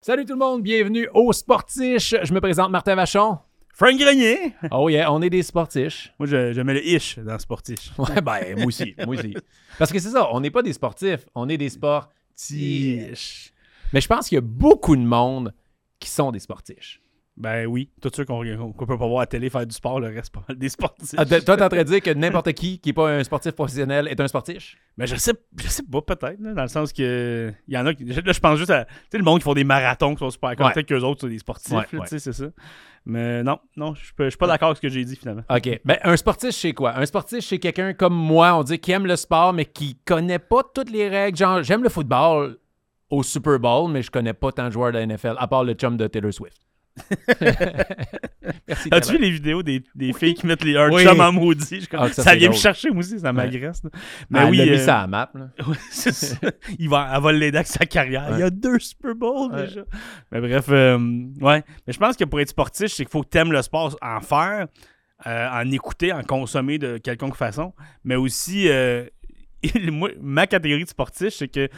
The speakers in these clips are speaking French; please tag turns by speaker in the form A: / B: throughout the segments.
A: Salut tout le monde, bienvenue au Sportiche. Je me présente Martin Vachon.
B: Frank Grenier!
A: Oh yeah, on est des sportiches.
B: Moi, je, je mets le ish dans sportif.
A: Ouais, ben, moi aussi, moi aussi. Parce que c'est ça, on n'est pas des sportifs, on est des sportiches. Mais je pense qu'il y a beaucoup de monde qui sont des sportiches.
B: Ben oui, tout ceux qu'on qu'on peut pas voir à la télé faire du sport, le reste pas mal des sportifs.
A: Ah, de- toi, t'es en train de dire que n'importe qui qui n'est pas un sportif professionnel est un sportiche?
B: Mais Ben, je sais, je sais pas, peut-être, là, dans le sens que. Il y en a qui. Là, je pense juste à. Tu sais, le monde qui font des marathons qui sont super cool.
A: Ouais.
B: Peut-être qu'eux autres sont des sportifs,
A: Ouais,
B: là, tu
A: ouais.
B: sais, c'est ça. Mais non, non, je suis pas- je suis pas d'accord avec ce que j'ai dit finalement.
A: OK. Ben, un sportif, c'est quoi? Un sportif, c'est quelqu'un comme moi, on dit, qui aime le sport, mais qui connaît pas toutes les règles. Genre, j'aime le football au Super Bowl, mais je connais pas tant de joueurs de la NFL, à part le chum de Taylor Swift. Merci.
B: As-tu vu
A: Taylor.
B: les vidéos des, des filles qui mettent les un
A: Oui.
B: chum en maudit? Je suis comme,
A: Ah, ça,
B: ça
A: c'est
B: vient me
A: drôle.
B: chercher, moi aussi, ça m'agresse. là. Mais
A: Ah,
B: oui.
A: elle l'a mis
B: euh,
A: ça à la map. là.
B: Ouais, c'est ça. Il va, elle va l'aider avec sa carrière. Il y a deux Super Bowls
A: Ouais.
B: déjà. Mais bref, euh, ouais. Mais je pense que pour être sportif, c'est qu'il faut que tu aimes le sport, en faire, euh, en écouter, en consommer de quelconque façon. Mais aussi, euh, moi, ma catégorie de sportif, c'est que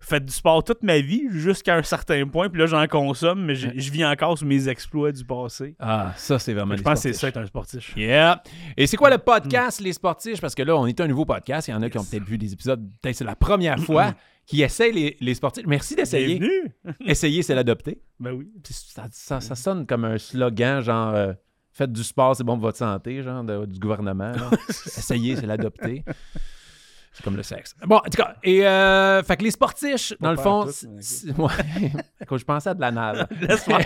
B: faites du sport toute ma vie jusqu'à un certain point, puis là, j'en consomme, mais j'ai- je vis encore sur mes exploits du passé.
A: Ah, ça, c'est vraiment
B: je
A: des
B: pense que c'est
A: sportifs.
B: ça être un sportif.
A: Yeah. Et c'est quoi le podcast, les sportifs? Parce que là, on est un nouveau podcast. Il y en a qui ont peut-être vu des épisodes, peut-être c'est la première fois, qui essayent les, les sportifs. Merci d'essayer.
B: Bienvenue!
A: Essayer, c'est l'adopter.
B: Ben oui.
A: Puis Ça, ça-
B: Mm-hmm.
A: ça sonne comme un slogan, genre euh, Faites du sport, c'est bon pour votre santé, genre de- du gouvernement. là. Essayez, c'est l'adopter. C'est comme le sexe. Bon, en tout cas, et euh, fait que les sportiches, dans le
B: peur
A: fond,
B: à tout,
A: c'est-
B: mais ok.
A: c'est- ouais, quand je pensais à de la nave.
B: Laisse faire.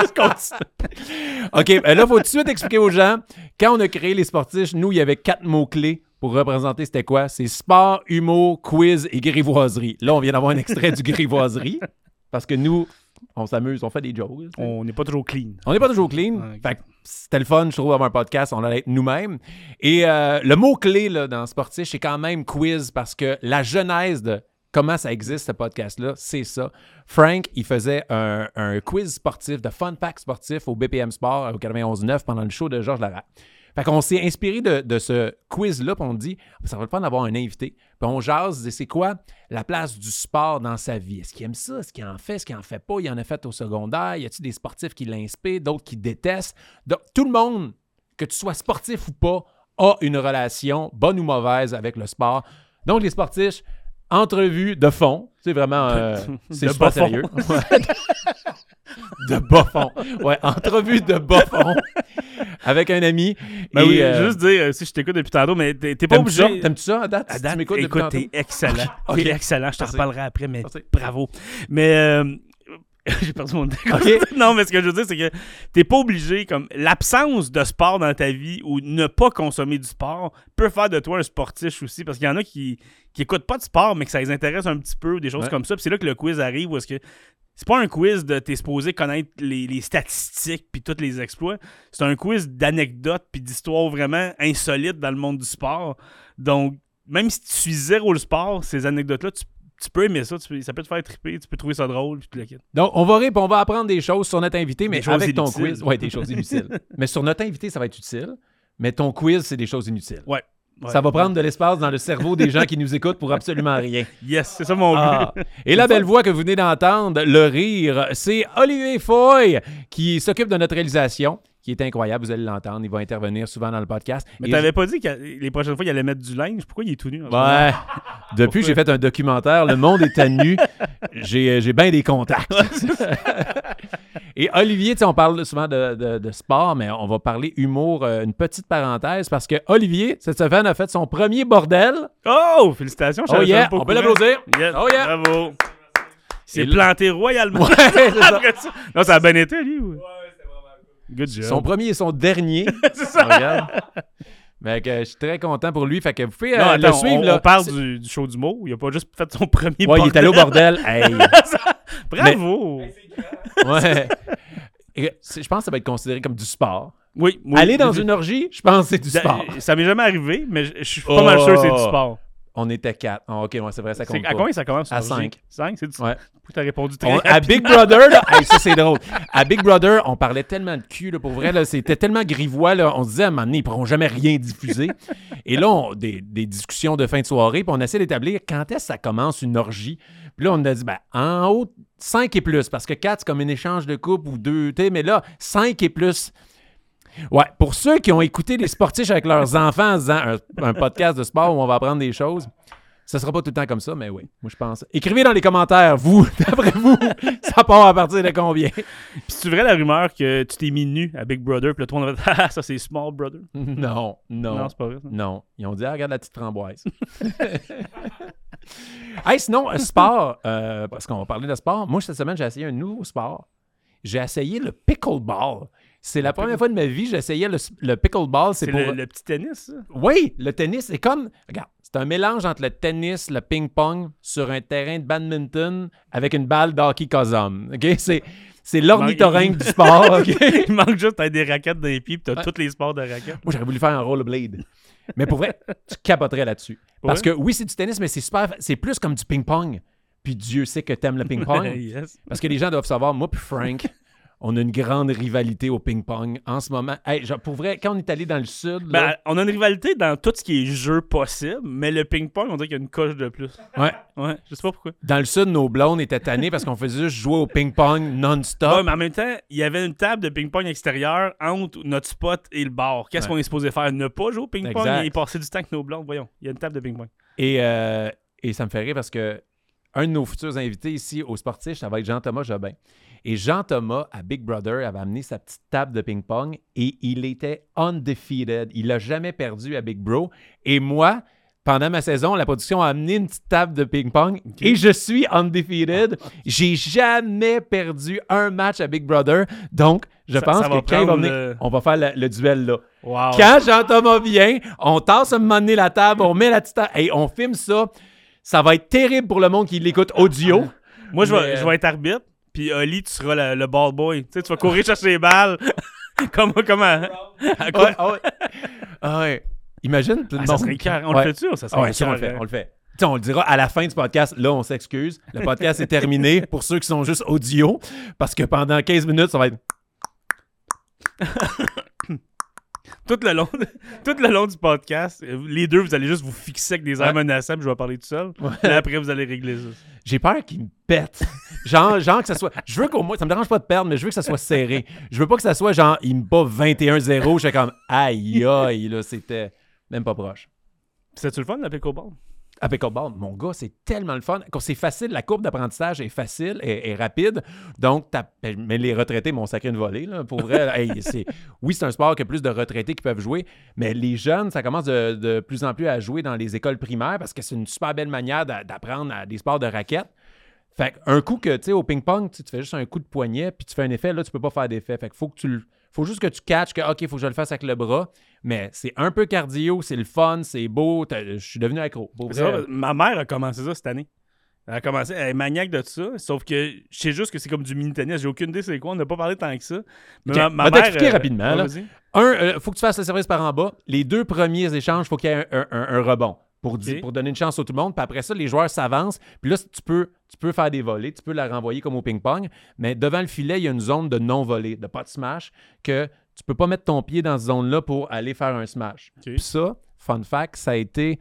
B: Juste continue.
A: OK, ben là, faut tout de suite expliquer aux gens. Quand on a créé les sportiches, nous, il y avait quatre mots-clés pour représenter c'était quoi? C'est sport, humour, quiz et grivoiserie. Là, on vient d'avoir un extrait du grivoiserie parce que nous, on s'amuse, on fait des jokes. tu sais.
B: On n'est pas trop clean.
A: On n'est pas toujours clean.
B: Ouais, ok.
A: Fait que c'était le fun, je trouve, avoir un podcast. On allait être nous-mêmes. Et euh, le mot-clé là, dans Sportif, c'est quand même quiz parce que la genèse de comment ça existe, ce podcast-là, c'est ça. Frank, il faisait un, un quiz sportif, de fun pack sportif au BPM Sport euh, au 91.9 pendant le show de Georges Larac. Fait qu'on s'est inspiré de, de ce quiz-là, puis on dit, Ah, ça va le fun d'avoir un invité. Puis on jase, c'est quoi la place du sport dans sa vie? Est-ce qu'il aime ça? Est-ce qu'il en fait? Est-ce qu'il en fait pas? Il en a fait au secondaire? Y a-t-il des sportifs qui l'inspirent, d'autres qui détestent? Donc, tout le monde, que tu sois sportif ou pas, a une relation, bonne ou mauvaise, avec le sport. Donc, les sportifs, entrevue de fond. C'est vraiment... euh, c'est
B: De
A: super
B: bas fond.
A: sérieux. Ouais. de bas fond. Ouais, entrevue de bas fond avec un ami.
B: Ben
A: Et,
B: oui,
A: euh,
B: juste dire, euh, si je t'écoute depuis tantôt, mais t'es t'es pas
A: T'aimes-tu ça?
B: obligé.
A: T'aimes-tu ça à date?
B: À
A: Si
B: date,
A: tu m'écoutes depuis
B: écoute,
A: tantôt?
B: t'es excellent.
A: Ok.
B: T'es excellent, je t'en
A: Merci.
B: reparlerai après, mais
A: Merci.
B: bravo. Mais euh, j'ai perdu mon décor. non, mais ce que je veux dire, c'est que t'es pas obligé, comme l'absence de sport dans ta vie ou ne pas consommer du sport peut faire de toi un sportif aussi, parce qu'il y en a qui, qui écoutent pas de sport, mais que ça les intéresse un petit peu ou des choses
A: Ouais.
B: comme ça. Puis c'est là que le quiz arrive, où est-ce que c'est pas un quiz de t'es supposé connaître les, les statistiques puis tous les exploits. C'est un quiz d'anecdotes puis d'histoires vraiment insolites dans le monde du sport. Donc, même si tu suis zéro le sport, ces anecdotes-là, tu, tu peux aimer ça. tu peux- ça peut te faire triper, tu peux trouver ça drôle puis tu le quittes.
A: Donc, on va rire, puis on va apprendre des choses sur notre invité, mais
B: Des choses
A: avec ton
B: inutiles.
A: quiz. Oui, des choses inutiles. mais sur notre invité, ça va être utile. Mais ton quiz, c'est des choses inutiles.
B: Ouais. Ouais.
A: Ça va prendre de l'espace dans le cerveau des gens qui nous écoutent pour absolument rien.
B: Yes, c'est ça mon
A: Ah.
B: but.
A: Et la belle voix que vous venez d'entendre, le rire, c'est Olivier Foy qui s'occupe de notre réalisation, qui est incroyable, vous allez l'entendre. Il va intervenir souvent dans le podcast.
B: Mais
A: Et
B: t'avais pas dit que les prochaines fois, il allait mettre du linge. Pourquoi il est tout nu? en ce moment?
A: Ouais. Depuis, j'ai fait un documentaire, Le monde est à nu. J'ai, j'ai bien des contacts. Et Olivier, tu sais, on parle souvent de, de- de sport, mais on va parler humour, euh, une petite parenthèse, parce que Olivier, cette semaine, a fait son premier bordel.
B: Oh, félicitations. je
A: Oh
B: savais
A: yeah,
B: même pas au
A: on peut
B: courant.
A: l'applaudir.
B: Yes,
A: Oh yeah.
B: Bravo.
A: Et
B: C'est
A: là-
B: planté royalement.
A: Ouais, c'est ça.
B: Après ça. Non, ça a bien été, lui. Ouais, ouais, c'était Good job.
A: Son premier et son dernier.
B: C'est ça.
A: On regarde. Mais que je suis très content pour lui. Fait que vous pouvez euh,
B: Non, attends,
A: le suivre.
B: on,
A: là.
B: on parle
A: C'est-
B: du, du show du mot. Il a pas juste fait son premier
A: Ouais, il est allé au bordel. Hey.
B: Bravo.
A: Ouais. Et c'est- Je pense que ça va être considéré comme du sport.
B: Oui, oui.
A: Aller dans
B: Je-
A: une orgie, je pense que c'est du sport.
B: Ça m'est jamais arrivé, mais je je suis pas
A: Oh.
B: mal sûr que c'est du sport.
A: On était quatre. Ah, OK, ouais, c'est vrai, ça compte
B: C'est-
A: pas.
B: À combien ça commence?
A: À
B: sur le J?
A: cinq.
B: Cinq? C'est du...
A: Ouais.
B: Pourquoi t'as répondu très
A: On- à
B: rapide?
A: Big Brother, là, hey, ça c'est drôle. À Big Brother, on parlait tellement de cul, là, pour vrai, là, c'était tellement grivois, là, on se disait, à un moment donné, ils pourront jamais rien diffuser. Et là, on, des, des discussions de fin de soirée, puis on essaie d'établir quand est-ce que ça commence une orgie. Puis là, on a dit, ben, en haut, 5 et plus, parce que 4, c'est comme un échange de couple ou deux, tu sais, mais là, 5 et plus. Ouais, pour ceux qui ont écouté les sportifs avec leurs enfants en disant un, un podcast de sport où on va apprendre des choses, ça sera pas tout le temps comme ça, mais oui, moi je pense. Écrivez dans les commentaires, vous, d'après vous, ça part à partir de combien?
B: Puis c'est vrai la rumeur que tu t'es mis nu à Big Brother, puis le tour on a fait, Ah, ça c'est Small Brother.
A: Non, non.
B: Non,
A: Non,
B: c'est pas vrai. ça.
A: Ils ont dit, ah, regarde la petite framboise. hey, sinon, euh, sport, euh, parce qu'on va parler de sport. Moi, cette semaine, j'ai essayé un nouveau sport. J'ai essayé le pickleball. C'est la première fois de ma vie que j'essayais le, le pickleball. C'est
B: C'est
A: pour...
B: le, le petit tennis, ça.
A: Oui, le tennis, c'est comme. Regarde, c'est un mélange entre le tennis, le ping-pong sur un terrain de badminton avec une balle d'hockey Cosum. OK? C'est. C'est l'ornithorynque du sport. OK?
B: Il manque juste t'as des raquettes dans les pieds, puis t'as
A: Ouais.
B: tous les sports de raquettes.
A: Moi, j'aurais voulu faire un rollerblade. Mais pour vrai, tu capoterais là-dessus. Parce que oui, c'est du tennis, mais c'est super. C'est plus comme du ping-pong. Puis Dieu sait que t'aimes le ping-pong.
B: yes.
A: Parce que les gens doivent savoir, moi puis Frank, on a une grande rivalité au ping-pong en ce moment. Hey, genre, pour vrai, quand on est allé dans le sud, là,
B: Ben, on a une rivalité dans tout ce qui est jeu possible, mais le ping-pong, on dirait qu'il y a une coche de plus.
A: ouais,
B: Ouais, je sais pas pourquoi.
A: Dans le sud, nos blondes étaient tannées parce qu'on faisait juste jouer au ping-pong non-stop.
B: Ouais, mais en même temps, il y avait une table de ping-pong extérieure entre notre spot et le bar. Qu'est-ce
A: Ouais.
B: qu'on est supposé faire? Ne pas jouer au ping-pong
A: Exact.
B: et passer du temps avec nos blondes? Voyons, il y a une table de ping-pong.
A: Et, euh, et ça me fait rire parce que un de nos futurs invités ici au Sportif, ça va être Jean-Thomas Jobin. Et Jean-Thomas, à Big Brother, avait amené sa petite table de ping-pong et il était undefeated. Il n'a jamais perdu à Big Bro. Et moi, pendant ma saison, la production a amené une petite table de ping-pong et je suis undefeated.
B: Ah.
A: J'ai jamais perdu un match à Big Brother. Donc, je
B: Ça-
A: pense
B: ça
A: que
B: va
A: quand il va
B: prendre
A: venir,
B: le-
A: on va faire le- le duel là.
B: Wow.
A: Quand Jean-Thomas vient, on tasse un moment donné la table, on met la petite ta- et on filme ça. Ça va être terrible pour le monde qui l'écoute audio.
B: Moi, je vais,
A: Mais, euh,
B: je vais être arbitre, puis Oli, tu seras la- le ball boy. Tu sais, tu vas courir chercher les balles. comme, comme à- à quoi?
A: Ah ouais. Ah ouais. Imagine tout le
B: Ah,
A: monde.
B: ça serait écœurant. On
A: Ouais.
B: le fait sûr, ça
A: Ah
B: serait
A: ouais, ça, on le
B: écœurant.
A: fait, on le fait. Tu sais, on le dira à la fin du podcast. Là, on s'excuse. Le podcast est terminé pour ceux qui sont juste audio parce que pendant 15 minutes, ça va être.
B: tout le long tout le long du podcast euh, les deux vous allez juste vous fixer avec des airs
A: Ouais.
B: menaçants puis je vais parler tout seul
A: Ouais.
B: Puis après vous allez régler ça
A: J'ai peur qu'il me pète. Genre, genre que ça soit. Je veux qu'au moins. Ça me dérange pas de perdre, mais je veux que ça soit serré. Je veux pas que ça soit genre, il me bat 21-0. J'étais comme, aïe, aïe, là, c'était même pas proche.
B: c'est-tu le fun la pickleball?
A: À pickleball, mon gars, c'est tellement le fun. Comme C'est facile, la courbe d'apprentissage est facile et, et rapide. Donc, t'as- ben, mais les retraités m'ont sacré une volée. Là, pour vrai, Hey, c'est- oui, c'est un sport que plus de retraités qui peuvent jouer, mais les jeunes, ça commence de, de plus en plus à jouer dans les écoles primaires parce que c'est une super belle manière d'a- d'apprendre à des sports de raquettes. Fait que un coup que, tu sais, au ping-pong, tu tu fais juste un coup de poignet, puis tu fais un effet, là, tu peux pas faire d'effet. Fait que faut que tu le- Faut juste que tu catches que, OK, faut que je le fasse avec le bras, mais c'est un peu cardio, c'est le fun, c'est beau. t'as- Je suis devenu accro. Pour
B: C'est
A: vrai.
B: vrai, ma mère a commencé ça cette année elle a commencé elle est maniaque de ça sauf que je sais juste que c'est comme du mini tennis j'ai aucune idée c'est quoi on n'a pas parlé tant que ça mais
A: Ok,
B: ma,
A: on va
B: ma euh,
A: t'expliquer rapidement,
B: ouais,
A: là.
B: vas-y.
A: Un, euh, faut que tu fasses le service par en bas. Les deux premiers échanges, faut qu'il y ait un, un- un- un rebond pour, di-
B: Ok.
A: pour donner une chance à tout le monde. Puis après ça, les joueurs s'avancent. Puis là, tu peux, tu peux faire des volées, tu peux la renvoyer comme au ping-pong. Mais devant le filet, il y a une zone de non-volée, de pas de smash, que tu peux pas mettre ton pied dans cette zone-là pour aller faire un smash.
B: Ok.
A: Puis ça, fun fact, ça a été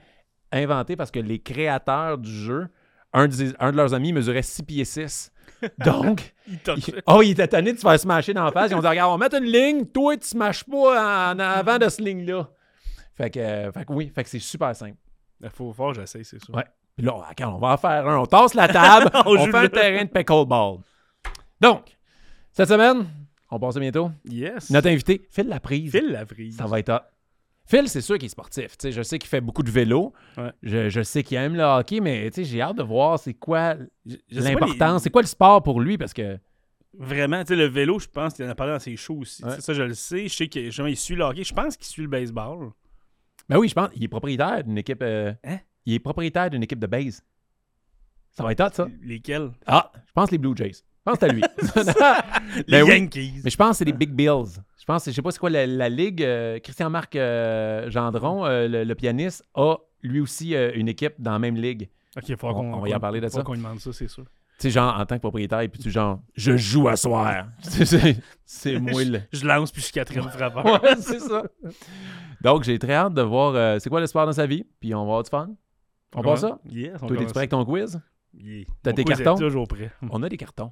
A: inventé parce que les créateurs du jeu, un de, un de leurs amis mesurait 6 pieds 6. Donc...
B: Il touche.
A: Il- Oh, il était tanné de se faire smasher dans la face. Ils ont dit Regarde, on va mettre une ligne, toi, tu smashes pas en avant de cette ligne-là. Fait que, euh, fait que oui, fait que c'est super simple.
B: Il faut fort j'essaie c'est sûr
A: Ouais. Puis là, on, quand on va en faire un, on tasse la table, on,
B: On joue
A: fait un
B: le-
A: terrain de pickleball. Donc, cette semaine, on passe à bientôt.
B: yes
A: Notre invité, Phil Laprise.
B: Phil Lavry
A: Ça va être hot. Phil, c'est sûr qu'il est sportif. Tu sais, je sais qu'il fait beaucoup de vélo.
B: Ouais.
A: Je, je sais qu'il aime le hockey, mais tu sais, j'ai hâte de voir c'est quoi
B: Je- je sais pas, les-
A: l'importance, c'est quoi le sport pour lui parce que.
B: Vraiment, tu sais, le vélo, je pense qu'il en a parlé dans ses shows aussi.
A: Ouais.
B: Tu sais, Ça, je le sais. Je sais qu'il genre, il suit le hockey. Je pense qu'il suit le baseball.
A: Ben oui, je pense. Il est propriétaire d'une équipe. euh,
B: Hein?
A: Il est propriétaire d'une équipe de base. Ça va être hot, ça.
B: Lesquels?
A: Ah, je pense les Blue Jays. Je pense que c'est à lui.
B: Les
A: Ben oui.
B: Yankees.
A: Mais je pense que c'est les Big Bills. Je pense, je sais pas c'est quoi la, la ligue. euh, Christian-Marc euh, Gendron, euh, le, le pianiste, a lui aussi euh, une équipe dans la même ligue.
B: Ok, il faudra
A: On-
B: qu'on
A: on va y en parler de
B: faudra
A: ça.
B: qu'on lui demande ça, c'est sûr.
A: Tu sais, genre, en tant que propriétaire, puis tu genre, je joue à soir. C'est- c'est- c'est moi le.
B: Je lance puis je suis quatrième frappeur.
A: Ouais, c'est ça. Donc, j'ai très hâte de voir euh, c'est quoi l'espoir dans sa vie, puis on va avoir du fun. On
B: commence
A: passe ça?
B: Yes, on
A: Toi, t'es
B: commence
A: prêt avec ton quiz?
B: ça. Yeah.
A: T'as
B: Mon
A: tes
B: quiz est
A: cartons?
B: toujours prêt.
A: On a des cartons.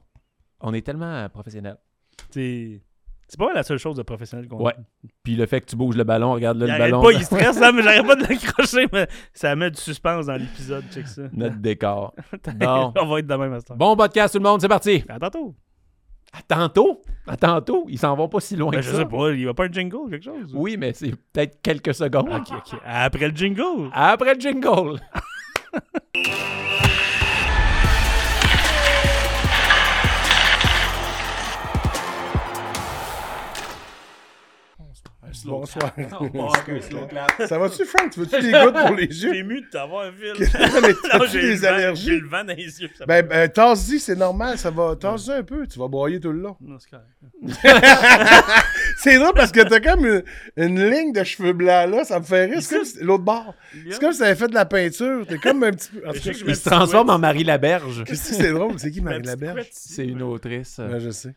A: On est tellement euh, professionnels.
B: T'es- C'est pas mal la seule chose de professionnel qu'on
A: Ouais. Puis le fait que tu bouges le ballon, regarde là
B: Il
A: le
B: arrête
A: ballon.
B: pas, il stresse là, mais j'arrête pas de l'accrocher, mais ça met du suspense dans l'épisode, check ça.
A: Notre décor. Bon.
B: On va être demain, Master.
A: Bon podcast, tout le monde, c'est parti.
B: À tantôt.
A: À tantôt. À tantôt. Ils s'en vont pas si loin
B: Ben,
A: que
B: je
A: ça.
B: sais pas, il va pas un jingle, quelque chose.
A: Oui, mais c'est peut-être quelques secondes.
B: Ok, ok. Après le jingle.
A: Après le jingle.
C: Bonsoir.
B: Oh, J'ai
C: Ça va-tu, Frank? Tu veux-tu des gouttes pour les yeux?
B: ému de t'avoir, Phil.
C: Mais
B: Non,
C: T'as-tu
B: j'ai le
C: des
B: vent- J'ai
C: allergies?
B: le vent dans les yeux. ça
C: Ben, ben tasse-y, c'est normal, ça va. tasse un peu, tu vas broyer tout le long.
B: Non, c'est correct.
C: C'est drôle parce que t'as comme une, une ligne de cheveux blancs là, ça me fait rire. C'est comme si- l'autre bord. C'est comme si t'avais fait de la peinture. T'es comme un petit peu. En tout
B: Je sais
C: cas,
B: que je me
A: Il se transforme en Marie Laberge.
C: qu'est-ce que c'est drôle? C'est qui Marie
B: La petite
C: Laberge?
B: couette ici.
A: C'est une autrice.
C: Ben, je sais.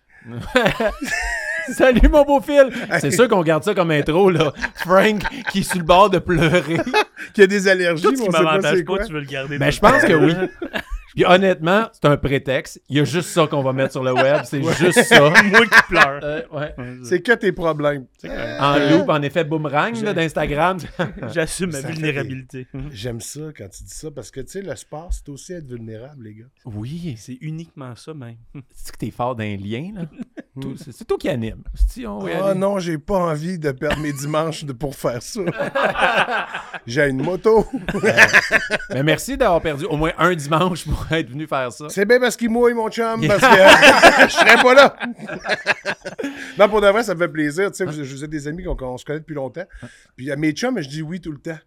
A: Salut mon beau Phil. C'est sûr qu'on garde ça comme intro là. Frank qui est sur le bord de pleurer.
C: Qui a des allergies,
B: Tout
C: mais
B: ce qui
C: on sait pas
B: m'avantage
C: c'est quoi. Ben,
B: pas, tu veux le garder.
A: Mais
B: dans-
A: je pense que oui. Puis honnêtement, c'est un prétexte. Il y a juste ça qu'on va mettre sur le web. C'est juste ça.
B: Moi qui pleure.
A: Euh, ouais. Euh,
C: C'est que tes problèmes.
A: En loop, en effet, boomerang là, d'Instagram.
B: J'assume ma
C: Ça fait des-
B: vulnérabilité.
C: J'aime ça quand tu dis ça parce que, tu sais, le sport, c'est aussi être vulnérable, les gars.
A: oui.
B: C'est uniquement ça, même.
A: C'est que t'es fort d'un lien, là. Tout- c'est c'est toi qui anime. Si on va y
C: Hmm. Ah
A: aller.
C: non, j'ai pas envie de perdre mes dimanches de- pour faire ça. j'ai une moto.
A: Mais merci d'avoir perdu au moins un dimanche pour être venu faire ça.
C: C'est bien parce qu'il mouille, mon chum, parce que je serais pas là. non, pour de vrai, ça me fait plaisir. Tu sais, je, je vous ai des amis qu'on qu'on se connaît depuis longtemps. Puis à mes chums, je dis oui tout le temps.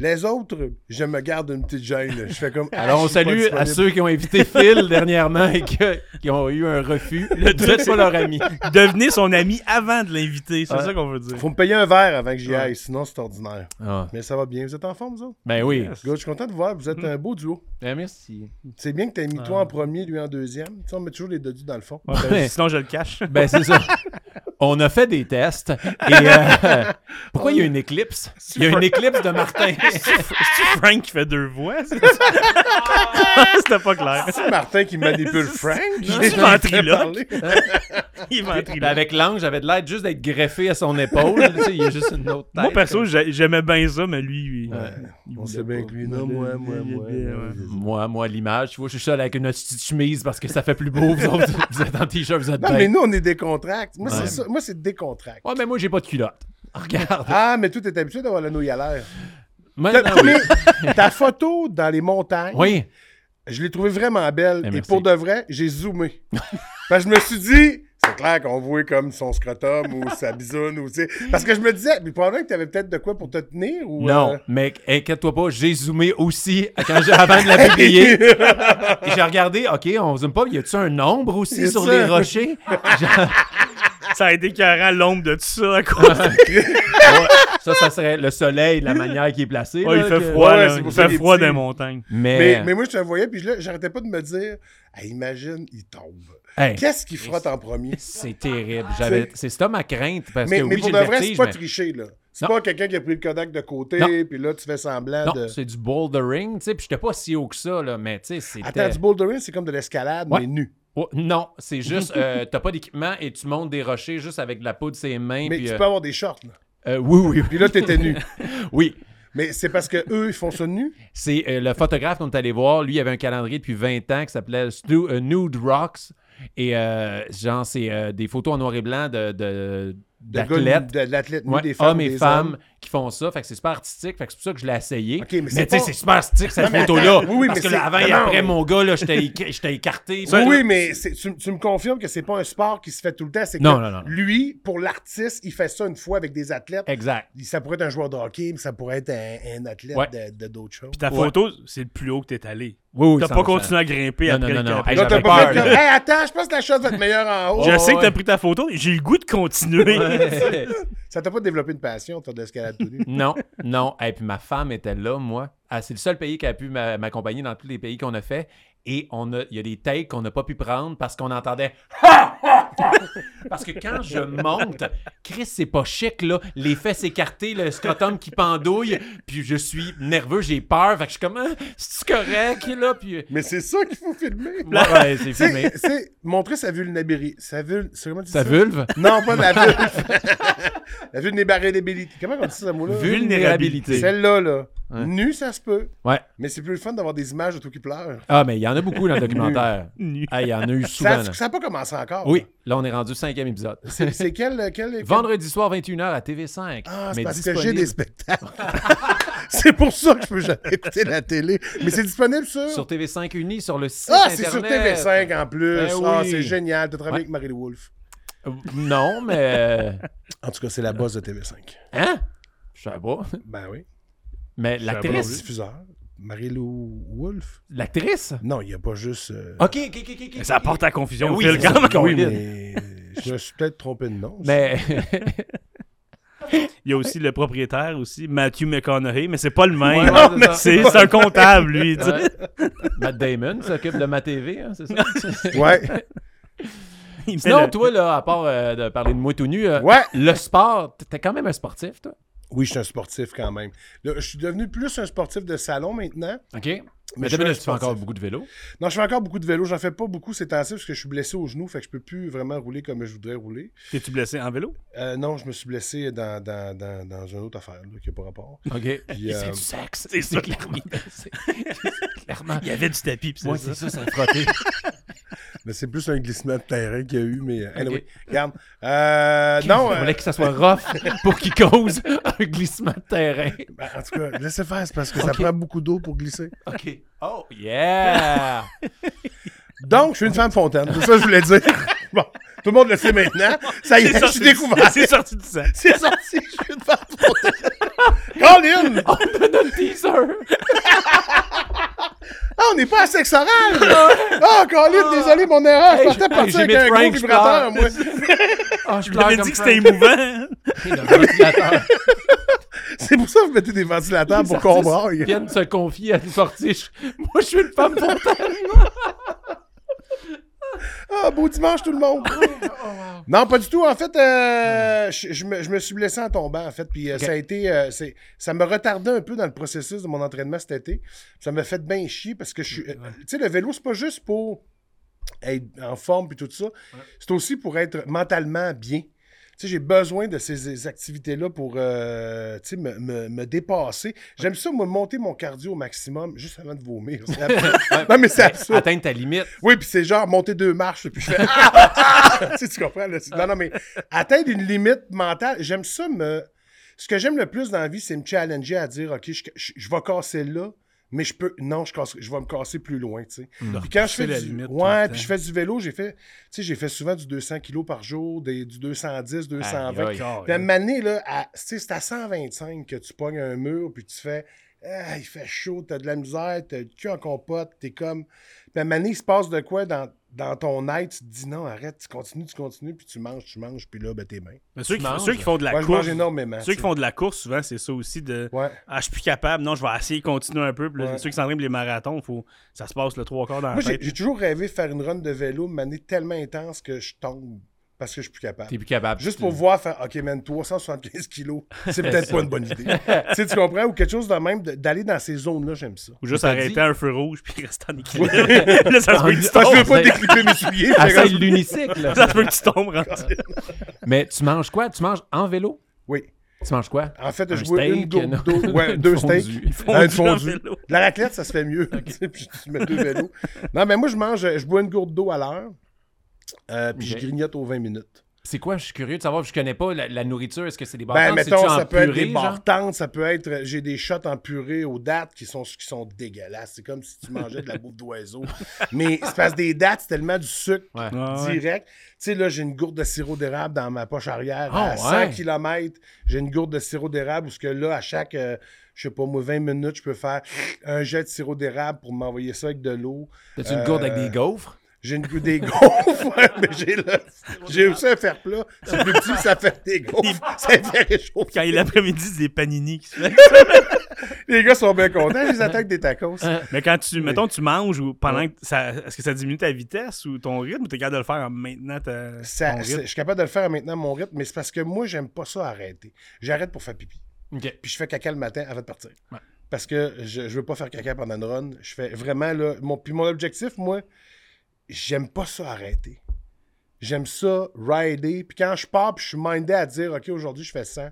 C: Les autres, je me garde une petite gêne. Je fais comme. ah,
A: Alors, on
C: je suis pas
A: salue à
C: disponible.
A: ceux qui ont invité Phil dernièrement et que- qui ont eu un refus. Le
B: truc,
A: pas
B: c'est-
A: leur ami.
B: Devenez son ami avant de l'inviter, c'est
A: Ouais.
B: ça qu'on veut dire.
C: Faut me payer un verre avant que j'y aille, sinon c'est ordinaire.
A: Ah,
C: Mais ça va bien. Vous êtes en forme, vous autres?
A: Ben oui.
C: Gars, je suis content de vous voir. Vous êtes un beau duo.
A: Ben, merci.
C: C'est bien que t'aies mis toi en premier, lui en deuxième. Tu sais, on met toujours les dodus dans le fond.
B: Ouais, ben,
A: Ouais.
B: sinon, je le cache.
A: Ben, c'est ça. On a fait des tests. Et euh, pourquoi il y a une éclipse? Il y a une éclipse de Martin.
B: C'est Frank qui fait deux voix. c'est ça? C'était pas clair.
C: C'est Martin qui manipule Frank.
B: Non, c'est ventriloque. Il m'a
A: Ben, avec l'ange, j'avais de l'air juste d'être greffé à son épaule. Tu sais, il y a juste une autre tête.
B: Moi, perso, j'a- j'aimais bien ça, mais lui, il- il
C: On
B: voulait
C: sait bien
B: pas.
C: que lui, non, moi, moi, moi. moi.
A: Moi, moi, l'image, tu vois, je suis seul avec une petite chemise parce que ça fait plus beau. Vous, autres, vous êtes en t-shirt, vous êtes
C: Non,
A: bien.
C: mais nous, on est décontracte. Moi,
A: Ouais.
C: c'est ça. Moi, c'est décontracte.
A: Ouais, mais moi, j'ai pas de culotte. Regarde.
C: Ah, mais toi, t'es habitué d'avoir la nouille à l'air.
A: Maintenant, oui.
C: Mais ta photo dans les montagnes,
A: Oui.
C: je l'ai trouvée vraiment belle.
A: Eh,
C: et
A: merci.
C: pour de vrai, j'ai zoomé. Parce que je me suis dit, c'est clair qu'on voit comme son scrotum ou sa bisoune. Ou, tu sais. parce que je me disais, mais probablement que t'avais peut-être de quoi pour te tenir. Ou,
A: Non,
C: euh,
A: mais inquiète-toi pas, j'ai zoomé aussi quand j'ai- avant de la publier. Et j'ai regardé, OK, on zoome pas, y a-tu un nombre
C: Y
A: aussi
C: a-tu
A: sur
C: un-
A: les rochers?
B: Ça a été carrément l'ombre de tout ça à cause.
A: Ouais, ça, ça serait le soleil, la manière qui est placée.
B: Ouais, il
A: là,
B: fait
A: que-
B: froid,
C: Ouais,
B: là.
C: c'est pour
B: Il
C: ça
B: fait
C: qu'il est
B: froid
C: petit.
B: dans les montagnes.
A: Mais, euh,
C: Mais, mais moi, je te voyais, puis là, j'arrêtais pas de me dire, Hey, imagine, il tombe.
A: hey,
C: Qu'est-ce qu'il frotte en premier?
A: c'est terrible. J'avais... C'est cet homme à crainte parce
C: Mais,
A: que
C: mais
A: oui,
C: pour
A: j'ai
C: de
A: le
C: vrai, c'est
A: vertige,
C: pas
A: mais-
C: tricher, là. C'est
A: Non.
C: pas quelqu'un qui a pris le Kodak de côté,
A: Non.
C: puis là, tu fais semblant
A: Non,
C: de.
A: c'est du bouldering, tu sais, puis j'étais pas si haut que ça, là, mais tu sais, c'était...
C: Attends, du bouldering, c'est comme de l'escalade,
A: Ouais.
C: mais nu.
A: Oh, non, c'est juste, euh, t'as pas d'équipement et tu montes des rochers juste avec de la peau de ses mains,
C: Mais
A: puis...
C: tu
A: euh,
C: peux avoir des shorts, là.
A: euh, oui, oui,
C: Puis là, t'étais nu.
A: oui.
C: Mais c'est parce que eux, ils font ça nu.
A: C'est euh, le photographe qu'on est allé voir. Lui, il avait un calendrier depuis 20 ans qui s'appelait Stu- euh, Nude Rocks. Et euh, genre, c'est euh, des photos en noir et blanc de, de,
C: De gars
A: d'athlètes.
C: nus, de de l'athlète nu,
A: Ouais,
C: des femmes.
A: hommes et
C: des
A: femmes
C: hommes.
A: qui font ça. Fait que c'est super artistique. Fait que c'est pour ça que je l'ai essayé.
C: Ok, mais
A: mais
C: c'est
A: tu sais,
C: pas-
A: c'est super artistique cette
C: Non, mais
A: photo-là.
C: attends, oui, oui,
A: parce
C: mais
A: que
C: c'est-
A: là, avant et
C: non,
A: après,
C: mais-
A: mon gars, là, j'étais éca- j'étais écarté.
C: Oui,
A: Puis-
C: oui, mais c'est- tu, tu me confirmes que c'est pas un sport qui se fait tout le temps. C'est que
A: Non, non, non.
C: lui, pour l'artiste, il fait ça une fois avec des athlètes.
A: Exact.
C: Ça pourrait être un joueur de hockey, mais ça pourrait être un, un athlète
A: Ouais.
C: de- de d'autres choses.
B: Puis ta
A: Ouais.
B: photo, c'est le plus haut que t'es allé.
A: Oui, oui,
B: T'as pas
A: 100%.
B: continué à grimper
A: Non,
B: après
A: non,
B: le
A: non, non.
B: après.
A: Hey,
C: Là,
A: j'avais
C: t'as pas
A: peur,
C: fait comme,
A: là.
C: hey, attends, je pense que la chose va être meilleure en haut.
B: Je
A: Oh,
B: sais que
A: ouais.
B: t'as pris ta photo, j'ai le goût de continuer.
A: Ouais.
C: Ça t'a pas développé une passion, toi, de l'escalade tout nu.
A: non, non. Et puis ma femme était là, moi. Ah, c'est le seul pays qui a pu m'a- m'accompagner dans tous les pays qu'on a fait. Et on a- il y a des takes qu'on n'a pas pu prendre parce qu'on entendait. parce que quand je monte, Chris, c'est pas chic, là. Les fesses écartées, le scrotum qui pendouille. Puis je suis nerveux, j'ai peur. Fait que je suis comme, Ah, c'est-tu correct, là? Puis.
C: Mais c'est ça qu'il faut filmer.
A: Ouais, ouais, c'est filmé.
C: C'est c'est montrer sa vulnérabilité. Sa vul... c'est comment tu dis
A: Sa
C: ça?
A: vulve?
C: Non, pas la vulve. la vulnérabilité. Comment on dit ça, ce mot-là?
A: Vulnérabilité.
C: Celle-là, là.
A: Ouais.
C: Nu, ça se peut.
A: Ouais.
C: Mais c'est plus le fun d'avoir des images de toi qui pleure.
A: Ah, mais il y en a beaucoup dans le documentaire.
B: Nu.
A: Ah, il y en a eu souvent.
C: Ça
A: là.
C: n'a pas commencé encore.
A: Oui, là, on est rendu au cinquième épisode.
C: C'est c'est quel, euh, quel, quel-
A: Vendredi soir, 21h à TV5.
C: Ah, c'est
A: mais
C: parce
A: disponible.
C: que j'ai des spectacles. c'est pour ça que je peux jamais écouter la télé. Mais c'est disponible sur...
A: Sur TV5 Uni, sur le site
C: Ah, c'est sur
A: Internet.
C: TV5 en plus.
A: Ben
C: Ah,
A: oui.
C: c'est génial. T'as travaillé
A: Ouais.
C: avec Marie Wolf.
A: Euh, Non, mais... euh,
C: En tout cas, c'est la boss de TV5.
A: Hein? Je sais pas.
C: Ben oui.
A: Mais
C: La
A: l'actrice...
C: diffuseur. Marie-Lou Wolf?
A: L'actrice?
C: Non, il n'y a pas juste. euh,
A: OK, OK, OK, OK.
B: Mais ça apporte à confusion.
A: Oui, c'est
B: Phil,
A: ça.
B: quand même.
A: Ah, Colin.
C: oui, mais euh, je me suis peut-être trompé de nom.
A: Mais...
B: Il y a aussi le propriétaire, aussi, Matthew McConaughey, mais c'est pas le même.
A: Ouais, ouais, c'est ça.
B: c'est c'est un comptable, lui. tu sais.
A: Ouais. Matt Damon s'occupe de ma TV, hein, c'est ça?
C: Ouais.
B: Il met
A: Sinon,
B: le-
A: toi, là, à part euh, de parler de moi tout nu, euh,
C: Ouais.
A: le sport, t- t'es quand même un sportif, toi?
C: Oui, je suis un sportif quand même. Là, je suis devenu plus un sportif de salon maintenant.
A: OK. Mais, t'as
C: je suis
A: bien,
C: un
A: tu fais encore
C: sportif.
A: beaucoup de vélo.
C: Non, je fais encore beaucoup de vélo. J'en fais pas beaucoup ces temps-ci parce que je suis blessé au genou. Fait que je peux plus vraiment rouler comme je voudrais rouler.
B: T'es-tu blessé en vélo?
C: Euh, non, je me suis blessé dans, dans, dans, dans une autre affaire là, qui n'a pas rapport.
A: OK.
C: Puis,
A: C'est
C: euh,
A: du sexe.
B: c'est ça.
A: clairement. c'est- c'est clairement.
B: Il y avait du tapis, pis c'est
A: Moi,
B: ça.
A: c'est ça, ça a frotté.
C: mais c'est plus un glissement de terrain qu'il y a eu. Mais euh, anyway,
A: Ok.
C: regarde. Euh, non.
A: Il
C: euh,
A: fallait que ça soit rough pour qu'il cause un glissement de terrain.
C: ben, en tout cas, laissez faire, c'est parce que ça
A: Ok.
C: prend beaucoup d'eau pour glisser.
A: OK. Oh, yeah!
C: Donc, je suis une femme fontaine. C'est ça que je voulais dire. Bon, tout le monde le sait maintenant. Ça y est,
B: C'est
C: je
B: sorti
C: suis
B: du-
C: découvert.
B: C'est sorti du sang.
C: C'est sorti, je suis une femme fontaine. Colin!
A: On a notre teaser!
C: Ah, on n'est pas à sexe oral! Ah, Colin, désolé, mon erreur. Je
A: Hey,
C: partais
A: j'ai-
C: partir
A: j'ai
C: avec
A: mis
C: un gros
A: Frank, je
C: vibrateur, moi.
A: Oh, je
B: Je t'avais dit que c'était émouvant.
A: Le ventilateur.
C: C'est pour ça que vous mettez des ventilateurs pour qu'on braille.
A: Viennent se confier à une sortie. Je- Moi, je suis une femme fontaine.
C: Ah, beau dimanche, tout le monde! Non, pas du tout. En fait, euh, je, je me, je me suis blessé en tombant, en fait. Puis euh, ça a été. euh, c'est- ça me retardait un peu dans le processus de mon entraînement cet été. Ça m'a fait bien chier parce que je suis. euh, tu sais, le vélo, c'est pas juste pour être en forme puis tout ça. C'est aussi pour être mentalement bien. Tu sais, j'ai besoin de ces- ces activités-là pour euh, tu sais, me, me- me dépasser. J'aime ça, moi, monter mon cardio au maximum juste avant de vomir. C'est absurde. non, mais c'est absurde.
A: Atteindre ta limite.
C: Oui, puis c'est genre monter deux marches, puis je fais Ah! Ah! tu, sais, tu comprends? Là, c'est- non, non, mais atteindre une limite mentale, j'aime ça, me. Ce que j'aime le plus dans la vie, c'est me challenger à dire OK, je, je- je vais casser là, mais je peux. Non, je, casse- je vais me casser plus loin, tu sais. Puis quand je
B: Mm. repousser
C: fais
B: la
C: du,
B: limite tout le
C: ouais,
B: temps.
C: puis je fais du vélo, j'ai fait, tu sais, j'ai fait souvent du 200 kilos par jour, des, du 210, 220.
A: Aïe, aïe.
B: Oh,
C: Puis à un moment donné, là, à- tu sais, c'est à 125 que tu pognes un mur, puis tu fais Ah, il fait chaud, t'as de la misère, t'as le cul en compote, t'es comme. Puis à un moment donné, il se passe de quoi dans, dans ton être, tu te dis non, arrête, tu continues, tu continues, puis tu manges, tu manges, puis là, ben t'es mains.
B: Mais ceux,
A: Tu
B: qui,
A: manges.
B: ceux qui font de la
C: Moi, je
B: course,
C: mange énormément.
B: ceux
C: tu
B: qui font de la course, souvent, c'est ça aussi de
C: sais. Ah, Ouais.
B: Ah, je suis plus capable. Non, je vais essayer de continuer un peu. Puis là,
C: Ouais.
B: Ceux qui s'entraînent pour les marathons, faut... ça se passe le trois quarts dans la
C: Moi, j'ai
B: tête.
C: j'ai toujours rêvé de faire une run de vélo, une manée tellement intense que je tombe parce que je suis plus capable.
A: T'es plus capable.
C: Juste pour voir, faire, OK, man, 375 kilos, c'est peut-être pas une bonne idée. tu sais, tu comprends? Ou quelque chose de même, de- d'aller dans ces zones-là, j'aime ça.
B: Ou juste
A: t'as
B: arrêter
A: dit-
B: à un feu rouge puis rester en équilibre. là, ça se peut que tu
C: Parce que je
B: tombes.
C: veux pas
A: c'est- Ah,
C: décliper mes souliers. fait que-
A: Essaye l'unicycle.
B: Ça se peut que tu tombes. rendu-
A: Mais tu manges quoi? Tu manges en vélo?
C: Oui.
A: Tu manges quoi?
C: En fait,
A: Un
C: je bois une
A: steak,
C: gourde
A: non?
C: d'eau. Ouais, deux
A: Fondue.
C: steaks.
B: Fondue
C: Un
B: en
C: fondu.
B: vélo.
C: De La raclette, ça se fait mieux. Tu sais, puis tu mets deux vélos. Non, mais moi, je mange, je bois une gourde d'eau à l'heure. euh, puis
A: Ok.
C: je grignote aux 20 minutes.
A: C'est quoi? Je suis curieux de savoir. Je connais pas la, la nourriture. Est-ce que c'est des
C: Ben,
A: barres
C: mettons, ça peut être des
A: barres.
C: bartantes, ça peut être. euh, J'ai des shots en purée aux dates qui sont, qui sont dégueulasses. C'est comme si tu mangeais de la bouffe d'oiseau. Mais c'est parce que des dates, c'est tellement du sucre
A: Ouais.
B: Ah ouais.
C: direct. Tu sais, là, j'ai une gourde de sirop d'érable dans ma poche arrière.
A: Ah,
C: à 100
A: ouais.
C: km, j'ai une gourde de sirop d'érable où ce que là, à chaque, euh, je sais pas, moi, 20 minutes, je peux faire un jet de sirop d'érable pour m'envoyer ça avec de l'eau.
A: T'as-tu une gourde
C: Euh,
A: avec des gaufres?
C: J'ai une queue des gonfles, mais j'ai le- j'ai aussi un fer plat. C'est plus petit, ça fait des gonfles. Ça fait réchauffer.
B: Quand il est l'après-midi, c'est des panini qui se fait.
C: Les gars sont bien contents, ils attaquent des tacos.
B: Mais quand tu, mettons, tu manges ou pendant que ça, est-ce que ça diminue ta vitesse ou ton rythme ou t'es capable de le faire en maintenant ta,
C: Ça-
B: ton
C: c'est- je
B: rythme?
C: suis capable de le faire maintenant à mon rythme, mais c'est parce que moi, j'aime pas ça arrêter. J'arrête pour faire pipi.
A: OK.
C: Puis je fais caca le matin avant de partir.
A: Ouais.
C: Parce que je, je veux pas faire caca pendant une run. Je fais vraiment là. Mon, puis mon objectif, moi, j'aime pas ça arrêter. J'aime ça rider. Puis quand je pars, puis je suis mindé à dire OK, aujourd'hui, je fais 100,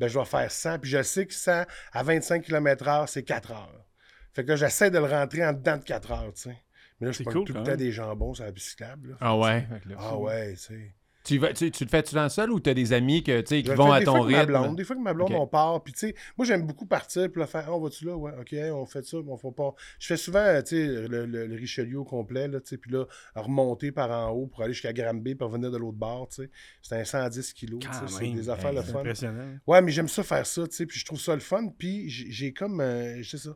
C: ben je vais faire 100. Puis je sais que 100 à 25 km/h, c'est 4 heures. Fait que là, j'essaie de le rentrer en dedans de 4 heures, tu sais. Mais là, je
B: C'est
C: prends
B: cool,
C: tout
B: quand
C: le temps
B: même.
C: des jambons sur la bicyclette.
A: Ah ouais. Fait que là,
C: Ah ouais, tu sais.
A: Tu, vas- tu, tu le fais-tu dans le seul ou t'as des amis que, tu sais,
C: Je
A: qui
C: le
A: vont
C: fais
A: à
C: des
A: ton
C: fois avec ma
A: rythme?
C: blonde. Des fois que ma blonde,
A: Ok.
C: on part. Puis, tu sais, moi, j'aime beaucoup partir. Puis, là, faire, Ah, on va-tu là? Ouais, OK, on fait ça. mais on fait pas. Je fais souvent, euh, tu sais, le, le- le Richelieu au complet, là, tu sais. Puis là, remonter par en haut pour aller jusqu'à Granby, puis revenir de l'autre bord, tu sais. C'est un 110 kilos. tu sais,
B: Quand
C: C'est
B: même.
C: des affaires le
B: C'est
C: fun.
B: impressionnant.
C: Ouais, mais j'aime ça faire ça, tu sais. Puis, je trouve ça le fun. Puis, j'ai j'ai comme, euh, je sais ça.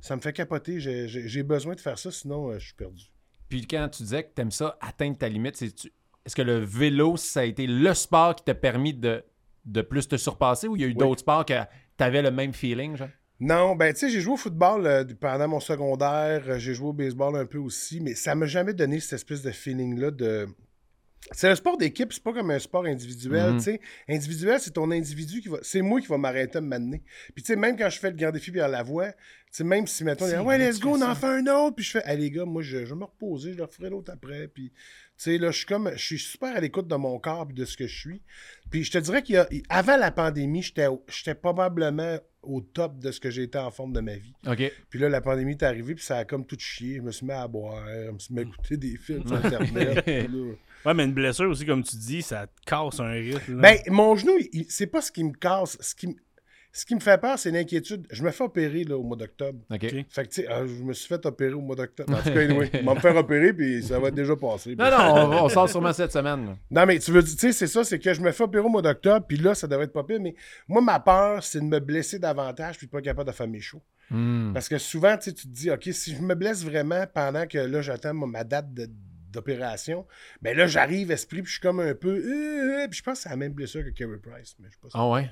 C: Ça me fait capoter. J'ai- J'ai j'ai besoin de faire ça, sinon, euh, je suis perdu.
A: Puis quand tu disais que t'aimes ça, atteindre ta limite, c'est tu- est-ce que le vélo, ça a été le sport qui t'a permis de, de plus te surpasser ou il y a eu d'autres sports que t'avais le même feeling, genre?
C: Non, ben tu sais, j'ai joué au football euh, pendant mon secondaire, euh, j'ai joué au baseball un peu aussi, mais ça m'a jamais donné cette espèce de feeling-là de. C'est un sport d'équipe, c'est pas comme un sport individuel,
A: Mhm.
C: tu sais. Individuel, c'est ton individu qui va. C'est moi qui va m'arrêter à m'amener. Puis tu sais, même quand je fais le grand défi Pierre Lavoie, tu sais, même si maintenant on dit,
B: C'est
C: ouais,
B: vrai,
C: let's
B: tu
C: go, on
B: fais
C: en
B: ça.
C: fait un autre, puis je fais, ah les gars, moi je, je vais me reposer, je leur ferai l'autre après, puis tu sais, là, je suis comme, je suis super à l'écoute de mon corps puis de ce que je suis. Puis je te dirais qu'il y a, avant la pandémie, j'étais, au- j'étais probablement au top de ce que j'étais en forme de ma vie.
A: OK.
C: Puis là, la pandémie est arrivée, puis ça a comme tout chié. Je me suis mis à boire, je me suis mis à écouter des films sur Internet. puis là-
B: Ouais, mais une blessure aussi, comme tu dis, ça te casse un rythme. là.
C: ben, mon genou, il- c'est pas ce qui me casse. Ce qui, me- ce qui me fait peur, c'est l'inquiétude. Je me fais opérer là, au mois d'octobre.
A: OK.
B: Ok.
C: Fait que, tu sais, euh, je me suis fait opérer au mois d'octobre. En tout cas, anyway, on va me faire opérer, puis ça va être déjà passé.
A: Non, non, on, on sort sûrement cette semaine.
C: Non, mais tu veux dire, tu sais, c'est ça, c'est que je me fais opérer au mois d'octobre, puis là, ça devrait être pas pire, mais moi, ma peur, c'est de me blesser davantage, puis de pas être capable de faire mes shows.
A: Hmm.
C: Parce que souvent, tu sais, tu te dis, OK, si je me blesse vraiment pendant que là, j'attends ma- ma date de- d'opération, ben là, j'arrive esprit, puis je suis comme un peu, euh, euh, puis je pense que c'est la même blessure que Kerry Price, mais je sais pas
A: Ah ouais?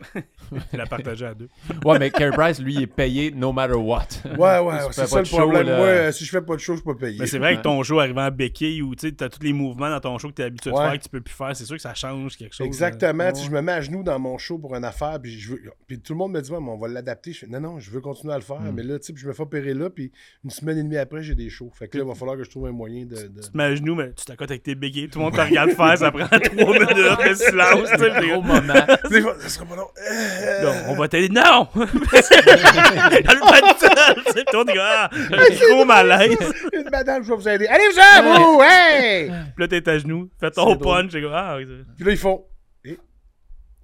B: Tu la partager à deux.
A: Ouais, mais Carey Price, lui, il est payé no matter what.
C: Ouais, ouais,
A: Si tu
C: c'est
A: fais
C: ça
A: pas
C: le
A: de show,
C: problème.
A: là-
C: Moi, euh, si je fais pas de show, je suis pas payé.
B: Mais c'est vrai que ton show arrivant à béquille ou tu sais, t'as tous les mouvements dans ton show que t'es habitué
C: Ouais.
B: de faire que tu peux plus faire, c'est sûr que ça change quelque chose. hein.
C: Exactement.
B: là.
C: Tu sais, je me mets à genoux dans mon show pour une affaire, puis, je veux... puis tout le monde me dit, Ouais, mais on va l'adapter. Je fais, non, non, je veux continuer à le faire. Mais là, tu sais, puis je me fais opérer là, puis une semaine et demie après, j'ai des shows. Fait que là, il va falloir que je trouve un moyen de. de-
B: Tu te mets à genoux, mais tu t'accotes avec tes béquilles, tout le monde te regarde faire, ça prend trois minutes de silence. tu sais, puis-
A: Au moment.
C: Des fois, ça sera pas long. Euh,
B: Non, on va t'aider. Non! Elle pas de seul! Tu sais, puis toi, t'es comme, ah, j'ai trop malaise.
C: Une madame, je vais vous aider. Allez-vous-en, vous! Hey!
B: Puis là, t'es à genoux, fais
C: C'est
B: ton
C: drôle.
B: punch. J'ai comme, ah, oui, c'est-
C: Puis là, ils font. Et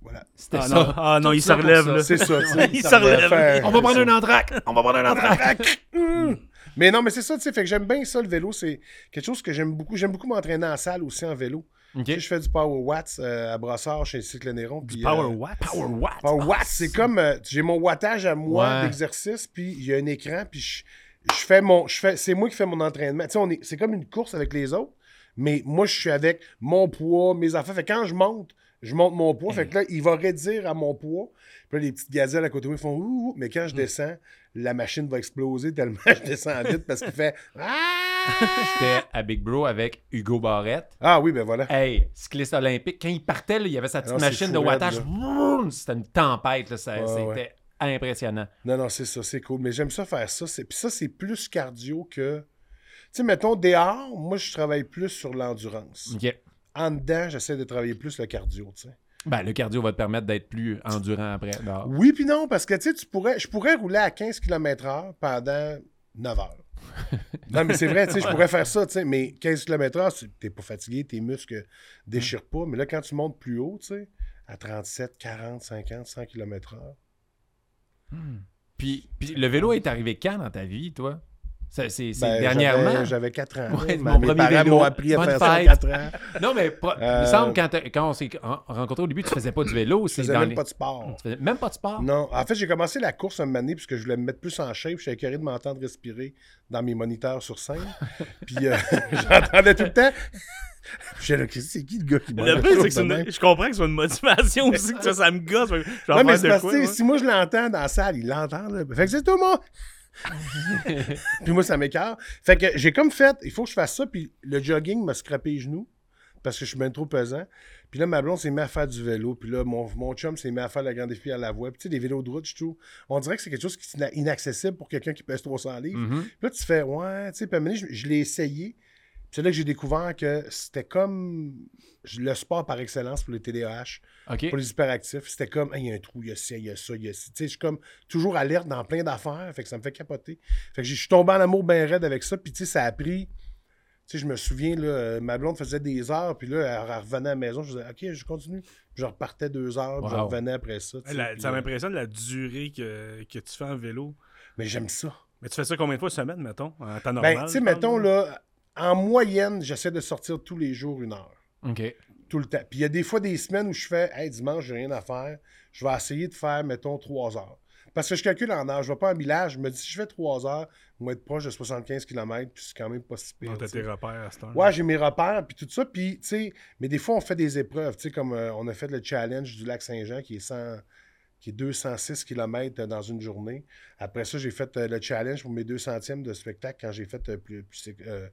C: voilà.
A: C'était
B: ah non,
A: ça.
B: ah, non,
A: Tout
B: il se
A: ça pour
B: relève,
A: ça.
B: là.
C: C'est ça, tu sais.
B: Il se relève.
C: Faire-
A: On va prendre un entraque. On va prendre un entraque.
C: mm. Mais non, mais c'est ça, tu sais. Fait que j'aime bien ça, le vélo. C'est quelque chose que j'aime beaucoup. J'aime beaucoup m'entraîner en salle aussi en vélo. Tu sais, Je fais du Power Watts euh, à Brassard chez Cycle Néron. puis, euh,
B: Power what?
A: Power what?
C: Power Watts, c'est comme. euh, j'ai mon wattage à moi
A: Ah, Ouais.
C: d'exercice, puis il y a un écran, puis je, je fais mon. Je fais, c'est moi qui fais mon entraînement. Tu sais, on est- c'est comme une course avec les autres, mais moi, je suis avec mon poids, mes affaires. Fait que quand je monte, je monte mon poids. Fait que là, il va réduire à mon poids. Puis là, les petites gazelles à côté de moi, ils font ouh, ouh. mais quand je descends, la machine va exploser tellement je descends vite parce qu'il fait ah!
A: J'étais à Big Bro avec Hugo Barrette.
C: Ah oui, ben voilà.
A: Hey, cycliste olympique, quand il partait, là, il y avait sa petite
C: Non, Ah, c'est
A: machine
C: fou,
A: de
C: raide,
A: wattage.
C: là.
A: Vroom! C'était une tempête. là, ça-
C: Ouais,
A: C'était
C: ouais.
A: impressionnant.
C: Non, non, c'est ça, c'est cool. Mais j'aime ça faire ça. C'est- Puis ça, c'est plus cardio que. Tu sais, mettons, dehors, moi, je travaille plus sur l'endurance.
A: OK.
C: En dedans, j'essaie de travailler plus le cardio, tu sais.
A: Ben, le cardio va te permettre d'être plus endurant après. dehors.
C: Oui, puis non, parce que, tu sais, tu pourrais, je pourrais rouler à 15 km/h pendant 9 heures. non, mais c'est vrai, tu sais, je pourrais faire ça, tu sais, mais 15 km/h, t'es pas fatigué, tes muscles déchirent pas. Mais là, quand tu montes plus haut, tu sais, à 37, 40, 50, 100 km/h.
A: Puis, puis le vélo est arrivé quand dans ta vie, toi? C'est c'est- c'est
C: Ben,
A: dernièrement.
C: j'avais- J'avais 4 ans.
A: Ouais,
C: mais
A: mon
C: mes
A: premier
C: parents
A: vélo.
C: m'ont appris à
A: Bonne
C: faire ça à
A: fête.
C: 4 ans.
A: Non, mais pro- il me
C: Euh,
A: semble quand, t'as- quand on s'est en- rencontrés au début, tu faisais pas du vélo.
C: Je
A: c'est
C: faisais
A: dans
C: même
A: les-
C: pas de sport.
A: Tu faisais même pas de sport.
C: Non. En fait, j'ai commencé la course à un moment donné parce que je voulais me mettre plus en shape. J'étais curé de m'entendre respirer dans mes moniteurs sur scène. Puis euh, j'entendais tout le temps. J'étais là, Christ, c'est qui le gars qui
B: Le
C: mange
B: pire,
C: toujours
B: c'est que c'est
C: de même?
B: une... je comprends que c'est une motivation aussi, que ça, ça me gosse. Je vais en
C: Non, mais
B: faire
C: c'est
B: de
C: parce
B: quoi,
C: que
B: ouais.
C: si moi je l'entends dans la salle, il l'entend. là. Fait que c'est tout, moi. puis moi, ça m'écarte. Fait que j'ai comme fait, il faut que je fasse ça. Puis le jogging m'a scrappé les genoux parce que je suis bien trop pesant. Puis là, ma blonde s'est mis à faire du vélo. Puis là, mon, mon chum s'est mis à faire la grande défi à la voie. Puis tu sais, les vélos de route, je trouve. On dirait que c'est quelque chose qui est ina- inaccessible pour quelqu'un qui pèse 300 livres.
A: Mhm.
C: Puis là, tu fais, ouais, tu sais, puis à un moment donné, je, je l'ai essayé. Puis C'est là que j'ai découvert que c'était comme le sport par excellence pour les TDAH
A: OK.
C: pour les hyperactifs. C'était comme, Hey, il y a un trou, il y a ci, il y a ça, il y a ci. Tu sais, je suis comme toujours alerte dans plein d'affaires. Fait que ça me fait capoter. Fait que je suis tombé en amour bien raide avec ça. Puis, tu sais, ça a pris. Tu sais, je me souviens, là, euh, ma blonde faisait des heures. Puis là, elle, elle revenait à la maison. Je disais, OK, je continue. Puis je repartais deux heures. Puis je
A: Wow.
C: revenais après ça. tu sais,
B: La-
C: puis,
B: ça
C: euh,
B: m'impressionne la durée que, que tu fais en vélo.
C: mais j'aime ça.
B: Mais tu fais ça combien de fois par semaine, mettons, en temps normal?
C: Ben, tu
B: je
C: sais,
B: parle,
C: mettons, là, en moyenne, j'essaie de sortir tous les jours une heure.
A: OK.
C: Tout le temps. Puis il y a des fois des semaines où je fais Hey, dimanche, j'ai rien à faire. Je vais essayer de faire, mettons, trois heures. Parce que je calcule en heures. Je ne vais pas en millage. Je me dis si je fais trois heures, on va être proche de 75 km, puis c'est quand même pas si pire.
B: Dans
C: tu sais.
B: tes repères à cette
A: Mm-hmm.
B: heure.
C: Ouais, j'ai mes repères, puis tout ça. Puis, tu sais, mais des fois, on fait des épreuves. Tu sais, comme euh, on a fait le challenge du lac Saint-Jean qui est 100 qui est 206 km euh, dans une journée. Après ça, j'ai fait euh, le challenge pour mes 200e de spectacle quand j'ai fait euh, plus, plus, sec- euh,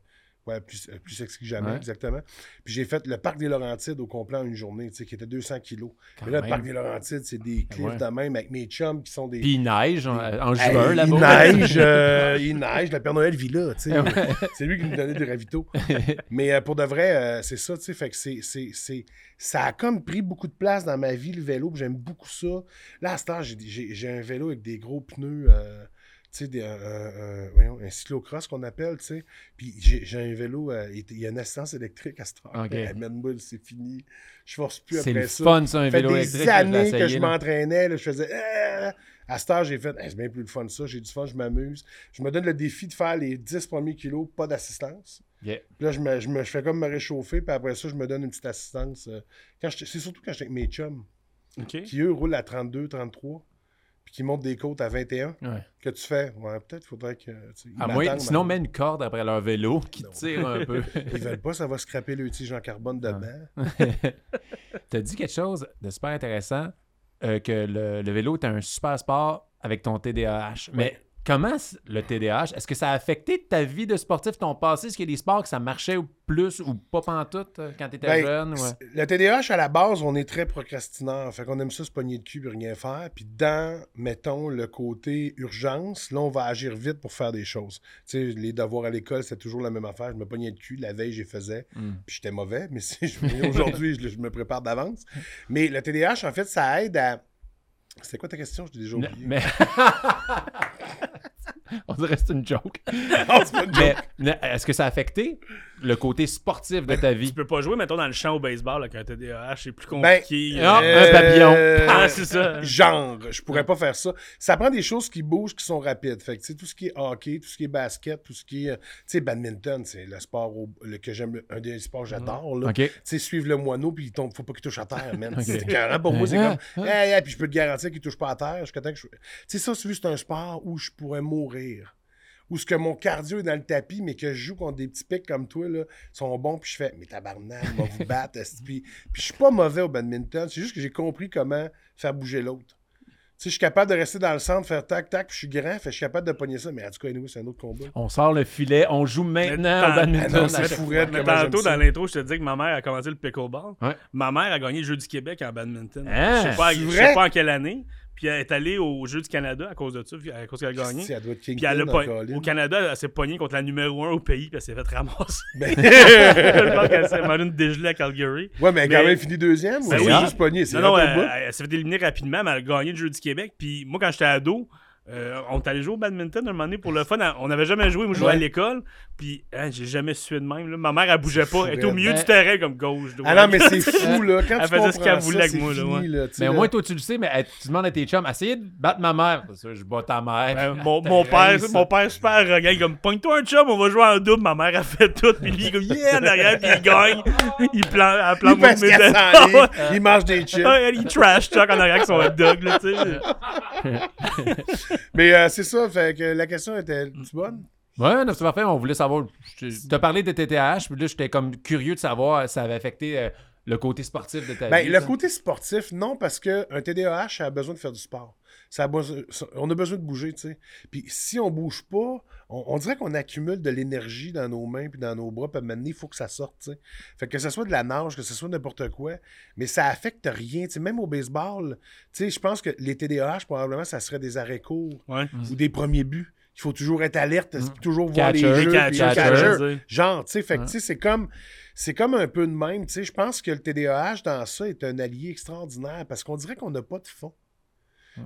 C: ouais, plus, euh, plus sexy que jamais,
A: Ouais.
C: exactement. Puis j'ai fait le parc des Laurentides au complet en une journée, tu sais, qui était 200 kilos.
A: Quand
C: Mais là, le
A: même.
C: parc des Laurentides, c'est des cliffs
A: Ouais.
C: de même avec mes chums qui sont des.
A: Puis il neige en, en
C: Hey,
A: juin
C: il
A: là-bas.
C: neige, euh, il neige, le Père Noël vit là, tu sais.
A: Ouais.
C: C'est lui qui nous donnait des ravitaux. Mais euh, pour de vrai, euh, c'est ça, tu sais. Fait que c'est, c'est, c'est- ça a comme pris beaucoup de place dans ma vie, le vélo. puis J'aime beaucoup ça. Là, à ce temps, j'ai, j'ai- j'ai un vélo avec des gros pneus, euh, tu sais, des- un- un- un- voyons, un cyclocross qu'on appelle, tu sais. Puis j'ai, j'ai un vélo, euh, il il y a une assistance électrique à ce temps.
A: Ok.
C: Amène-moi, c'est fini. Je force plus
A: C'est
C: après
A: le
C: ça.
A: fun, ça, un
C: Ça fait
A: vélo
C: des
A: électrique.
C: années que
A: l'ai
C: je
A: essayé, là.
C: m'entraînais. là, Je faisais. Ah! À cette heure, j'ai fait. Hey, c'est bien plus le fun ça. J'ai du fun, je m'amuse. Je me donne le défi de faire les 10 premiers kilos, pas d'assistance.
A: Yeah.
C: Puis là, je, me, je, me- je fais comme me réchauffer. Puis après ça, je me donne une petite assistance. euh, quand je- c'est surtout quand j'étais avec mes chums,
B: OK.
C: qui eux roulent à 32, 33, puis qui montent des côtes à 21,
A: Ouais.
C: que tu fais. Ouais, peut-être faudrait que. tu sais, ils
A: À moins-
C: m'attendent,
A: sinon,
C: mais-
A: mets une corde après leur vélo qui
C: Non.
A: tire un peu.
C: Ils veulent pas, ça va scraper le tige en carbone dedans.
A: T'as dit quelque chose de super intéressant euh, que le, le vélo était un super sport avec ton TDAH. Mais comment c- le TDAH, est-ce que ça a affecté ta vie de sportif, ton passé? Est-ce qu'il y a des sports que ça marchait ou plus ou pas pantoute euh, quand t'étais
C: Ben,
A: jeune? ouais?
C: c'est- Le TDAH, à la base, on est très procrastineur. Fait qu'on aime ça se pogner de cul et rien faire. Puis dans, mettons, le côté urgence, là, on va agir vite pour faire des choses. Tu sais, les devoirs à l'école, c'est toujours la même affaire. Je me pognais de cul, la veille, j'y faisais.
A: Mm.
C: Puis j'étais mauvais, mais si je aujourd'hui, je, le- je me prépare d'avance. Mais le TDAH, en fait, ça aide à... C'était quoi ta question? Je t'ai déjà
A: Ne-
C: oublié.
A: Mais... On dirait que c'est une joke.
C: Non, c'est pas une joke.
A: Mais mais est-ce que ça a affecté le côté sportif de ta vie?
B: Tu peux pas jouer, mettons, dans le champ au baseball avec un TDAH, c'est plus
C: Ben,
B: compliqué.
A: non. Ah, un
C: Euh,
A: papillon.
B: Ah, c'est ça.
C: Genre, je pourrais pas faire ça. Ça prend des choses qui bougent, qui sont rapides. Fait que, tu sais, tout ce qui est hockey, tout ce qui est basket, tout ce qui est. euh, Tu sais, badminton, c'est le sport au- le, que j'aime, le- un des sports que j'adore. là.
A: OK.
C: Tu sais, suivre le moineau, puis il tombe, faut pas qu'il touche à terre, man.
A: Ok.
C: C'est écœurant. Pour moi, c'est
A: Ah,
C: comme. Hey, hey, Eh, puis je peux te garantir qu'il touche pas à terre jusqu'à temps que je. Tu sais, ça, c'est juste un sport où je pourrais mourir. Où ce que mon cardio est dans le tapis, mais que je joue contre des petits pics comme toi, là, sont bons, puis je fais, mais tabarnak, on va vous battre. esti. Puis, puis je suis pas mauvais au badminton, c'est juste que j'ai compris comment faire bouger l'autre. Tu sais, je suis capable de rester dans le centre, faire tac, tac, puis je suis grand, fait que je suis capable de pogner ça, mais en tout cas, anyway, c'est un autre combat.
A: On sort le filet, on joue maintenant
B: Mais
A: au
B: tant-
A: badminton.
C: Ah non, c'est
A: à chaque
C: fou,
A: fois.
C: raide,
B: Mais
C: comment j'aime
B: tantôt,
C: ça.
B: dans l'intro, je te dis que ma mère a commencé le pickleball.
A: Ouais.
B: Ma mère a gagné le Jeu du Québec en badminton.
A: Hein?
B: Je sais pas,
C: C'est
B: je
C: vrai?
B: sais pas en quelle année. Puis elle est allée au Jeu du Canada à cause de ça, puis à cause qu'elle a gagné.
C: Si, elle doit être
B: Puis elle a
C: Kingpin,
B: pas-
C: encore, là.
B: au Canada, elle s'est pognée contre la numéro 1 au pays, puis elle s'est fait ramasser.
C: Ben-
B: je pense qu'elle s'est mal une dégelée à Calgary.
C: Ouais, mais elle a quand
B: Mais-
C: même fini deuxième, ou
B: Ben
C: elle
B: oui.
C: a juste pogné, c'est
B: Non, non,
C: rentré au
B: elle,
C: bout.
B: elle s'est fait éliminer rapidement, mais elle a gagné le Jeu du Québec. Puis moi, quand j'étais ado, euh, on est allé jouer au badminton un moment donné pour le fun. On n'avait jamais joué, moi je jouais
A: Ouais.
B: à l'école. Puis hein, j'ai jamais sué de même. là. Ma mère, elle bougeait pas. Elle était au
C: Raide.
B: milieu
A: Ben-
B: du terrain comme gauche. droite.
C: Ah non, mais c'est fou, là. Quand
B: Elle
C: tu
B: faisait
C: comprends
B: ce qu'elle
C: ça,
B: voulait avec
C: c'est
B: moi, là,
C: fini,
B: ouais.
C: là, tu sais,
A: Mais au
C: là.
A: moins, toi, tu le sais, mais euh, tu demandes à tes chums, essayez de battre ma mère. C'est sûr, je bats ta mère.
B: Ben, mon, mon père,
A: ça.
B: mon père super arrogant, comme pogne-toi un chum, on va jouer en double. Ma mère a fait tout, puis lui, il est comme yeah derrière, puis il gagne. Il plante, elle plante
C: Il
B: mon
C: pèse
B: médaille.
C: 400 livres, il mange des chips.
B: Ouais, il trash talk en arrière avec son hot dog, là, tu sais.
C: Mais euh, c'est ça, fait que la question était
A: Mm.
C: bonne.
A: Ouais, non, c'est parfait. On voulait savoir. je- T'as parlé de TTH, puis là, j'étais comme curieux de savoir si ça avait affecté euh, le côté sportif de ta
C: Ben,
A: vie.
C: le
A: ça.
C: côté sportif, non, parce qu'un TDAH, ça a besoin de faire du sport. Ça a besoin- ça- on a besoin de bouger, tu sais. Puis si on bouge pas, on, on dirait qu'on accumule de l'énergie dans nos mains puis dans nos bras, puis à un moment donné, il faut que ça sorte, tu sais. Fait que ce soit de la nage, que ce soit n'importe quoi, mais ça affecte rien, tu sais. Même au baseball, tu sais, je pense que les TDAH, probablement, ça serait des arrêts courts
B: Ouais.
C: ou des premiers buts. Il faut toujours être alerte, toujours voir
A: Catcher,
C: Mmh. les jeux,
B: Les
C: puis
B: catchers,
A: catcher.
C: catcher.
B: tu sais.
C: Genre, tu sais, fait que, tu sais, c'est comme, c'est comme un peu de même, tu sais, je pense que le TDAH dans ça est un allié extraordinaire parce qu'on dirait qu'on n'a pas de fond.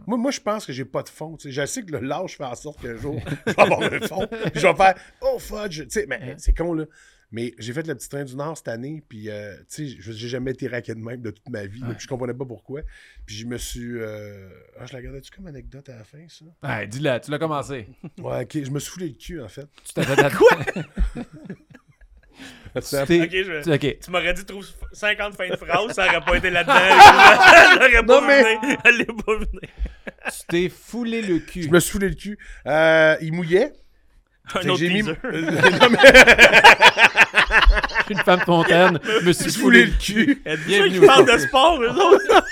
C: Moi, moi, je pense que j'ai pas de fond. tu sais. Je sais que le lâche fait en sorte qu'un jour, je vais avoir un fond. Puis je vais faire Oh fudge! Tu sais, mais c'est con, là. Mais j'ai fait le petit train du Nord cette année, puis euh, tu sais, je- j'ai jamais été raqué de même de toute ma vie, là, puis je comprenais pas pourquoi. Puis je me suis. euh, Ah, je la gardais-tu comme anecdote à la fin, ça?
A: Ouais, dis-le, tu l'as commencé.
C: Ouais, ok, je me soufflais le cul, en fait.
A: Tu t'as fait ta... Quoi? tu t'es-
B: Ok, je vais-
A: tu- ok.
B: Tu m'aurais dit trouve 50 fins de phrase, ça aurait pas été là-dedans. J'aurais pas
C: Non, mais-
B: venu. Elle est pas venue.
A: Tu t'es foulé le cul.
C: Je me soufflais le cul. Euh, il mouillait.
B: Un
C: Fait que
B: autre
C: j'ai mis-
B: teaser.
A: Je suis une femme fontaine. Je me suis
C: Je
A: foulé
C: voulais le
A: le cul.
C: cul.
B: Elle dit
A: Bienvenue.
B: qu'ils parlent de sport, eux autres.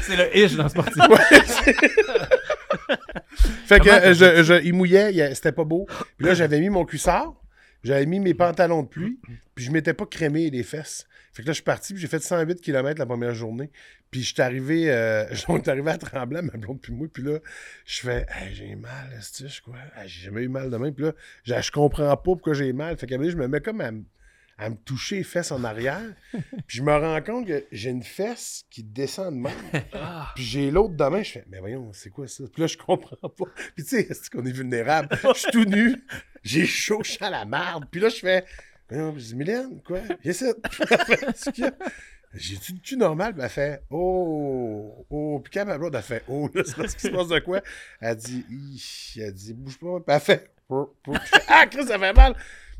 A: C'est le ish dans ce parti.
C: Fait que euh, je, je- il mouillait, il- c'était pas beau. Puis là, j'avais mis mon cuissard, j'avais mis mes pantalons de pluie, puis je m'étais pas crémé les fesses. Fait que là, je suis parti, puis j'ai fait 108 km la première journée. Puis je suis arrivé, euh, on est arrivé à Tremblant, ma blonde puis moi, puis là, je fais Hey, j'ai mal, est quoi? Hey, j'ai jamais eu mal de même. Puis là, je, je comprends pas pourquoi j'ai mal. Fait qu'à un moment donné, je me mets comme à, me- à me toucher les fesses en arrière. puis je me rends compte que j'ai une fesse qui descend de même. Puis j'ai l'autre demain, je fais, mais voyons, c'est quoi ça? Puis là, je comprends pas. Puis tu sais, c'est qu'on est vulnérable. Je suis tout nu, j'ai chaud, je suis à la merde. Puis là, je fais, voyons, je dis, Mylène, quoi? J'ai ça. Qu'est-ce qu'il y a? J'ai-tu le cul normal? Puis elle fait, oh, oh. Puis quand ma blonde, elle fait, oh, là, c'est parce qu'il se passe de quoi? Elle dit, Hi. elle dit, bouge pas. Puis elle fait, Pou, pou. Puis je fais, ah, Chris, ça fait mal.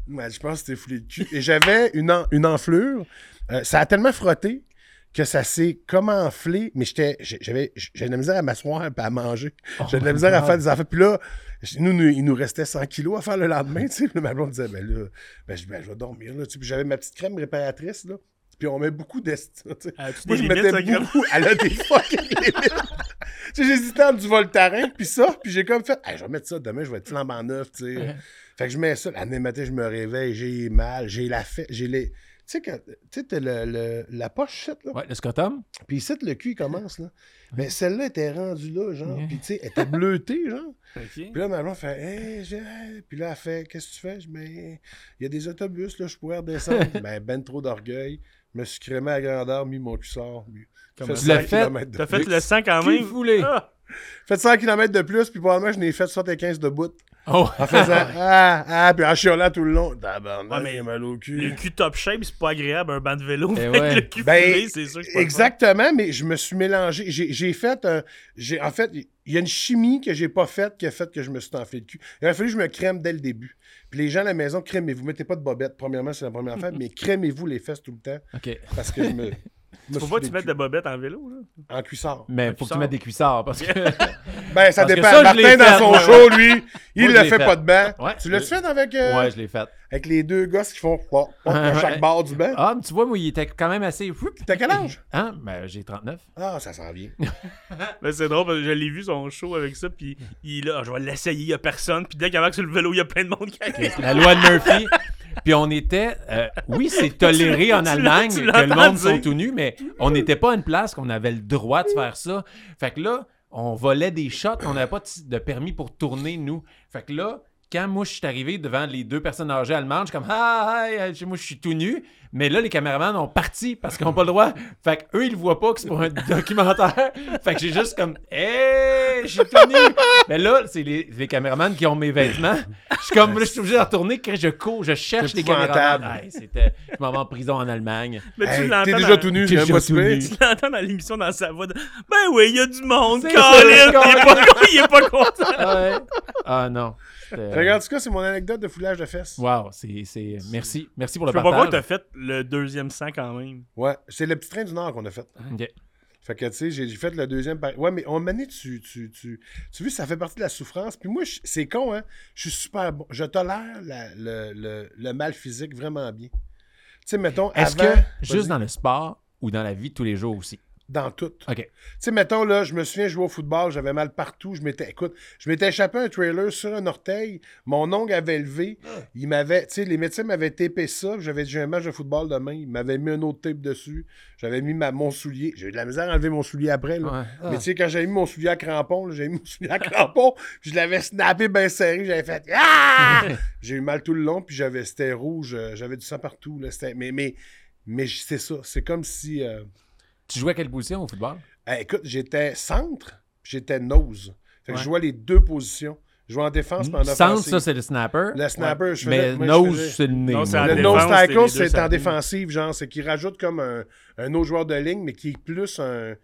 C: Mais je pense que c'était foulé de cul. Et j'avais une, en- une enflure. Euh, ça a tellement frotté que ça s'est comme enflé, mais j'étais, j'ai- j'avais, j'ai de la misère à m'asseoir et à manger. J'ai de la misère à faire des affaires. Puis là, j- nous, nous, il nous restait 100 kilos à faire le lendemain, tu sais. Puis là, ma blonde disait, ben là, ben, je, ben, je vais dormir, là. Tu sais, Puis j'avais ma petite crème réparatrice, là. Puis on met beaucoup d'est. tu sais.
B: As-tu des
C: Moi, je
B: limites,
C: mettais
B: ça, crème?
C: beaucoup. Elle a des fucking limites. Tu sais, J'hésitais entre du Voltaren, puis ça. Puis j'ai comme fait, Hey, je vais mettre ça demain, je vais être flambant neuf, tu
B: Uh-huh.
C: sais. Fait que je mets ça. La nuit matin, je me réveille, j'ai mal, j'ai la fête, j'ai les. Tu sais, quand- tu sais, t'as le, le- la poche, là.
A: Ouais, le scrotum.
C: Puis ici, le cul, il commence, là. Mais celle-là était rendue là, genre. Puis, tu sais, elle était bleutée, genre. Puis là, ma blonde fait Hey, j'ai- Puis là, elle fait Qu'est-ce que tu fais Je dis, Ben, il y a des autobus, là, je pourrais redescendre. ben, ben trop d'orgueil. Je me suis crémé à grandeur, mis mon cul sort. mis-
B: Comment
A: tu l'as
C: cent
A: fait?
C: kilomètres de
B: T'as
C: plus.
B: fait le sang quand
A: Cul
B: même.
A: foulé.
B: Ah.
C: Fait 100 km de plus, puis probablement, je n'ai fait 75 de bout.
A: Oh.
C: En faisant Ah, ah, puis en chiolant tout le long. Tabarnak,
B: Ouais, mais-
C: il a mal au
B: Le
C: cul.
B: cul top shape, c'est pas agréable, un banc de vélo.
A: Eh
B: Fait
A: ouais.
B: que le cul
C: Ben,
B: foulé, c'est sûr que c'est pas le fun.
C: Exactement, mais je me suis mélangé. J'ai j'ai fait un. j'ai- En fait, il y a une chimie que j'ai pas faite qui a fait que je me suis enflé le cul. Il aurait fallu que je me crème dès le début. Puis les gens à la maison, crémez-vous. Mettez pas de bobette, premièrement, c'est la première affaire, mais crémez-vous les fesses tout le temps
A: OK.
C: parce que je me. me
B: Faut
C: suis
B: pas que
C: fait
B: tu mettes de
C: le cul
B: bobettes en vélo, là.
C: En cuissard.
A: Mais faut que tu mettes des cuissards parce que.
C: Ben, ça
A: Parce que
C: dépend.
A: ça, je l'ai
C: Martin,
A: fait,
C: dans son
A: moi.
C: show, lui, il
A: Moi, je
C: le
A: l'ai
C: fait
A: fait.
C: pas de banc.
A: Ouais.
C: Tu l'as-tu fait avec, euh,
A: ouais, je l'ai fait.
C: avec les deux gosses qui font pop, pop à
A: Ouais.
C: chaque barre du banc?
A: Ah, mais tu vois, moi, il était quand même assez. Whoop.
C: T'as quel âge?
A: Hein? Ben, j'ai 39.
C: Ah, ça s'en vient.
B: Ben, c'est drôle, parce que je l'ai vu son show avec ça, puis il là, Ah, je vais l'essayer, il y a personne, puis dès qu'il embarque sur le vélo, il y a plein de monde qui arrive.
A: La loi de Murphy. Puis on était. euh, oui, c'est toléré en
B: tu l'as-
A: Allemagne
B: tu
A: que le
B: l'entends
A: monde soit
B: dire.
A: tout nu, mais on n'était pas à une place qu'on avait le droit de faire ça. Fait que là, on volait des shots, on n'avait pas de- de permis pour tourner, nous. Fait que là, quand ah, moi je suis arrivé devant les deux personnes âgées allemandes, je suis comme Ah, hi, hi, moi je suis tout nu. Mais là, les caméramans ont parti parce qu'ils n'ont pas le droit. Fait qu'eux, ils le voient pas que c'est pour un documentaire. Fait que j'ai juste comme, hey, j'ai fini. Mais là, c'est les, les caméramans qui ont mes vêtements. Je suis comme, là, je suis obligé de retourner. que Je cours, je cherche
C: C'est
A: les caméramans.
C: épouvantable.
A: Hey, c'était, je m'en vais en prison en Allemagne.
B: Mais tu
C: Hey,
B: l'entends.
C: T'es
B: dans-
C: déjà tout nu,
A: T'es
C: j'ai un
A: déjà
C: pas
A: tout
C: super.
A: nu.
B: Tu l'entends dans l'émission dans sa voix. de, Ben oui, il y a du monde,
A: C'est
B: Colin!
A: ça,
B: Il est pas con- Il est pas content!
A: Ouais. Ah non. C'était-
C: Regarde, en tout cas, c'est mon anecdote de foulage de fesses.
A: Wow, c'est, c'est... euh, Merci. Merci pour
B: Je
A: le
B: sais pas pourquoi t'as
A: partage.
B: fait le deuxième sang quand même.
C: Ouais, c'est le petit train du Nord qu'on a fait.
A: Ok.
C: Fait que, tu sais, j'ai j'ai fait le deuxième. par- Ouais, mais on m'a dit, tu, tu, tu, tu vois, ça fait partie de la souffrance. Puis moi, je- c'est con, hein. Je suis super bon. Je tolère la- le, le- le mal physique vraiment bien. Tu sais, mettons,
A: Est-ce
C: avant-
A: que juste
C: Vas-y.
A: dans le sport ou dans la vie de tous les jours aussi?
C: dans tout.
A: OK.
C: Tu sais, mettons, là, je me souviens jouer au football, j'avais mal partout. Je m'étais, écoute, je m'étais échappé un trailer sur un orteil. Mon ongle avait levé. Il m'avait, tu sais, les médecins m'avaient tapé ça. J'avais dit, j'ai un match de football demain. Ils m'avaient mis un autre tape dessus. J'avais mis ma, mon soulier. J'ai eu de la misère à enlever mon soulier après, là.
A: Ouais. Ah.
C: Mais tu sais, quand j'avais mis mon soulier à crampon, là, j'avais mis mon soulier à crampon, puis je l'avais snappé bien serré, j'avais fait Ah! J'ai eu mal tout le long, puis j'avais, c'était rouge, euh, j'avais du sang partout. Là, c'était- mais, mais, mais j- c'est ça, c'est comme si. euh,
A: Tu jouais à quelle position au football?
C: eh, écoute, j'étais centre, puis j'étais nose. Fait que
A: Ouais. Mmh.
C: je jouais les deux positions. Je jouais en défense, mais en offense.
A: Centre, Hmm? ça, c'est le snapper.
C: Le snapper, je
A: Mais
C: faisais. moi, je faisais-
A: nose, c'est le nez.
B: Non, c'est en
A: moi.
C: le
B: défense,
C: nose
B: c'était les
C: tackle,
B: deux
C: c'est
B: ça
C: en
B: roule.
C: défensive, genre, c'est qu'il rajoute comme un, un autre joueur de ligne, mais qui est plus un.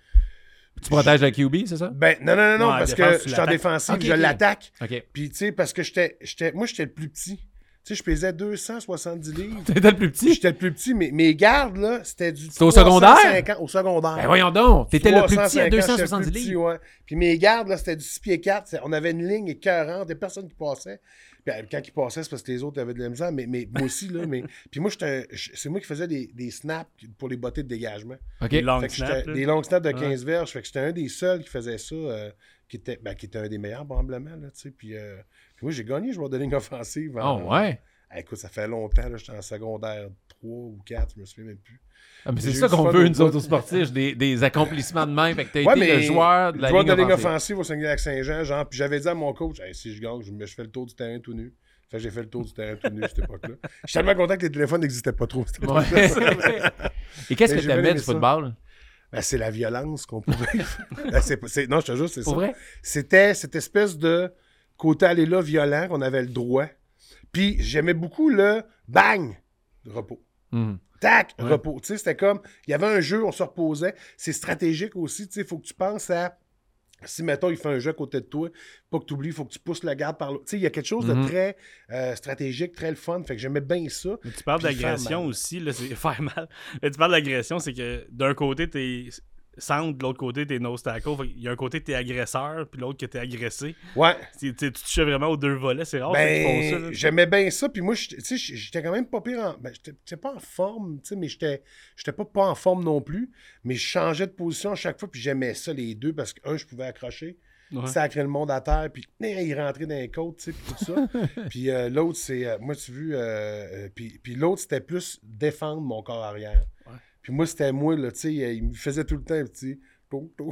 A: Tu protèges le QB, c'est ça?
C: Ben, non, non, non, non,
B: Non, en
C: parce
B: défense,
C: que
B: tu
C: je suis en
B: l'attaques.
C: défensive,
A: Ok,
C: je
A: ok.
C: l'attaque.
A: OK.
C: Puis, tu sais, parce que j'étais, j'étais, moi, j'étais le plus petit. Tu sais, je pesais 270 livres.
A: T'étais le plus petit?
C: j'étais le plus petit, mais mes gardes, là, c'était du.
A: C'était au secondaire?
C: 350 Au secondaire.
A: Ben voyons donc, t'étais le plus petit
C: 350,
A: à
C: j'étais le plus
A: 270
C: petit,
A: livres.
C: ouais. Puis mes gardes, là, c'était du 6 pieds 4. C'est- On avait une ligne écœurante, des personnes qui passaient. Puis euh, quand ils passaient, c'est parce que les autres avaient de la misère, mais, mais moi aussi, là. Mais... Puis moi, j'étais- je- c'est moi qui faisais des, des snaps pour les bottées de dégagement.
A: OK.
B: Les longs
C: Fait que j'étais-
B: snaps, là.
C: des longs snaps de 15 verges. Fait que j'étais un des seuls qui faisait ça, euh, qui, était, ben, qui était un des meilleurs, probablement, là, tu sais. Puis, euh, puis moi, j'ai gagné joueur de ligne offensive. en-
A: Oh, ouais.
C: Ah, écoute, ça fait longtemps, là, j'étais en secondaire 3 ou 4, je me souviens même plus.
A: Ah, mais c'est
C: J'ai
A: ça
C: eu du
A: qu'on
C: fun
A: veut,
C: au
A: nous
C: bout.
A: autres, aux sportifs, des, des accomplissements de même. Fait que t'as
C: Ouais,
A: été
C: mais
A: le joueur de la
C: joueur
A: ligne offensive.
C: offensive au Saguenay-Lac-Saint-Jean, genre, puis j'avais dit à mon coach, Hey, si je gagne, je, me- je fais le tour du terrain tout nu. Fait que j'ai fait le tour du terrain tout nu à cette époque-là. Je suis tellement content que les téléphones n'existaient pas trop. C'était pas ça.
A: Ouais. Et qu'est-ce
C: Mais
A: que
C: j'ai
A: t'aimais
C: bien
A: du
C: aimé ça.
A: football?
C: Ben, c'est la violence qu'on pouvait. Ben, c'est pas- c'est- non, je te jure, c'est ça.
A: Pour vrai?
C: C'était cette espèce de côté aller là violent qu'on avait le droit. Puis j'aimais beaucoup le bang, repos.
A: Hum.
C: Tac,
A: Ouais.
C: repos. Tu sais, c'était comme, il y avait un jeu, on se reposait. C'est stratégique aussi, tu sais, faut que tu penses à, si, mettons, il fait un jeu à côté de toi, pas que tu oublies, faut que tu pousses la garde par l'autre. Tu sais, il y a quelque chose
A: Mhm.
C: de très euh, stratégique, très le fun. Fait que j'aimais bien ça.
B: Mais tu parles
C: Puis faire
B: d'agression
C: mal.
B: aussi, là, c'est faire mal. Mais tu parles d'agression, c'est que d'un côté, t'es centre, de l'autre côté, t'es nose tackle. Fait qu'il y a un côté, t'es agresseur, puis l'autre, que t'es agressé.
C: Ouais.
B: C'est- tu sais, tu touchais vraiment aux deux volets, Ah, c'est rare ceux qui font ça.
C: Ben,
B: là.
C: j'aimais bien ça. Puis moi, j'étais- tu sais, j'étais quand même pas pire en. Ben, j'étais j'étais pas en forme, tu sais, mais j'étais j'étais pas, pas en forme non plus. Mais je changeais de position à chaque fois. Puis j'aimais ça, les deux, parce que, un, je pouvais accrocher.
B: Ouais.
C: sacrer le monde à terre, puis eh, il rentrait dans les côtes, tu sais, puis tout ça. puis euh, l'autre, c'est, euh, moi, tu vu, euh, euh, puis, puis l'autre, c'était plus défendre mon corps arrière.
B: Ouais.
C: Puis moi, c'était moi, là, tu sais, euh, il me faisait tout le temps un petit toum, toum.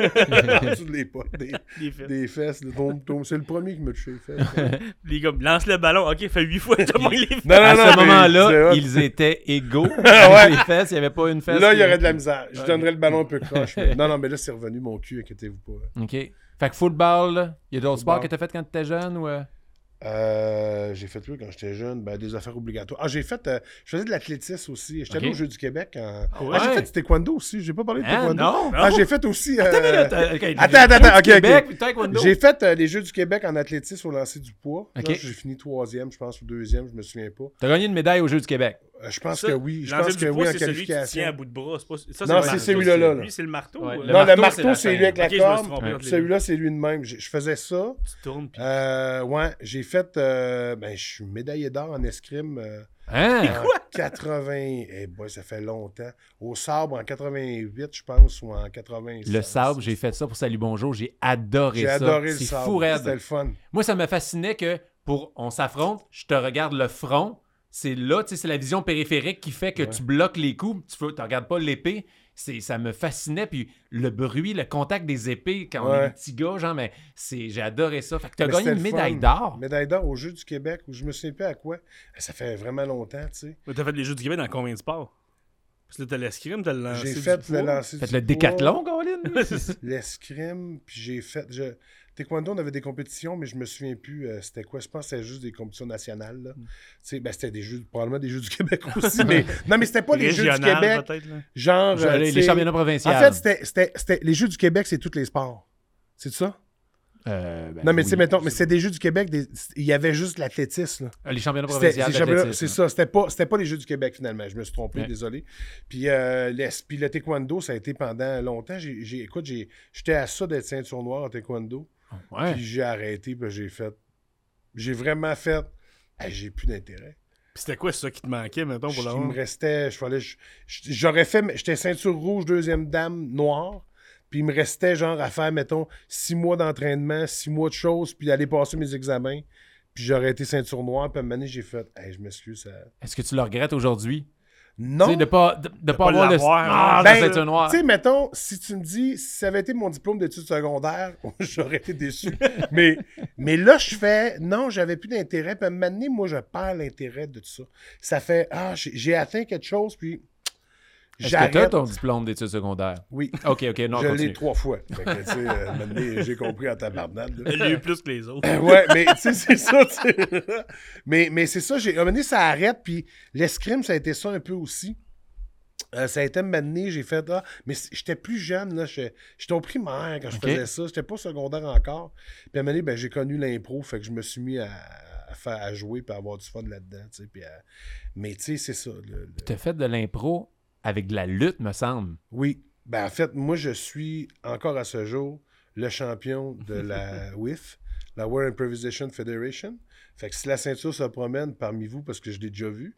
C: en dessous de l'épaule, des,
B: Les fesses.
C: des fesses, le toum, toum. C'est le premier qui me touché les fesses. ouais.
B: Les gars, lance le ballon. Ok, fait huit fois, t'as pogné les
C: Non, non,
A: à
C: Ah, non,
A: ce
C: mais c'est
A: moment-là,
C: hot.
A: ils étaient égaux.
C: Ouais.
A: Les fesses, il n'y avait pas une fesse.
C: Là, il
A: qui-
C: y aurait de la misère. Je
A: Ouais.
C: donnerais le ballon un peu croche. mais- Non, non, mais là, c'est revenu mon cul, inquiétez-vous pas.
A: OK. Fait que football, il y a d'autres sports
C: Football.
A: que t'as fait quand t'étais jeune ou... euh?
C: Euh, j'ai fait plus quand j'étais jeune, ben, des affaires obligatoires. Ah, j'ai fait, euh, je faisais de l'athlétisme aussi. J'étais
A: Ok.
C: allé au Jeux du Québec. en-
A: ouais?
C: Ah, j'ai fait du taekwondo aussi. J'ai pas parlé de
A: Hein,
C: taekwondo.
A: non?
C: Ah, j'ai fait aussi. euh,
A: Attends, mais là, t'as- ok,
C: attends, attends,
A: Jeux du
C: ok, ok.
A: Québec, puis taekwondo.
C: j'ai fait euh, les Jeux du Québec en athlétisme au lancer du poids.
A: Ok.
C: Genre, J'ai fini troisième, je pense, ou deuxième, je me souviens pas.
A: T'as gagné une médaille aux Jeux du Québec.
C: Euh, je pense
B: Ça,
C: que oui. Je
B: lancer
C: pense
B: du
C: que
B: poids,
C: oui en
B: c'est celui qui tient à
C: qualification.
B: bout de bras. c'est pas- ça,
C: Non,
B: le
C: c'est
B: marteau,
C: celui-là, là.
B: Lui, c'est le marteau.
A: Ouais,
B: euh,
A: le
C: Non, le
A: marteau, c'est la
C: marteau, c'est
A: chaîne.
C: lui avec la
B: Ok, je me suis
C: corde.
B: trompé entre les deux.
C: Celui-là, c'est lui de même. Je, je faisais ça.
B: Tu tournes, puis
C: Euh, ouais, j'ai fait. euh, ben, je suis médaillé d'or en escrime. euh,
A: Hein?
C: En 80, eh boy, ça fait longtemps. Au sabre en 88, je pense, ou en 86.
A: Le sable, j'ai fait ça pour Salut Bonjour, j'ai adoré
C: J'ai
A: ça.
C: adoré le
A: C'est
C: sabre.
A: fou raide.
C: C'était le fun.
A: Moi, ça me fascinait que pour on s'affronte, je te regarde le front, c'est là, tu sais, c'est la vision périphérique qui fait que tu bloques les coups, tu ne regardes pas l'épée. C'est, ça me fascinait. Puis le bruit, le contact des épées quand on est
C: Ouais.
A: petit gars, genre, mais c'est, j'ai adoré ça. Fait que tu as
C: Mais
A: gagné
C: c'était
A: une
C: le fun.
A: médaille d'or.
C: Médaille d'or au Jeu du Québec, où je me souviens plus à quoi. eh, Ça fait vraiment longtemps, tu sais.
B: Mais T'as fait les Jeux du Québec dans combien de sports? Parce que là, t'as l'escrime, t'as le
A: Euh,
B: lancer.
C: J'ai
B: du
C: fait le
B: poids.
C: lancer
A: Fait
C: du
A: le
C: poids,
A: décathlon, Colin.
C: L'escrime, puis j'ai fait. Je... Taekwondo, on avait des compétitions, mais je me souviens plus euh, c'était quoi. Je pense que c'était juste des compétitions nationales.
A: Mm.
C: là. Tu sais, ben, c'était des jeux, probablement des jeux du Québec aussi. mais... Non, mais c'était pas les jeux du
B: Régional,
C: Québec.
B: peut-être, là.
C: Genre.
A: Je-
C: euh,
A: les,
C: tu
A: les
C: sais,
A: championnats provinciaux.
C: En fait, c'était- c'était- c'était- les Jeux du Québec, c'est tous les sports. C'est ça?
A: Euh, ben
C: non, mais tu
A: oui.
C: sais, mettons, mais c'est des Jeux du Québec, des- il y avait juste l'athlétisme. là.
A: Les championnats
C: C'était-
A: provinciaux.
C: ces championnats- C'est ça, c'était pas, c'était pas les Jeux du Québec finalement, je me suis trompé,
A: hein. Ouais.
C: désolé. Puis, euh, les- puis le taekwondo, ça a été pendant longtemps. J'ai, j'ai- écoute, j'ai- j'étais à ça d'être ceinture noire en taekwondo,
A: Ouais.
C: puis j'ai arrêté, puis j'ai fait. J'ai vraiment fait. Hey, j'ai plus d'intérêt.
B: Puis c'était quoi ça qui te manquait, mettons,
C: Je-
B: pour
C: Il
B: l'avoir?
C: me restait, je fallait, je- je- j'aurais fait, mais j'étais ceinture rouge, deuxième dame, noire. Puis il me restait genre à faire, mettons, six mois d'entraînement, six mois de choses, puis aller passer mes examens. Puis j'aurais été ceinture noire, puis à un moment donné, j'ai fait, hey, je m'excuse. ça-
A: Est-ce que tu le regrettes aujourd'hui? Tu
C: Non!
A: sais, de pas, de, de pas
B: pas
A: avoir le.
B: l'avoir,
A: Ah,
B: hein.
A: la
C: Ben,
A: ceinture noire.
C: Tu sais, mettons, si tu me dis, si ça avait été mon diplôme d'études secondaires, j'aurais été déçu. mais, mais là, je fais, non, j'avais plus d'intérêt. Puis à un moment donné, moi, je perds l'intérêt de tout ça. Ça fait, ah, j'ai j'ai atteint quelque chose, puis
A: Est-ce que t'as
C: j'arrête.
A: ton diplôme d'études secondaires?
C: Oui,
A: Ok, ok, non,
C: je l'ai
A: continue.
C: trois fois. Fait que, tu sais, euh, à un moment donné, j'ai compris en tabarnade. là. Ben
B: Il y a eu plus que les autres.
C: ouais, mais tu sais, c'est ça. tu sais. mais mais c'est ça, j'ai à un moment donné, ça arrête. Puis l'escrime, ça a été ça un peu aussi. Euh, ça a été mené, j'ai fait. Ah, mais c- j'étais plus jeune, là. J'étais j'étais au primaire quand je
A: Ok.
C: faisais ça. J'étais pas secondaire encore. Puis à un moment donné, ben, j'ai connu l'impro, fait que je me suis mis à, à faire, à jouer puis à avoir du fun là-dedans. tu sais, puis à- Mais tu sais, c'est ça. le- le-
A: T'as fait de l'impro avec de la lutte, me semble.
C: oui. Ben, en fait, moi, je suis encore à ce jour le champion de la WIF, la World Improvisation Federation. Fait que si la ceinture se promène parmi vous, parce que je l'ai déjà vu,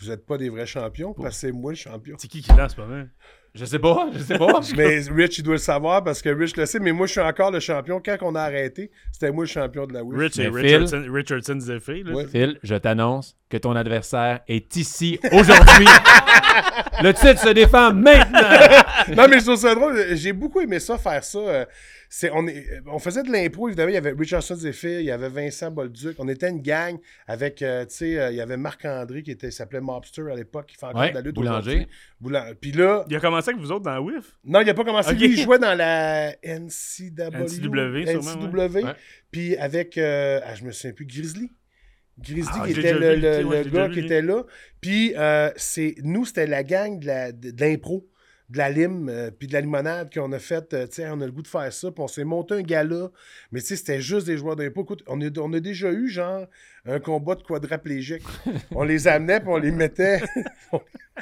C: vous n'êtes pas des vrais champions, parce que c'est moi le champion.
B: C'est qui qui lance pas mal?
A: Je sais pas, je sais pas.
C: Mais Rich, il doit le savoir parce que Rich le sait, mais moi, je suis encore le champion. Quand on a arrêté, c'était moi le champion de la WIF.
B: Rich et
A: Mais
B: Richardson, Richardson Zephyr, là.
C: Ouais.
A: Phil, je t'annonce que ton adversaire est ici aujourd'hui. Le titre se défend maintenant.
C: non, mais je trouve ça drôle. J'ai beaucoup aimé ça, faire ça. Euh, C'est, on, est- on faisait de l'impro, évidemment. Il y avait Richardson Zephyr, il y avait Vincent Bolduc. On était une gang avec, euh, tu sais, euh, il y avait Marc-André qui était, s'appelait Mobster à l'époque, qui fait encore
A: Ouais,
C: de la lutte
A: boulanger.
C: aujourd'hui. Boulan- Puis là,
B: Il a commencé avec vous autres dans la WIF.
C: non, il n'a pas commencé.
B: Ok.
C: Lui, il jouait dans la NCW.
B: NCW, sûrement,
C: NCW.
A: ouais.
C: Puis avec, euh, ah, je me souviens plus, Grizzly. Grizzly
B: Ah,
C: qui
B: j'ai
C: était
B: déjà
C: le,
B: vu,
C: le-
B: tu sais, ouais,
C: le
B: j'ai déjà
C: gars
B: vu,
C: qui
B: lui.
C: était là. Puis euh, c'est, nous, c'était la gang de, la- de- de l'impro, de la lime, euh, puis de la limonade qu'on a fait. euh, tu sais, on a le goût de faire ça. Puis on s'est monté un gala. Mais tu sais, c'était juste des joueurs d'impro. Écoute, on a, on a déjà eu, genre, un combat de quadraplégiques. on les amenait, puis on les mettait. tu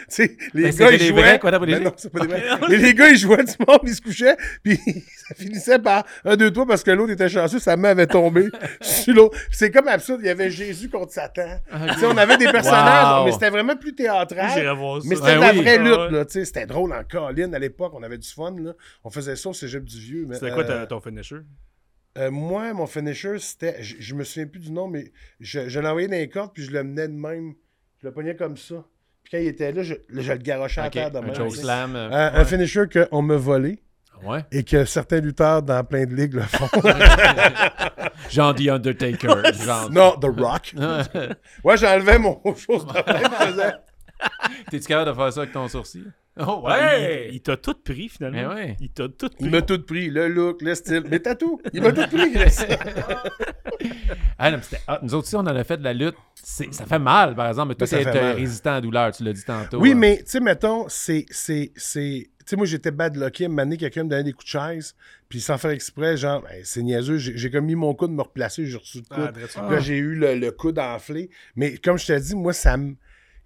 C: sais,
A: Mais
B: Ben,
C: les
A: c'était
C: gars, ils
A: Ben, des
C: jouaient.
A: vrais quadraplégiques?
C: Ben non, c'est pas des vrais. Mais les gars, ils jouaient du monde, ils se couchaient, puis ça finissait par un, deux, trois, parce que l'autre était chanceux, sa main avait tombé sur l'autre. C'est comme absurde, il y avait Jésus contre Satan.
A: Ah,
C: Tu sais, on avait des personnages,
A: Wow.
C: mais c'était vraiment plus théâtral.
B: J'irai voir ça.
C: Mais c'était
A: Ben
C: de la
A: oui.
C: vraie
B: Ah,
C: lutte,
B: ouais.
C: là, tu sais, c'était drôle en colline à l'époque, on avait du fun, là. On faisait ça au cégep du vieux. mais,
B: C'était quoi ta-
C: euh,
B: ton finisher?
C: euh, moi, mon finisher, c'était. Je, je me souviens plus du nom, mais je, je l'envoyais dans les cordes, puis je le menais de même. Je le pognais comme ça. Puis quand il était là, je, là, je le garochais
A: Ok,
C: à terre de
A: un
C: même. euh,
A: Joe Slam.
C: Un-
A: euh,
C: un finisher qu'on me volé
A: ouais.
C: et que certains lutteurs dans plein de ligues le font.
A: Genre The Undertaker. genre.
C: non, The Rock. ouais, j'enlevais mon chose de même, je faisais-
A: T'es-tu capable de faire ça avec ton sourcil? Oh,
B: Ah,
A: ouais!
B: Il, il t'a tout pris,
A: Mais
B: finalement.
A: ouais.
B: Il t'a tout
C: Il
B: pris.
C: m'a tout pris, le look, le style, mes tatous. Il m'a tout pris. Chris.
A: Ah, non, mais c'était hot. nous autres aussi, on en a fait de la lutte. C'est- Ça fait mal, par exemple, mais toi,
C: Ben, ça
A: t'es
C: fait
A: t'es
C: mal.
A: résistant à la douleur, tu l'as dit tantôt.
C: Oui,
A: hein.
C: mais tu sais, mettons, c'est. c'est, c'est... Tu sais, moi, j'étais bad lucky. À un moment donné, quelqu'un me donnait des coups de chaise. Puis sans faire exprès, genre, Hey, c'est niaiseux. J'ai, j'ai comme mis mon coude, me replacer, j'ai reçu le
B: Ah,
C: coude.
B: dresse-
C: Puis Là, j'ai eu le, le coude enflé. Mais comme je te dis, moi, ça me.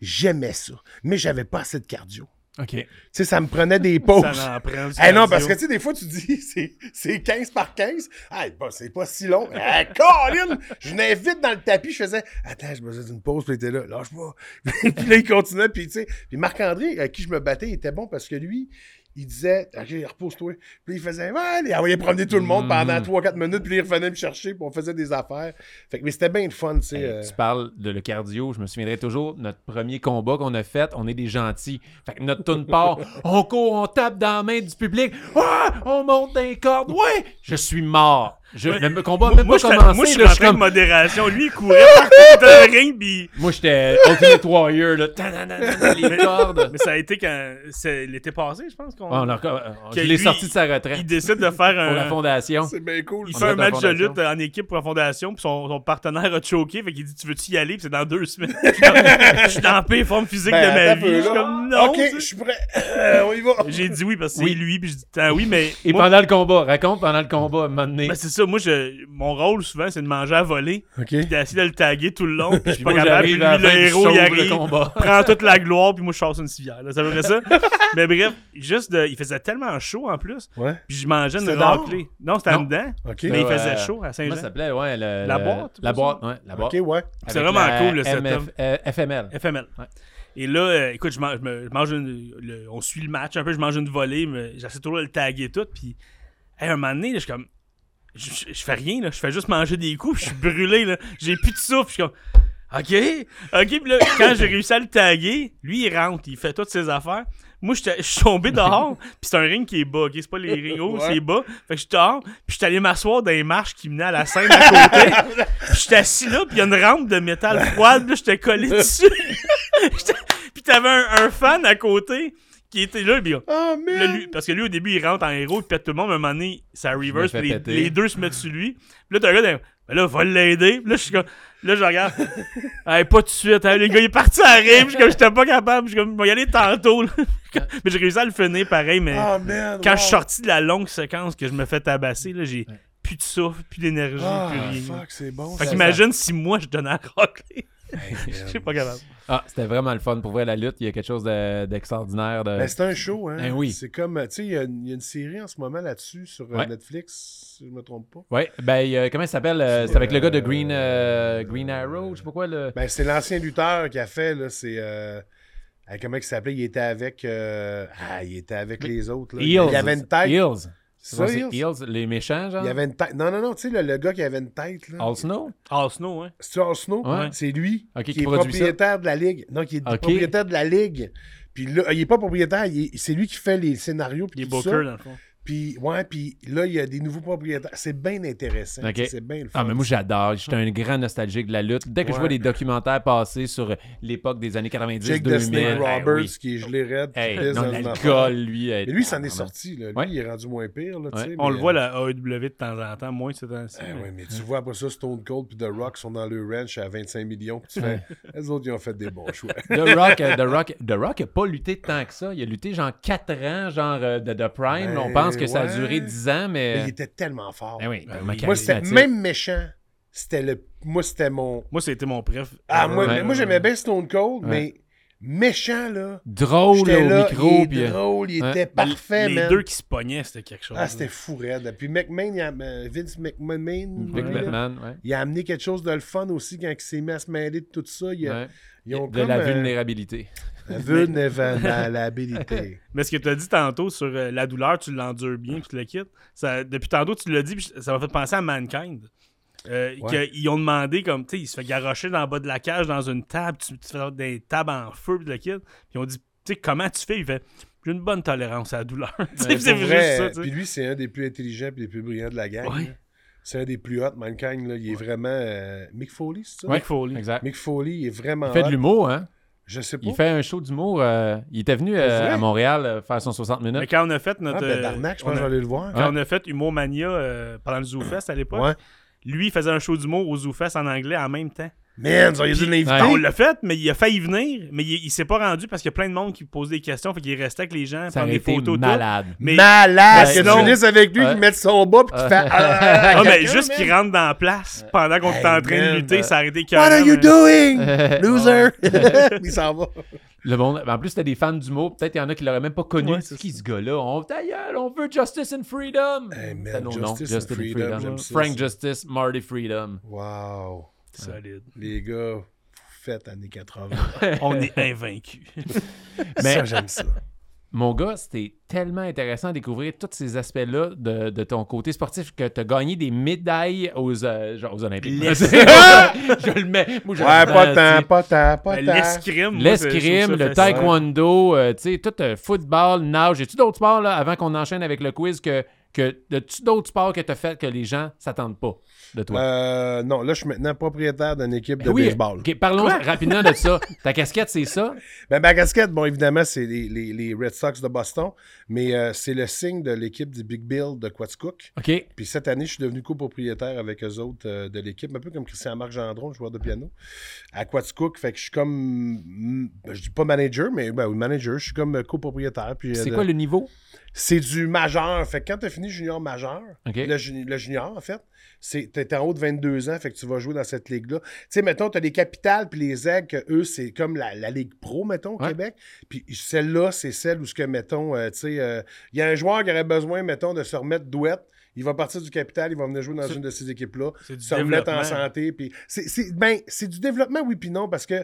C: J'aimais ça. Mais j'avais pas assez de cardio.
A: OK.
C: Tu sais, ça me prenait des pauses.
B: Ça en prend du
C: Oh. Eh
B: cardio.
C: non, parce que tu sais, des fois, tu dis, c'est- c'est 15 par 15. Ah, bah, c'est pas si long. Ah, Colin! Je venais vite dans le tapis, je faisais, attends, je me faisais une pause, puis il était là, lâche pas. puis là, il continuait, puis tu sais. Puis Marc-André, à qui je me battais, il était bon parce que lui, il disait, OK, repose-toi. Puis il faisait, ouais, il envoyait promener tout le monde
B: Mm.
C: pendant 3-4 minutes, puis il revenait me chercher, puis on faisait des affaires. Fait que, mais c'était bien le fun, tu sais. euh,
A: Tu parles de le cardio, je me souviendrai toujours, notre premier combat qu'on a fait, on est des gentils. Fait que notre tourne part, on court, on tape dans la main du public, Ah! on monte dans les cordes, ouais, je suis mort. Je,
B: Ouais.
A: Le combat a même
B: moi,
A: pas
B: j'étais-
A: commencé,
B: moi, je suis
A: là, je suis
B: rentré
A: comme-
B: en modération. Lui, il courait partout dans le ring, puis...
A: Moi, j'étais euh, Ultimate Warrior, là, tananana, les cordes.
B: Mais ça a été quand... c'est l'été passé, je pense, qu'on...
A: Ah, on l'a reco- euh,
B: Que
A: je l'ai
B: lui,
A: sorti de sa retraite
B: il décide de faire
A: pour la
B: un...
A: fondation.
C: C'est bien cool.
B: Il
A: On
B: fait
A: a
B: un
A: de la
B: match de
A: fondation.
B: lutte en équipe pour la fondation, puis son, son partenaire a choqué, fait qu'il dit Tu veux-tu y aller Puis c'est dans deux semaines. je suis dans- je suis dans paix, forme physique
C: Ben,
B: de ma vie.
C: attends un peu,
B: Je suis
C: là.
B: comme Non.
C: OK,
B: tu sais.
C: je suis prêt. Euh, on y va.
B: J'ai dit oui parce que
A: Oui.
B: c'est lui, puis je dis Tant oui, mais.
A: Et
B: moi-
A: pendant le combat, raconte pendant le combat, à un moment donné.
B: ben, c'est ça, moi, je, mon rôle souvent, c'est de manger à voler,
C: OK.
B: puis d'essayer de le taguer tout le long, puis je suis pas
A: Moi,
B: capable,
A: j'arrive
B: puis lui,
A: à la fin,
B: le
A: je
B: héros, il
A: sauve le
B: arrive,
A: combat.
B: prend toute la gloire, puis moi, je chasse une civière. Là, ça veut dire ça. mais bref, juste, de- il faisait tellement chaud en plus,
C: Ouais.
B: puis je mangeais une
C: C'était dehors?
B: raclée. Non, c'était
A: Non.
B: en dedans,
C: OK.
B: mais il
A: Euh,
B: faisait chaud à
A: Comment
B: Saint-Jean.
A: ça s'appelait, ouais, le-
B: La
A: le-
B: boîte,
A: La
B: pas ça?
A: boîte, ouais, la boîte.
C: OK, ouais.
A: Avec
B: vraiment
A: la
B: cool, le setup.
A: MF, euh, FML.
B: FML. Et là, euh, écoute, je mange, je me- je mange une- le- on suit le match un peu, je mange une volée, mais j'essaie toujours de le taguer tout. Puis, hey, un moment donné, là, je suis comme. Je, je- je fais rien, là. Je fais juste manger des coups, puis je suis brûlé, là. J'ai plus de souffle, je suis comme. OK, OK, puis là, quand j'ai réussi à le taguer, lui, il rentre, il fait toutes ses affaires. Moi, j'étais- je suis tombé dehors, puis c'est un ring qui est bas, OK? C'est pas les rings hauts,
C: Ouais.
B: c'est bas. Fait que je suis dehors, puis je suis allé m'asseoir dans les marches qui menaient à la scène à côté. Puis j'étais assis là, puis il y a une rampe de métal froide, puis là, j'étais collé dessus. J'étais- puis t'avais un, un fan à côté qui était là, puis là,
C: Ah,
B: là,
C: man.
B: lui- parce que lui, au début, il rentre en héros, il pète tout le monde, mais à un moment donné, ça reverse,
A: fait
B: puis les,
A: péter.
B: les deux se mettent sur lui. Puis là, t'as un gars, dans- ben là, va l'aider. Puis là, je suis comme, là, je regarde, hey, pas tout de suite, hein, les gars, il est parti à rire, puis je suis comme, j'étais pas capable, je suis comme, il va y aller tantôt, là. Mais j'ai réussi à le finir pareil, mais
C: Ah, man.
B: quand
C: wow.
B: je suis sorti de la longue séquence que je me fais tabasser, là, j'ai plus de souffle, plus d'énergie,
C: Ah,
B: plus rien.
C: fuck, c'est bon.
B: Fait
C: ça.
B: qu'imagine si moi je donnais à Rockley. Je suis pas capable.
A: Ah, c'était vraiment le fun. Pour vrai, la lutte, il y a quelque chose de- d'extraordinaire. de-
C: Ben, c'est un show, hein?
A: Ben oui.
C: C'est comme, tu sais, il y, a une il y a une série en ce moment là-dessus sur euh,
A: Ouais.
C: Netflix, si je me trompe pas.
A: Ouais, ben, il y a- comment il s'appelle euh, C'est avec le gars de Green,
C: Euh,
A: euh, Green Arrow, je sais pas quoi. Le...
C: Ben, c'est l'ancien lutteur qui a fait, là, c'est... euh, euh, comment il s'appelait? Il était avec... euh, Ah, il était avec les autres, là.
A: Eels.
C: Il avait une tête.
A: Eels.
C: C'est
A: C'est
C: ça,
A: quoi, c'est
C: Eels?
A: Eels, les méchants, genre.
C: Il avait une tête. Non, non, non, tu sais, le, le gars qui avait une tête, là.
A: All Snow
B: Ah, Snow, hein.
C: Stuart Snow,
A: Ouais.
C: c'est lui
A: Ok,
C: qui
A: qui
C: est
A: produit ça.
C: propriétaire de la ligue. Non, qui est
A: Ok.
C: propriétaire de la ligue. Puis là, il est pas propriétaire, il est- c'est lui qui fait les scénarios puis
B: Il est
C: tout
B: Booker
C: ça.
B: dans le fond.
C: Puis ouais, puis là il y a des nouveaux propriétaires. C'est bien intéressant.
A: Ok.
C: C'est bien le fun.
A: Ah, mais moi, j'adore. J'étais un grand nostalgique de la lutte. Dès que je
C: Ouais.
A: vois des documentaires passer sur l'époque des années 90,
C: Jake the
A: 2000.
C: Snake
A: hey,
C: Roberts
A: Ben ah oui.
C: qui est gelé raide. qui
A: Hey,
C: pisse
A: non,
C: dans une
A: l'alcool,
C: affaire.
A: lui.
C: Mais lui, il s'en est sorti. Là. Lui,
A: Ouais.
C: il est rendu moins pire. Là, tu
A: Ouais.
C: sais,
B: On
C: mais- euh,
B: le voit la AEW de temps en temps, moins c'est temps-ci.
C: Eh
B: mais-
C: ouais, mais tu vois après ça, Stone Cold puis The Rock sont dans le ranch à 25 millions. puis Tu fais, les autres, ils ont fait des bons choix.
A: The Rock, euh, The Rock, The Rock a pas lutté tant que ça. Il a lutté genre 4 ans, genre euh, de, de Prime.
C: Ben,
A: On pense que ça a
C: ouais.
A: duré 10 ans, mais.
C: Mais il était tellement fort.
A: Ben oui, tellement
C: Moi, c'était
A: charismatique.
C: même méchant. C'était le. Moi, c'était mon.
B: Moi, c'était mon préf. Euh,
C: Ah, moi,
A: Ouais.
C: moi j'aimais bien Stone Cold,
A: Ouais.
C: mais méchant, là.
A: drôle
C: J'étais
A: au
C: là,
A: micro.
C: il
A: puis,
C: est
A: euh,
C: drôle, il
A: Ouais.
C: était parfait,
B: Ben, Les
C: man.
B: deux qui se pognaient, c'était quelque chose.
C: Ah, c'était fou, raide. Puis McMahon, il a- euh, Vince McMahon,
A: Vic
C: ouais.
A: Batman, ouais.
C: il a amené quelque chose de le fun aussi quand il s'est mis à se mêler de tout ça. Il a-
A: Ouais.
C: Ils ont
A: de
C: comme,
A: la
C: euh,
A: vulnérabilité.
C: la vulnérabilité.
B: Mais ce que tu as dit tantôt sur euh, la douleur, tu l'endures bien, puis tu le quittes. Ça, depuis tantôt, tu l'as dit, puis ça m'a fait penser à Mankind. Euh,
C: Ouais.
B: qu'ils ont demandé, comme, tu sais, il se fait garrocher dans le bas de la cage, dans une table, tu, tu fais des tables en feu, puis tu le quittes. Puis ils ont dit, tu sais, comment tu fais Il fait, j'ai une bonne tolérance à la douleur. Tu sais,
A: Ouais,
B: c'est
C: Pour
B: juste
C: vrai,
B: ça, tu sais.
C: Puis lui, c'est un des plus intelligents et des plus brillants de la gang.
B: Ouais.
C: là. C'est un des plus hot, Mankind. Là. Il est vraiment. euh, Mick Foley, c'est ça?
A: Ouais,
B: Mick Foley.
A: Exact.
C: Mick Foley, il est vraiment.
A: Il fait de
C: hot.
A: l'humour, hein.
C: Je sais pas.
A: Il fait un show d'humour. euh, il était venu euh,
C: vrai?
A: à Montréal euh, faire son 60 minutes.
B: Mais quand on a fait
C: Ah,
B: notre.
C: ben,
B: euh,
C: Darnac, je
B: on
C: pense
B: a-
C: que je vais aller le voir.
B: Quand on a fait Humour Mania euh, pendant le ZooFest à l'époque,
C: Ouais.
B: lui, il faisait un show d'humour au ZooFest en anglais en même temps.
C: Man, ils ont dû
B: Puis-
C: l'inviter.
A: Hein?
B: Ben, on l'a fait, mais il a failli venir, mais il, il s'est pas rendu parce qu'il y a plein de monde qui posait des questions, fait qu'il restait avec les gens,
A: ça
B: prendre
A: aurait
B: des
A: été
B: photos. tout.
A: malade.
B: Mais, Ben,
C: Malade! que
B: sinon-
C: tu finisses avec lui,
A: Ouais.
C: qu'il mette son bas, puis qu'il fait. Ah,
B: Ah, mais
C: quelqu'un,
B: juste
C: man.
B: qu'il rentre dans la place pendant qu'on
C: Hey,
B: était en train
C: man,
B: de lutter,
C: euh,
B: ça aurait été
C: What are
B: carrément,
C: you
B: mais-
C: doing?
A: Euh,
C: Loser! il s'en va.
A: Le monde, en plus, c'était des fans d'humour. Peut-être il y en a qui l'auraient même pas connu.
B: Ouais, c'est
A: c'est qui ce gars-là? On, Ta gueule, on veut Justice and Freedom!
C: Hey, man,
A: C'était nos
C: Justice
A: noms,
C: and Freedom, j'aime ça,
A: Frank
C: ça.
A: Justice, Marty Freedom.
C: Wow!
B: Solide.
C: Les gars, faites années 80.
B: On est invaincus.
A: Mais-
C: Ça, j'aime ça.
A: Mon gars, c'était tellement intéressant de découvrir tous ces aspects-là de, de ton côté sportif que tu as gagné des médailles aux, euh, genre aux Olympiques. je le mets. Moi, je
C: Ouais,
A: le
C: pas
A: prends,
C: tant,
A: tu sais.
C: pas tant, pas
B: Ben,
C: tant.
B: L'escrime. moi, c'est- je
A: L'escrime,
B: trouve ça
A: le
B: fascinant.
A: taekwondo, euh, tu sais, tout euh, football, nage. As-tu d'autres sports, là, avant qu'on enchaîne avec le quiz, que, que as-tu d'autres sports que tu as fait que les gens s'attendent pas de toi?
C: Euh, non, là, je suis maintenant propriétaire d'une équipe de
A: Ben oui,
C: baseball.
A: ok, parlons rapidement de ça. Ta casquette, c'est ça?
C: Ben, ma casquette, bon, évidemment, c'est les, les- les Red Sox de Boston, mais euh, c'est le signe de l'équipe du Big Bill de Quatscook.
A: OK.
C: Puis cette année, je suis devenu copropriétaire avec eux autres euh, de l'équipe, un peu comme Christian-Marc Gendron, joueur de piano, à Quatscook. Fait que je suis comme, mm, ben, je dis pas manager, mais ben oui, manager, je suis comme euh, copropriétaire. Puis, euh,
A: C'est
C: de-
A: quoi le niveau?
C: C'est du majeur. Fait que quand tu as fini junior majeur,
A: OK.
C: le, juni- le junior, en fait, c'est, t'es en haut de 22 ans, fait que tu vas jouer dans cette ligue-là. Tu sais, mettons, t'as les capitales puis les aigles, que eux, c'est comme la, la ligue pro, mettons, au
A: Ouais.
C: Québec. Puis celle-là, c'est celle où, ce que, mettons, euh, tu sais, il y a un joueur qui aurait besoin, mettons, de se remettre douette. Il va partir du capital, il va venir jouer dans
B: C'est-
C: une de ces équipes-là,
B: c'est du
C: se remettre en
B: développement.
C: santé. Puis c'est, c'est- ben, c'est du développement, oui, puis non, parce que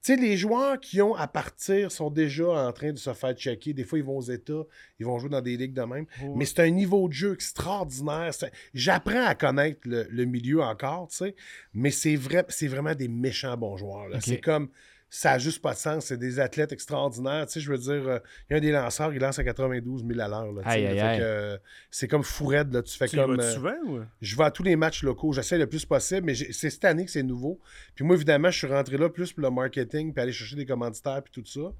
C: tu sais, les joueurs qui ont à partir sont déjà en train de se faire checker. Des fois, ils vont aux États, ils vont jouer dans des ligues de même. Mais c'est un niveau de jeu extraordinaire. C'est- J'apprends à connaître le, le milieu encore, tu sais. Mais c'est vrai, c'est vraiment des méchants bons joueurs. là.
A: Ok.
C: C'est comme. Ça n'a juste pas de sens. C'est des athlètes extraordinaires. Tu sais, je veux dire, euh, il y a un des lanceurs, il lance à 92 000 à l'heure. là, tu sais.
A: Aïe, aïe,
C: Fait
A: aïe.
C: que, euh, C'est comme fourette, là. Tu fais
B: Tu y
C: comme.
B: vas
C: euh,
B: souvent ou?
C: je vais à tous les matchs locaux, j'essaie le plus possible, mais j'ai- c'est cette année que c'est nouveau. Puis moi, évidemment, je suis rentré là plus pour le marketing, puis aller chercher des commanditaires, puis tout ça.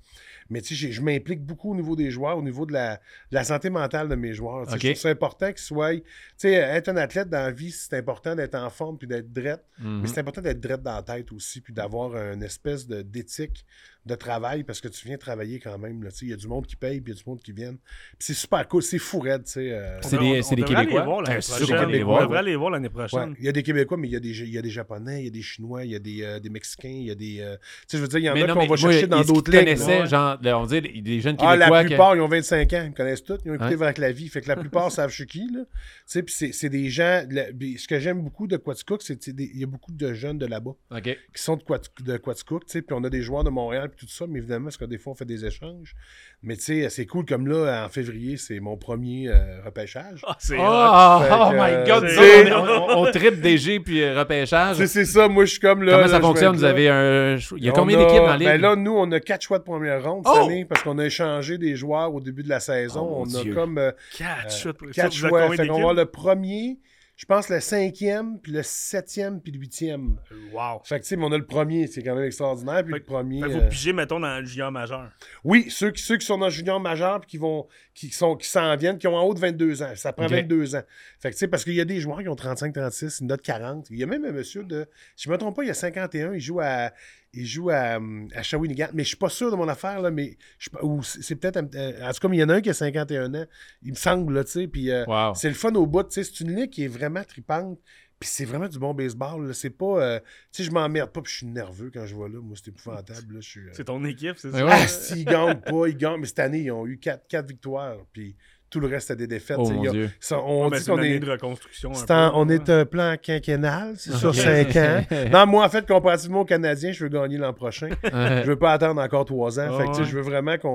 C: Mais tu sais, j'ai- je m'implique beaucoup au niveau des joueurs, au niveau de la, de la santé mentale de mes joueurs. Tu sais,
A: Ok.
C: Je trouve ça important qu'ils soient. Tu sais, être un athlète dans la vie, c'est important d'être en forme, puis d'être drette.
A: Mhm.
C: Mais c'est important d'être drette dans la tête aussi, puis d'avoir une espèce de- d'éthique de travail, parce que tu viens travailler quand même. là. Tu sais, Il y a du monde qui paye, puis il y a du monde qui vient. Puis c'est super cool, c'est fou raide, tu sais. euh,
A: C'est
B: On-
A: des-
B: on-
A: c'est des
B: on devrait aller
A: Québécois?
B: voir l'année
A: Ouais, c'est sûr
B: prochaine.
A: qu'on peut les
B: On
A: voir,
B: devrait
A: ouais.
B: aller voir l'année
C: Ouais,
B: prochaine.
C: Il y a des Québécois, mais il y a des, il y a des Japonais, il y a des Chinois, il y a des, euh, des Mexicains, il y a des. euh, tu sais, je veux dire, il y en
A: Mais
C: a
A: non,
C: qu'on va
A: mais moi,
C: chercher dans
A: est-ce qu'ils
C: d'autres lignes.
A: connaissaient,
B: ouais.
A: genre, là, on dit, des des jeunes
C: Ah,
A: Québécois.
C: la
A: que-
C: plupart, ils ont 25 ans, ils me connaissent tous, ils ont écouté
A: Ouais.
C: Vrac la vie. Fait que la plupart savent je suis qui, là. Tu sais, puis c'est- c'est des gens. le- puis ce que j'aime beaucoup de Quaticook, c'est qu'il y a beaucoup de jeunes de là-bas
A: OK.
C: qui sont de, Quat- de Quaticook, tu sais, puis on a des joueurs de Montréal, puis tout ça, mais évidemment, parce que des fois, on fait des échanges. Mais tu sais, c'est cool, comme là, en février, c'est mon premier euh, repêchage.
B: Ah, c'est
A: Oh,
B: hot.
A: oh
C: Fait que,
A: my God!
B: euh,
A: ça,
B: c'est-
A: on, on, on tripe DG puis euh, repêchage.
C: Tu sais, C'est ça, moi, je suis comme là.
A: Comment
C: là,
A: ça
C: je vais
A: fonctionne?
C: être
A: Vous
C: là.
A: avez un. ch- Il y a
C: On
A: combien d'équipes dans la ligue?
C: Ben là, nous, on a quatre choix de première ronde
A: Oh!
C: cette année parce qu'on a échangé des joueurs au début de la saison.
A: Oh, mon
C: on
A: Dieu.
C: a comme euh,
B: Quatre shots. Vous
C: quatre
B: êtes
C: choix.
B: combien
C: Fait qu'on va
B: d'équipes?
C: avoir le premier, je pense le cinquième, puis le septième, puis le huitième.
B: Wow.
C: Fait que tu sais, mais on a le premier, c'est quand même extraordinaire. Puis
B: Fait-
C: le premier.
B: Fait que ben,
C: euh,
B: vous pigez, mettons, dans le junior majeur.
C: Oui, ceux qui, ceux qui sont dans le junior majeur puis qui vont qui sont qui s'en viennent, qui ont en haut de 22 ans. Ça prend
A: Ok.
C: 22 ans. Fait que tu sais, parce qu'il y a des joueurs qui ont 35, 36, une autre 40. Il y a même un monsieur de. Si je me trompe pas, il y a 51, il joue à. Il joue à, hum, à Shawinigan. Mais je suis pas sûr de mon affaire, là, mais je suis pas- ou c'est c'est peut-être. euh, en tout cas, il y en a un qui a 51 ans. Il me semble, là, tu sais. Puis euh,
A: Wow.
C: c'est le fun au bout, tu sais. C'est une ligue qui est vraiment tripante. Puis c'est vraiment du bon baseball. là. C'est pas. euh, tu sais, je m'emmerde pas, puis je suis nerveux quand je vois là. Moi, c'est épouvantable. Là, je suis, euh,
B: C'est ton équipe, c'est
A: Ouais,
B: ça?
A: ouais.
C: ah, si, ils gagnent pas, ils gagnent. Mais cette année, ils ont eu 4, victoires. Puis tout le reste, c'était des défaites.
A: Oh
C: T'sais, ils
A: mon
C: ont-
A: Dieu.
C: ça- on
B: Ouais, mais
C: dit
B: Ben, c'est une
C: qu'on
B: année
C: est.
B: de reconstruction. un
C: c'est
B: peu,
C: en- on
B: ouais.
C: est un plan quinquennal, c'est sur
A: Ok.
C: 5 ans. Non, moi, en fait, comparativement aux Canadiens, je veux gagner l'an prochain.
A: Euh,
C: Je veux pas attendre encore 3 ans.
B: Ah
C: fait que, tu sais,
B: ouais.
C: je veux vraiment qu'on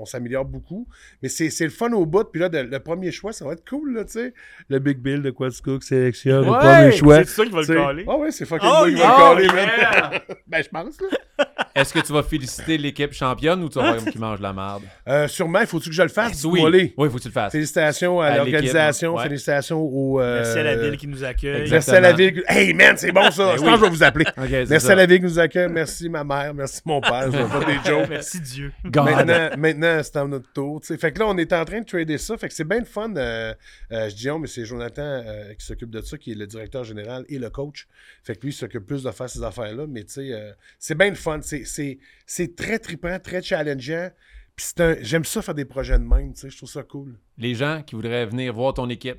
C: on s'améliore beaucoup. Mais c'est c'est le fun au bout. Puis là, de- le premier choix, ça va être cool, là, tu sais. Le Big Bill de Quatscook sélectionne
A: Ouais!
C: le premier choix.
B: C'est ça qui va le
C: T'sais,
B: caler.
C: Ah ouais, c'est fucking
B: Oh,
C: moi qui vais
B: yeah! Ah,
C: le caler, man.
B: Yeah!
C: Ben, je pense, là.
A: Est-ce que tu vas féliciter l'équipe championne ou tu vas voir comme qui mange la merde?
C: Euh, sûrement, il faut-tu que je le fasse?
A: oui.
C: Mollet.
A: Oui, faut que tu le fasses.
C: Félicitations à,
A: À
C: l'organisation,
A: l'équipe, hein. ouais.
C: félicitations au. euh,
B: Merci à la ville qui nous accueille.
A: Exact.
C: Merci à la ville. Hey man, c'est bon ça. je pense que je vais vous appeler.
A: Ok, Ben c'est
C: Merci
A: ça.
C: à la ville qui nous accueille. Merci ma mère. Merci mon père. Je vais pas des jokes.
B: Merci Dieu.
A: God.
C: Maintenant, maintenant c'est à notre tour. tu sais. Fait que là, on est en train de trader ça. Fait que c'est bien le fun. euh, euh, je dis on, mais c'est Jonathan euh, qui s'occupe de ça, qui est le directeur général et le coach. Fait que lui, il s'occupe plus de faire ces affaires-là. Mais tu sais, euh, c'est bien le fun. C'est- C'est c'est très trippant, très challengeant. Puis c'est un- j'aime ça faire des projets de même. tu sais. Je trouve ça cool.
A: Les gens qui voudraient venir voir ton équipe.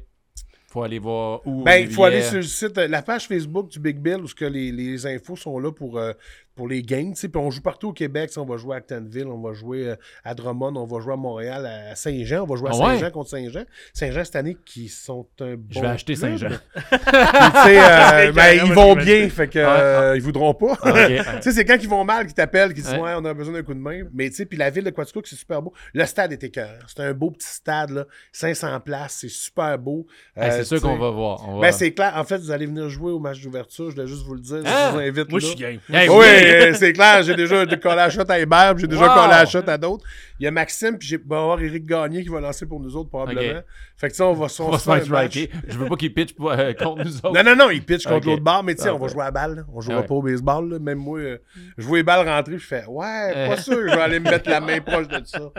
A: faut aller voir où.
C: Ben, il faut aller
A: Olivier-
C: sur le site, euh, la page Facebook du Big Bill, où ce que les, les infos sont là pour, euh, pour les games. tu sais. Puis on joue partout au Québec. tu sais, On va jouer à Actonville, on va jouer euh, à Drummond, on va jouer à Montréal, à Saint-Jean. On va jouer à
A: Ah ouais?
C: Saint-Jean contre Saint-Jean. Saint-Jean, cette année, qui sont un bon.
A: Je vais acheter
C: club.
A: Saint-Jean.
C: Puis, tu sais, euh,
B: Ouais,
C: ben,
B: carrément,
C: ils vont
B: j'imagine.
C: bien, fait que euh, ils voudront pas.
A: ouais.
C: tu sais, c'est quand ils vont mal qu'ils t'appellent, qu'ils disent
A: Ouais.
C: ouais. on a besoin d'un coup de main. Mais tu sais, puis la ville de Quaticook, c'est super beau. Le stade est écœurant. C'est un beau petit stade, là, 500 places, c'est super beau.
A: Hey,
C: Euh,
A: c'est sûr
C: tu sais,
A: qu'on va voir. on va-
C: Ben, c'est clair. En fait, vous allez venir jouer au match d'ouverture. Je voulais juste vous le dire.
A: Ah!
C: je vous invite.
B: Moi,
C: là.
B: je suis game.
A: Hey,
C: Oui,
A: oui.
C: euh, c'est clair. J'ai déjà collé à shot à Hébert, puis j'ai déjà
A: Wow.
C: collé à shot à d'autres. Il y a Maxime, puis j'ai- il va y avoir Éric Gagné qui va lancer pour nous autres, probablement.
A: Ok.
C: Fait que, tu sais, on va, on
A: On va se faire
C: un match.
A: striker. Je veux pas qu'il pitch pour- euh, contre nous autres.
C: Non, non, non, il pitch contre
A: Ok.
C: l'autre barre, mais tu sais,
A: Ah,
C: on va
A: ouais.
C: jouer à la balle. là. On jouera
A: Ah ouais. Mm.
C: pas au baseball. là. Même moi, euh, je vois les balles rentrer, je fais Ouais, pas sûr, que je vais aller me mettre la main proche de ça.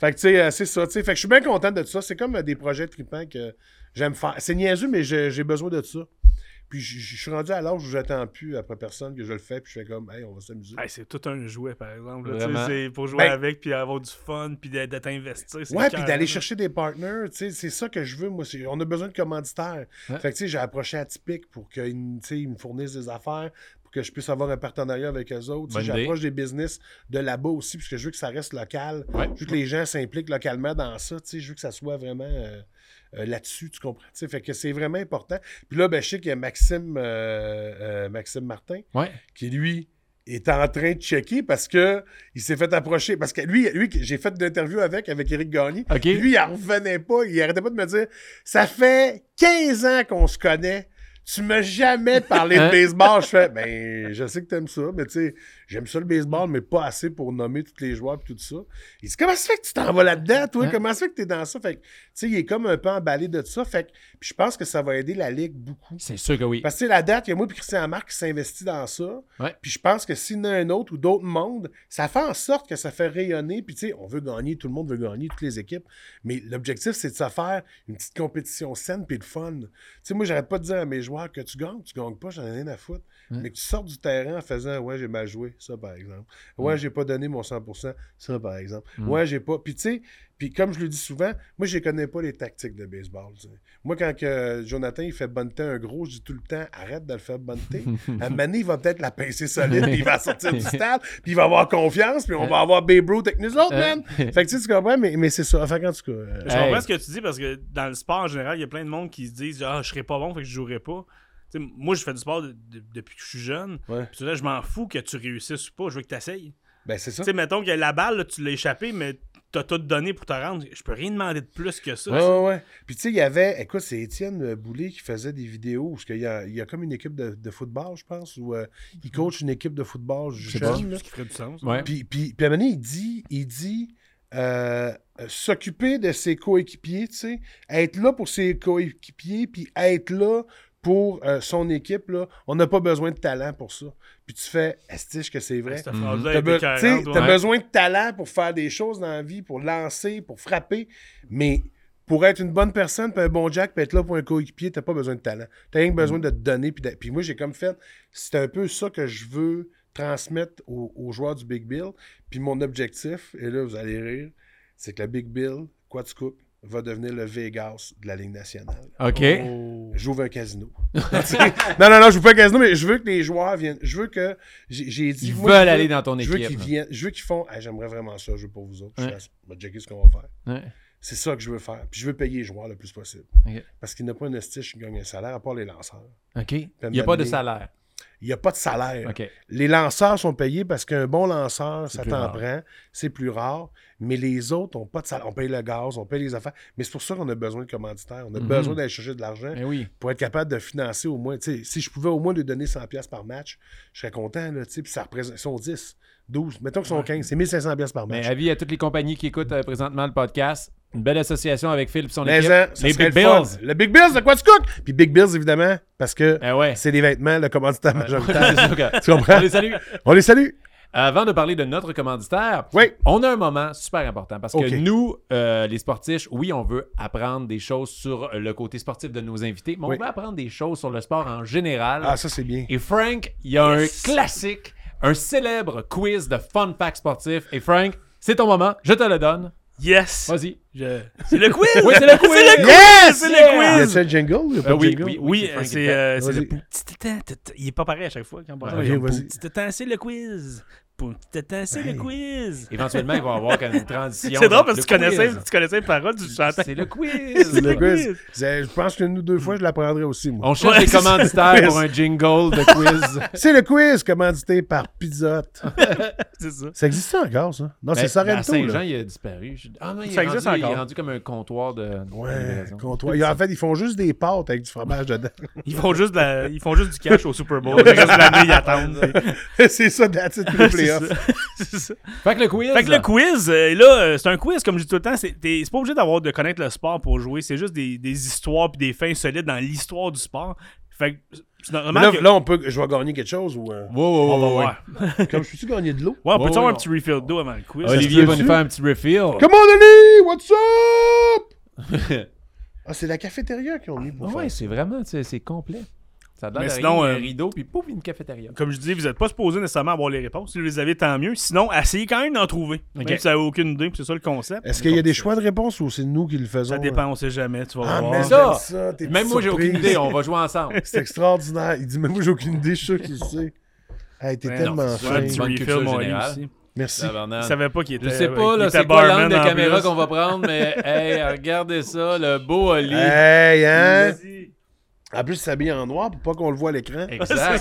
C: Fait que tu sais, euh, c'est ça. tu sais. Fait que je suis bien content de ça. C'est comme euh, des projets tripants que j'aime faire. C'est niaiseux, mais j'ai j'ai besoin de ça. Puis je je suis rendu à l'âge où j'attends plus après personne que je le fais, puis je fais comme Hey, on va s'amuser.
B: Hey, c'est tout un jouet, par exemple. là, tu sais,
A: Vraiment.
B: c'est pour jouer
C: Ben-
B: avec, puis avoir du fun, puis d'être d'être investi. c'est
C: Ouais,
B: carré,
C: puis d'aller
B: là.
C: chercher des partners, tu sais, c'est ça que je veux, moi. c'est- On a besoin de commanditaires.
A: Ouais.
C: Fait que, tu sais, j'ai approché Atypique pour qu'ils me- tu sais, ils me fournissent des affaires, pour que je puisse avoir un partenariat avec eux autres. Tu sais,
A: Bonne idée.
C: J'approche des business de là-bas aussi, puisque je veux que ça reste local.
A: Ouais.
C: Je veux que les gens s'impliquent localement dans ça, tu sais, je veux que ça soit vraiment euh, euh, là-dessus, tu comprends? Tu sais, fait que c'est vraiment important. Puis là, ben, je sais qu'il y a Maxime, euh, euh, Maxime Martin
A: Ouais.
C: qui lui est en train de checker parce que il s'est fait approcher. Parce que lui, lui j'ai fait d'interview avec, avec Eric Gagné.
A: OK.
C: Lui, il en revenait pas. Il arrêtait pas de me dire Ça fait 15 ans qu'on se connaît. Tu m'as jamais parlé
A: Hein?
C: de baseball. Je fais Ben, je sais que t'aimes ça, mais tu sais, j'aime ça le baseball, mais pas assez pour nommer tous les joueurs et tout ça. Il dit Comment ça fait que tu t'en vas là-dedans, toi
A: Hein?
C: Comment ça fait que t'es dans ça Fait que, tu sais, il est comme un peu emballé de ça. Fait que, puis je pense que ça va aider la Ligue beaucoup.
A: C'est sûr que oui.
C: Parce que tu sais, la date, il y a moi et Christian Marc qui s'investit dans ça.
A: Ouais.
C: Puis je pense que s'il y en a un autre ou d'autres mondes, ça fait en sorte que ça fait rayonner. Puis tu sais, on veut gagner, tout le monde veut gagner, toutes les équipes. Mais l'objectif, c'est de se faire une petite compétition saine puis de fun. Tu sais, moi, j'arrête pas de dire à mes joueurs que tu gagnes, tu gagnes pas, j'en ai rien à foutre.
A: Ouais.
C: Mais que tu sors du terrain en faisant Ouais, j'ai mal joué, ça par exemple. Ouais, j'ai pas donné mon 100%, ça par exemple.
A: Mm.
C: Ouais, j'ai pas. Puis tu sais, puis comme je le dis souvent, moi, je connais pas les tactiques de baseball. tu sais. Moi, quand que Jonathan, il fait bonne un gros, je dis tout le temps, arrête de le faire bonne À un moment donné, il va peut-être la pincer solide, puis il va sortir du stade, puis il va avoir confiance, puis on va avoir Babe Ruth avec nous autres, man. Fait que tu sais, tu comprends, mais, mais c'est ça. Fait qu'en tout cas, euh,
B: Je comprends
A: Hey.
B: ce que tu dis parce que dans le sport en général, il y a plein de monde qui se disent Ah, je serais pas bon, fait que je jouerais pas. Tu sais, moi, je fais du sport de- de- depuis que je suis jeune.
C: Ouais.
B: Puis là, je m'en fous que tu réussisses ou pas. Je veux que tu essayes.
C: ben c'est ça.
B: Tu sais, mettons que la balle, là, tu l'as échappée, mais t'as tout donné pour te rendre. Je peux rien demander de plus que ça.
C: Ouais, ouais, ouais. Puis tu sais, il y avait, écoute, c'est Étienne euh, Boulay qui faisait des vidéos parce qu'il y a, il y a comme une équipe de, de football, je pense, où euh, il coach une équipe de football
A: sais pas.
C: jeune. là.
B: Ce qui ferait du sens.
A: Ouais.
C: Puis, puis, puis à un moment donné, il dit, il dit euh, euh, s'occuper de ses coéquipiers, tu sais, être là pour ses coéquipiers, puis être là pour euh, son équipe, là. On n'a pas besoin de talent pour ça. Puis tu fais, est-ce que c'est vrai?
B: Cette
A: Mhm.
B: phrase-là
C: T'as
B: est
C: be-
B: écœurante,
C: t'sais,
B: ouais.
C: t'as besoin de talent pour faire des choses dans la vie, pour lancer, pour frapper, mais pour être une bonne personne, puis un bon jack, puis être là pour un coéquipier, t'as pas besoin de talent. T'as rien que
A: Mm.
C: besoin de te donner. Puis, d'a- puis moi, j'ai comme fait, c'est un peu ça que je veux transmettre aux, aux joueurs du Big Bill. Puis mon objectif, et là, vous allez rire, c'est que le Big Bill, quoi tu coupes, va devenir le Vegas de la Ligue nationale.
A: OK. Oh.
C: J'ouvre un casino. non, non, non, je veux pas un casino, mais je veux que les joueurs viennent. Je veux que. J'ai j'ai dit.
A: Ils
C: moi,
A: veulent
C: je veux-
A: aller dans ton
C: je veux qu'ils
A: équipe.
C: viennent, je veux qu'ils font. Ah, J'aimerais vraiment ça, je veux pour vous autres. Je
A: Ouais.
C: fasse- on va checker ce qu'on va faire.
A: Ouais.
C: C'est ça que je veux faire. Puis je veux payer les joueurs le plus possible.
A: Ok.
C: Parce qu'il n'y a pas un estiche qui gagne un salaire à part les lanceurs.
A: OK. Il n'y a pas de salaire.
C: Il n'y a pas de salaire.
A: OK.
C: Les lanceurs sont payés parce qu'un bon lanceur,
A: C'est
C: ça
A: plus
C: t'en
A: rare.
C: prend. C'est plus rare. Mais les autres n'ont pas de salaire. On paye le gaz, on paye les affaires. Mais c'est pour ça qu'on a besoin de commanditaires. On a
A: Mhm.
C: besoin d'aller chercher de l'argent
A: Mais Ben oui.
C: pour être capable de financer au moins. tu sais, Si je pouvais au moins lui donner 100$ piastres par match, je serais content. Là, tu sais, puis ça représente, ils sont 10, 12, mettons qu'ils sont 15, c'est 1500$ piastres par match.
A: Mais Ben, avis à toutes les compagnies qui écoutent euh, présentement le podcast, une belle association avec Phil et son
C: Mais
A: équipe.
C: hein, ça
A: les
C: serait
A: Big
C: le fun.
A: Bills.
C: Le Big Bills de quoi tu cook? Puis Big Bills, évidemment, parce que
A: Ben ouais.
C: c'est les vêtements, le commanditaire majoritaire.
A: C'est sûr que-
C: tu comprends?
A: On les salue.
C: On les salue.
A: Avant de parler de notre commanditaire,
C: Oui.
A: on a un moment super important parce
C: Ok.
A: que nous, euh, les sportifs, oui, on veut apprendre des choses sur le côté sportif de nos invités, mais
C: Oui.
A: on veut apprendre des choses sur le sport en général.
C: Ah, ça, c'est bien.
A: Et Frank, il y a
B: Yes.
A: un classique, un célèbre quiz de fun facts sportifs. Et Frank, c'est ton moment, je te le donne.
B: Yes!
A: Vas-y.
B: Je- C'est le quiz!
A: Oui, c'est le quiz!
B: C'est le quiz!
A: Yes!
B: C'est
A: Yeah!
B: le
C: Y
B: quiz!
C: a-t-il un jingle? Il y a pas
A: Euh,
C: de
A: oui,
C: jingle?
A: oui,
B: Oui,
A: Frank
B: c'est
A: qui fait.
B: euh, c'est le
C: Vas-y.
B: petit temps. Il est pas pareil à chaque
A: Ah,
B: fois quand on parle.
C: Ouais,
B: Genre,
C: vas-y.
B: petit temps, c'est le quiz. Petit temps, c'est le quiz.
A: Éventuellement, il va y avoir comme une transition.
B: C'est drôle parce
A: Le
B: que tu connaissais,
A: quiz.
B: tu connaissais les paroles, tu chantais.
A: C'est le quiz.
C: C'est le
B: quiz.
C: quiz. C'est- Je pense que nous deux fois, je l'apprendrai aussi, moi.
A: On cherche
B: Ouais,
A: des
B: c'est
A: commanditaires
C: le quiz.
A: pour un jingle de quiz.
C: C'est le quiz commandité par Pizzotte.
B: C'est ça.
C: ça existe encore, ça? Non, c'est
A: Ben, à
C: Sorrento,
A: Saint-Jean,
C: là.
A: il a disparu. Je- Ah non, il,
B: Ça
A: est
B: existe
A: rendu, il est
B: encore.
A: rendu comme un comptoir de. de
C: Ouais,
A: livraison.
C: comptoir. Ils- En fait, ils font juste des pâtes avec du fromage dedans.
B: Ils font juste, de la- ils font juste du cash au Super Bowl. Ils font juste l'année, ils attendent.
C: c'est ça, that's it, pour les
B: C'est ça.
C: playoffs.
B: C'est ça.
A: Fait que le quiz.
B: Fait que le quiz, euh, là, euh, c'est un quiz, comme je dis tout le temps, c'est t'es- c'est pas obligé d'avoir de connaître le sport pour jouer, c'est juste des, des histoires puis des fins solides dans l'histoire du sport. Fait que c'est
C: Mais
B: normal
C: Là,
B: que-
C: là, on peut... je vais gagner quelque chose ou... euh,
A: Wow, wow,
B: on va
A: wow, wow.
B: voir.
C: Comme je suis-tu gagner de l'eau?
B: Oh, Ouais, on peut
A: Ouais,
B: avoir
A: ouais,
B: un petit refill d'eau avant le quiz?
A: Olivier
C: se
A: va nous
C: peut-tu?
A: faire un petit refill.
C: Come on, Denis! What's up? ah, c'est la cafétéria qu'ils ont mis
A: Ah
C: pour
A: ouais,
C: faire.
A: c'est vraiment, tu sais, c'est complet. Ça donne
B: Mais
A: sinon,
B: sinon,
A: un
B: euh,
A: rideau, puis pouf, une cafétéria.
B: Comme je dis, vous n'êtes pas supposé nécessairement avoir les réponses. Si vous les avez, tant mieux. Sinon, essayez quand même d'en trouver.
A: Ok.
B: Même si vous n'avez aucune idée, puis c'est ça le concept.
C: Est-ce qu'il y a des choix de réponse ou c'est nous qui le faisons?
B: Ça dépend, on sait jamais, tu vas
C: Ah,
B: voir.
C: mais
A: ça,
C: j'aime ça, tes
A: Même
C: petites
A: moi, j'ai aucune
C: surprises.
A: idée, on va jouer ensemble.
C: C'est extraordinaire. Il dit, mais moi, j'ai aucune idée, je suis sûr qu'il le sait. Hey, t'es
B: Ouais,
C: tellement
B: non, c'est
C: fin.
B: un petit
A: Bonne
B: refill,
A: culture
B: mon Oli,
A: générale.
B: aussi.
C: Merci.
A: Tabarnak.
B: Je savais pas qu'il était
A: Je sais
B: il
A: pas, là,
B: était
A: c'est quoi
B: barman
A: l'angle de
B: en
A: caméra
B: plus.
A: qu'on va prendre, mais hey, regardez ça, le beau Oli.
C: Euh, Hey, hein?
B: Vas-y.
C: En plus, il s'habille en noir pour pas qu'on le voit à l'écran.
A: Exact.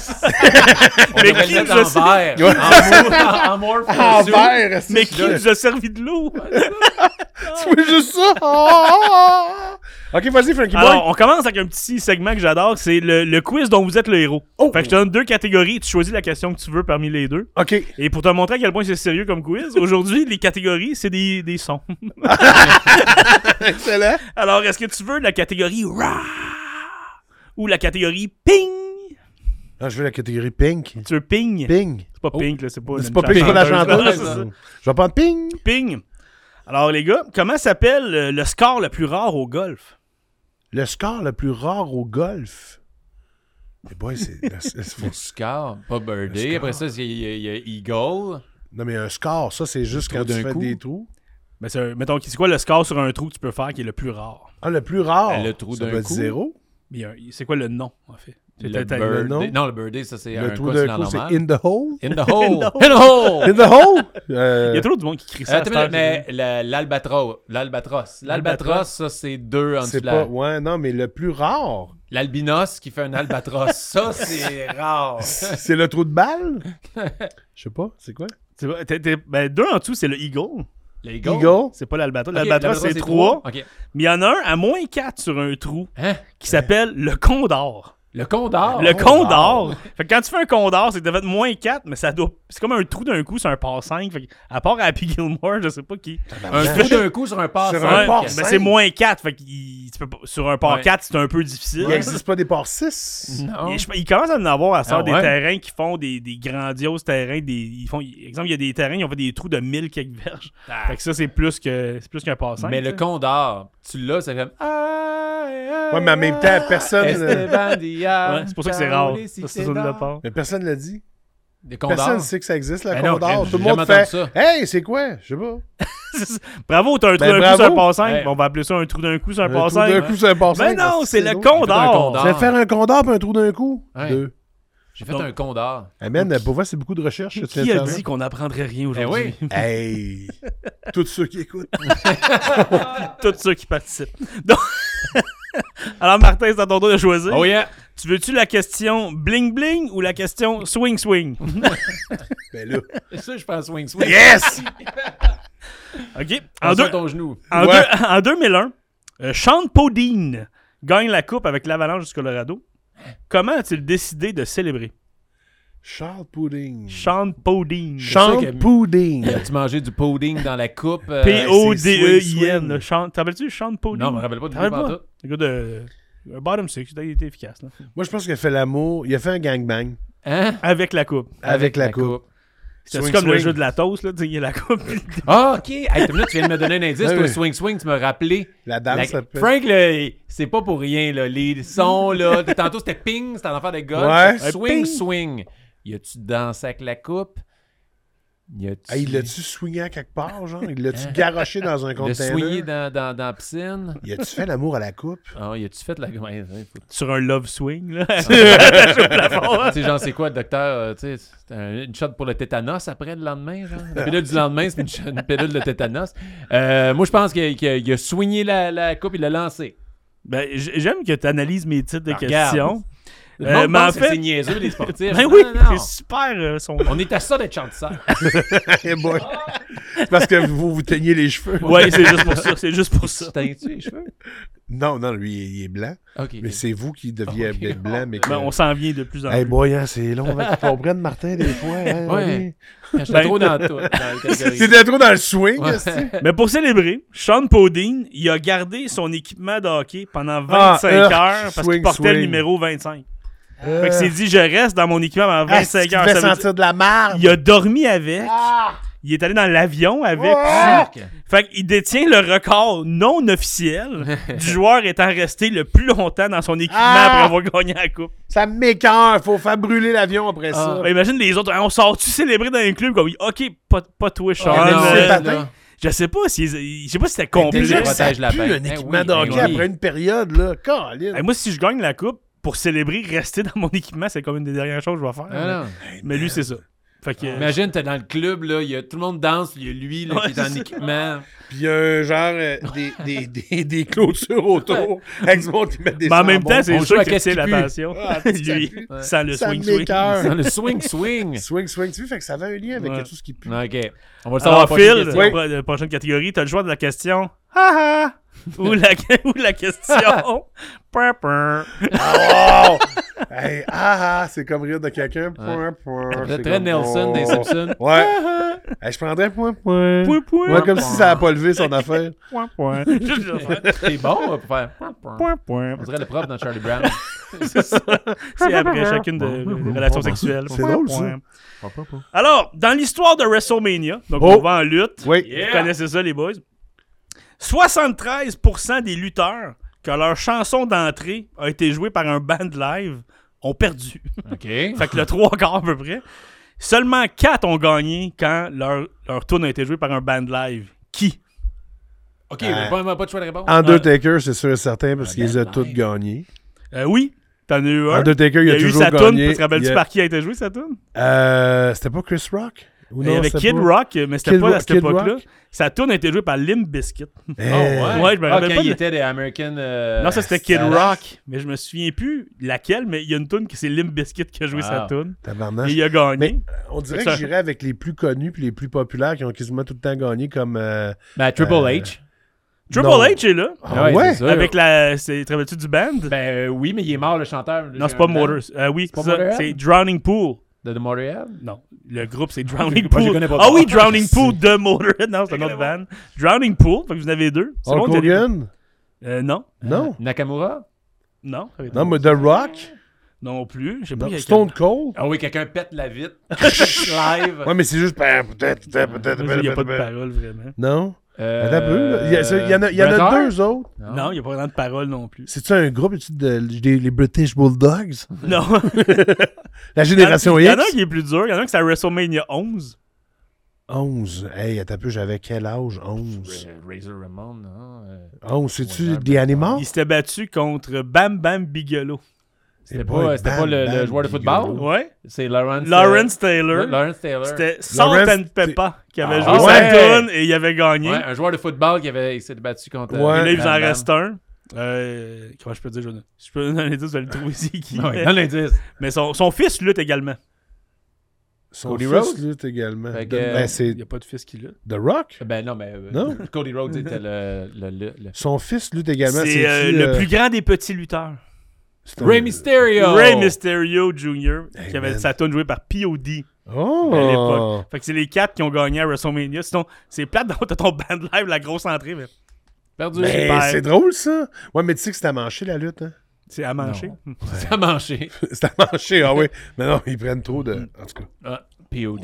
A: on
B: Mais
A: devrait
B: qui
A: le mettre
B: nous a-
A: en vert. en mou- en, en morph
C: En
A: suit.
C: vert, Ah, est-ce que
B: Mais
C: tu
B: qui nous a servi de l'eau?
A: Ah,
C: veux- tu veux juste ça? Ah, ah, ah. Ok, vas-y, Frankie
B: Alors,
C: Boy.
B: on commence avec un petit segment que j'adore, c'est le, le quiz dont vous êtes le héros. Fait que je te donne deux catégories, tu choisis la question que tu veux parmi les deux.
C: Ok.
B: Et pour te montrer à quel point c'est sérieux comme quiz, aujourd'hui, les catégories, c'est des, des sons.
C: Excellent.
B: Alors, est-ce que tu veux la catégorie Ra ou la catégorie Ping?
C: Ah, je veux la catégorie pink.
B: Tu veux Ping?
C: Ping. Oh.
B: C'est pas Pink, là, c'est pas
C: C'est
B: une
C: pas pink, c'est pas la chanteuse.
B: là, c'est ça.
C: Je vais prendre ping.
B: Ping. Alors, les gars, comment s'appelle euh, le score le plus rare au golf?
C: Le score le plus rare au golf. Mais boy, c'est. c'est- c'est-
A: Le score, pas birdie.
C: score.
A: Après ça, il y, a- il y a il y a eagle.
C: Non, mais un score, ça, c'est juste
A: Trou
C: quand tu
A: d'un
C: fais
A: coup.
C: des trous.
B: Ben, c'est un- mettons, c'est quoi le score sur un trou que tu peux faire qui est le plus rare?
C: Ah, le plus rare.
A: Ben, Le trou
C: ça
A: d'un
C: doit
A: coup.
C: être zéro.
B: Mais il y a un- c'est quoi le nom, en fait?
A: Le
B: Peut-être à-
A: birdie.
C: nom?
A: Non, le birdie, ça, c'est un
C: Le trou
A: quoi,
C: d'un
A: la
C: coup, c'est
A: normale.
C: in the hole.
A: In the hole. In the hole.
C: In the hole?
B: Il y
C: Euh,
B: a trop de monde qui crie ça. à
A: Attends,
B: cette heure,
A: mais la- l'albatros, l'albatros, l'albatros, ça c'est deux en dessous
C: Euh, c'est
A: de la-
C: pas. Ouais, non, mais le plus rare,
A: l'albinos qui fait un albatros. ça c'est rare.
C: c'est le trou de balle. Je sais pas, c'est quoi?
B: c'est- c'est- t'es- t'es- ben, deux en dessous, c'est le Eagle.
A: Les
C: Eagle.
B: C'est pas l'Albatros.
A: Ok,
B: L'Albatros, c'est trois.
A: Ok.
B: Mais il y en a un à moins quatre sur un trou
A: Hein?
B: qui s'appelle le Condor.
A: Le condor.
B: le
C: Condor.
B: Condor. Fait que quand tu fais un Condor, c'est que devait être moins 4, mais ça doit. C'est comme un trou d'un coup sur un par 5. Fait que, à part Happy Gilmore, je sais pas qui.
C: Ah,
A: Un trou d'un coup sur un pas
C: Sur
A: cinq.
C: un par
B: mais
C: cinq.
B: c'est moins 4. Fait que il- tu peux pas- sur un par
A: Ouais.
B: 4, c'est un peu difficile.
C: Il n'existe pas des parts 6.
A: Non.
B: Il, je- il commence à en avoir à sortir
A: Ah ouais?
B: des terrains qui font des, des grandioses terrains. Des, ils font, exemple, il y a des terrains qui ont fait des trous de 1000 quelques verges.
A: Ah.
B: Fait que ça, c'est plus que c'est plus qu'un passant.
A: Mais le condor, tu l'as, Ah, c'est comme. Ouais,
C: Ouais, mais en même temps,
A: ah,
C: personne- euh,
B: Ouais, c'est pour ça que c'est rare. Ça, c'est zone de part.
C: Mais personne ne l'a dit.
A: Le condor.
C: Personne ne sait que ça existe, le
A: Ben non,
C: condor.
A: j'ai
C: Tout le monde
A: jamais
C: fait
A: entendu
C: Hey, c'est quoi? Je sais pas.
B: C'est ça. bravo, t'as un trou
C: Ben,
B: d'un coup
C: bravo.
B: sur un passant.
A: Ouais.
B: On va appeler ça un trou d'un coup sur un
C: Un trou
B: passant.
C: d'un coup, c'est un part
B: Mais
C: cinq.
B: non,
C: Ah,
B: c'est le
C: drôle.
A: J'ai fait un
B: condor.
A: condor.
C: Je vais faire un condor puis un trou d'un coup.
A: Ouais.
C: Deux.
A: J'ai fait
B: Donc-
A: un condor.
C: Amen, Eh, Ben, pour voir, c'est beaucoup de recherches. que tu viens
B: Qui
C: de
B: a
C: faire là.
B: dit qu'on n'apprendrait rien
A: Eh
B: aujourd'hui?
A: oui.
C: Hey! Tous ceux qui écoutent.
B: Tous ceux qui participent. Donc- Alors, Martin, c'est à ton tour de choisir.
A: Oh yeah.
B: Tu veux-tu la question bling-bling ou la question swing-swing?
C: Ben là.
A: Ça, je fais un swing swing.
C: Yes!
B: OK. En,
A: En
B: deux-
A: ton genou.
B: en
C: Ouais.
B: deux- en 2001, euh, Sean Podine gagne la coupe avec l'Avalanche du Colorado. Comment a-t-il décidé de célébrer?
C: Charles Pudding.
B: Sean Podine.
A: sûr
C: Charles
A: que-
C: Pudding.
A: As-tu mangé du pudding dans la coupe? euh,
B: P-O-D-E-I-N.
C: swing.
B: là. Sean- T'en rappelles-tu Sean Podine?
A: Non, je me rappelle pas du
B: T'en rappelles
A: nom
B: pas? Le gars de... le Bottom six, il a été efficace. là.
C: Moi, je pense qu'il a fait l'amour. Il a fait un gangbang.
A: Hein?
B: Avec la coupe.
C: Avec la coupe.
B: C'est
C: Swing,
B: comme le
C: swing.
B: jeu de la toast, là, tu sais, il y a la coupe. puis-
A: Ah, ok. Hey, t'as vu là, tu viens de me donner un indice.
C: Ah
A: Toi,
C: oui.
A: swing swing, tu m'as rappelé.
C: La dame
A: La-
C: s'appelle.
A: Frank, là, il- c'est pas pour rien, là. Les sons, là. Tantôt, c'était ping, c'était un affaire de golf.
C: Ouais.
A: Swing
B: Ping.
A: swing. Y a-tu dansé avec la coupe? Il a-tu-
C: Hey, il l'a-tu swingé à quelque part, genre? Il l'a-tu
A: Hein?
C: garoché dans un
A: Il a swingé
C: container?
A: dans, dans, dans la piscine.
C: Il a-tu fait l'amour à la coupe?
A: Ah, il a-tu fait la. Ouais, ouais, faut-
B: Sur un love swing, là.
A: tu sais, genre, c'est quoi, docteur? euh, tu sais, c'est un- une shot pour le tétanos après le lendemain, genre. La pilule du lendemain, c'est une, shot- une pilule de tétanos. Euh, moi, je pense qu'il qu'il a, il a soigné la, la coupe, il l'a lancée.
B: ben, j- j'aime que tu analyses mes titres de
A: Ah, regarde.
B: questions.
A: Le
B: Euh,
A: monde
B: mais en
A: pense que
B: fait-
A: c'est niaiseux, les sportifs.
B: Ben
A: Non,
B: oui,
A: non, non.
B: c'est super euh, son.
A: On est à ça d'être chanteur.
C: Eh boy. C'est parce que vous vous teignez les cheveux.
B: Ouais, c'est juste pour ça. C'est juste pour ça.
A: Teins-tu les cheveux?
C: Non, non, lui, il est blanc.
A: OK.
C: Mais c'est vous qui deviez
A: Ok.
C: être blanc. Mais que...
B: Ben, on s'en vient de plus en
C: Hey
B: plus.
C: boy, hein, c'est long avant qu'ils comprennent, Martin, des fois. hein,
A: Ouais.
C: oui.
A: J'étais
B: Ben-
A: Ah, trop dans toi. Dans la catégorie.
C: C'était trop dans le swing.
A: Ouais.
C: est-ce que-
B: Mais pour célébrer, Sean Podine, il a gardé son équipement de hockey pendant 25
C: Ah, euh,
B: heures parce
C: swing,
B: qu'il portait
C: swing.
B: le numéro 25.
C: Euh,
B: Fait que c'est dit, je reste dans mon équipement pendant
C: ah, c'est
B: 25
C: qu'il
B: heures.
C: fait
B: Ça veut dire-
C: sentir de la marde.
B: il a dormi avec.
C: Ah!
B: Il est allé dans l'avion avec.
C: Ah!
A: Fuck.
B: Fait qu'il détient le record non officiel du joueur étant resté le plus longtemps dans son équipement après
C: Ah!
B: avoir gagné la coupe.
C: Ça m'écœure. Faut faire brûler l'avion après ça.
B: Ben, imagine les autres, Hein, on sort-tu célébrer dans un club comme OK, pas, pas toi, Sean.
A: Ah, non,
B: Euh,
C: c'est
A: là,
C: patin.
A: là.
B: je sais pas si je sais pas si c'était complet.
A: Déjà,
C: Déjà,
A: que ça
C: ça
A: protège la
C: pue
A: bête.
C: un
A: Eh
C: équipement
A: oui,
C: de
A: eh
C: hockey
A: oui.
C: après une période, là. Câline.
B: Hey, moi si je gagne la coupe pour célébrer rester dans mon équipement, c'est comme une des dernières choses que je vais faire.
A: Ah, non. Ah,
B: Mais lui c'est ça. Fait que
A: Imagine, t'es dans le club, là, il y a, tout le monde danse, il y a lui là,
B: Ouais,
A: qui est en
B: c'est ça.
A: équipement.
C: Puis il y a un genre euh, des, des, des, des clôtures autour. Avec du monde qui met des
B: mais en même
C: jambons.
B: temps,
A: on
B: c'est
A: joue à
B: sûr que
A: qu'est-ce
B: c'est
A: qui pue.
B: l'attention.
C: Ah, petit
B: lui
C: tapis.
A: Ouais.
B: sans le
C: Ça
B: swing swing.
C: m'écœure.
A: Dans le swing, swing.
C: Swing, swing, tu vois, fait que ça avait un lien avec
B: Ouais.
C: tout ce qui pue.
A: OK. On va le savoir
B: Alors
A: après
B: Phil,
A: cette
B: la
A: question.
B: pro- la prochaine catégorie, t'as le choix de la question. Ha ha ou la ou la question. Pin, pin.
C: Oh! hey, ah, ah, c'est comme rire de quelqu'un. Point, point.
A: Le
C: C'est
A: très
C: comme,
A: Nelson
C: oh.
A: des Simpsons.
C: Ouais. Hey, je prendrais point, point.
B: Point, point.
C: Ouais, comme si ça n'a pas levé son affaire.
B: Point, point. Juste le faire.
A: C'est bon euh, pour faire.
B: Point, point.
A: On dirait le prof dans Charlie Brown.
B: C'est après chacune de des relations sexuelles.
C: C'est drôle, ça.
B: Alors, dans l'histoire de WrestleMania, donc
C: Oh.
B: on va en lutte.
C: Oui.
B: Vous connaissez ça, les boys. 73% des lutteurs que leur chanson d'entrée a été jouée par un band live ont perdu.
A: OK.
B: fait que le trois quarts à peu près. Seulement 4 ont gagné quand leur, leur tune a été jouée par un band live. Qui?
A: OK, mais pas, pas de choix de réponse.
C: Ah,
A: Oh,
C: Undertaker, c'est sûr et certain, parce qu'ils ont
A: ben,
C: tous
A: ben.
C: gagné.
B: Euh, oui, t'en as eu un.
C: Undertaker,
B: il
C: il
B: y
C: a,
B: a eu
C: toujours
B: sa tune.
C: gagné.
B: Tu te rappelles-tu
C: Il a-
B: par qui a été jouée sa tune?
C: Euh, c'était pas Chris Rock? Ou
B: Il y
C: non,
B: avait
C: c'était
B: Kid
C: pas-
B: Rock, mais c'était
C: Kid
B: pas
C: Rock-
B: à cette
C: Kid
B: époque-là.
C: Rock?
B: Sa tune a été jouée par Limp Bizkit.
C: Eh,
A: Oh, ouais.
B: Ouais, je me
A: Ah,
B: rappelle
A: quand
B: pas
A: il
B: de-
A: était des American. euh,
B: Non, ça c'était Kid
A: Slash.
B: Rock, mais je me souviens plus laquelle, mais il y a une tune que c'est Limp Bizkit qui a joué
A: Wow.
C: Ah.
B: sa tune
C: Tabarnak.
B: et il a gagné.
C: On dirait
B: C'est
C: que
B: ça.
C: j'irais avec les plus connus puis les plus populaires qui ont quasiment tout le temps gagné comme. euh,
A: Ben, Triple
C: Euh,
A: H.
B: Triple
C: non.
B: H est là
C: Ah ouais?
A: c'est sûr.
B: avec la c'est te rappelles-tu du band
A: Ben euh, oui, mais il est mort, le chanteur.
B: Non, c'est pas Motors. Euh, oui,
A: pas
B: c'est ça,
A: Motorhead?
B: c'est Drowning Pool.
A: De, de Montréal.
B: Non, le groupe c'est Drowning
A: Moi, je
B: Pool.
A: connais pas.
B: Ah oui, Drowning Pool de Motorhead. Non, c'est un autre band. Drowning Pool, fait que vous en avez deux. C'est
C: Hulk
B: bon, t'as-
C: Hogan?
B: Euh, non,
A: Ah.
C: Non.
A: Nakamura.
B: non, ça va être-
C: Non, mais The Rock?
B: non plus. Je sais pas.
C: Non,
B: il y a
C: Stone Cold?
A: Ah oui, quelqu'un pète la vitre. live.
C: Ouais, mais c'est juste. ben, peut-être, peut-être, peut-être,
B: quelqu'un- Il n'y a pas de
C: peut-être.
B: parole vraiment.
C: Non?
A: Euh,
C: Attends un peu, là. Il y a, ça- il y en a, il y en a
A: Bret Hart?
C: deux autres.
B: Non, il n'y a pas vraiment de parole non plus.
C: C'est-tu un groupe tu- de, des- les British Bulldogs?
B: Non.
C: La génération
B: Il y
C: X?
B: en a un qui est plus dur. Il y en a un qui c'est à WrestleMania 11.
C: 11. Hey, attends un peu, j'avais quel âge? 11.
A: Ra- Razor Ramon, non. euh,
C: 11, c'est-tu
A: Ouais,
C: des animaux?
B: Il s'était battu contre Bam Bam Bigelow.
A: C'était pas, c'était pas le, le joueur de football.
B: Ouais.
A: C'est Lawrence.
B: Lawrence
A: Taylor.
B: Taylor.
A: Lawrence Taylor.
B: C'était Salt
C: Lawrence
B: and Peppa qui avait
A: Ah
B: joué
C: ouais.
B: sa tune et il avait gagné.
A: Ouais, un joueur de football qui avait, il s'était battu contre. euh,
C: Ouais.
B: Et là, il vous en
A: Bam Bam.
B: reste un. Euh, comment je peux dire, Jonathan? Si je peux donner un indice, vous allez le trouver, c'est qui.
A: Ouais, dans l'indice.
B: Mais son, son fils lutte également.
C: Son
A: Cody
C: fils
A: Rhodes?
C: lutte également.
A: Fait que- euh,
C: Ben, c'est
B: Il n'y a pas de fils qui lutte.
C: The Rock?
A: Ben non, mais. euh,
C: Non?
A: Cody Rhodes était le. le, le, le-
C: Son fils lutte également.
B: C'est euh,
C: tu,
B: le
C: euh,
B: plus grand des petits lutteurs.
C: c'est un-
A: Ray Mysterio.
B: Ray Mysterio Jr.
C: Hey,
B: qui avait
C: man.
B: sa tune jouée par P.O.D. à
C: Oh!
B: l'époque. Fait que c'est les quatre qui ont gagné à WrestleMania. Sinon, c'est plate d'avoir t'as ton band live, la grosse entrée. mais
A: Perdu.
C: Mais
B: Super.
C: Ben, c'est drôle, ça. Ouais, mais tu sais que c'est à mancher, la lutte. Hein?
B: C'est à manger.
A: Ça a manché.
C: c'est à mancher, ah oui. Mais non, ils prennent trop de... En tout cas.
A: Ah, POD.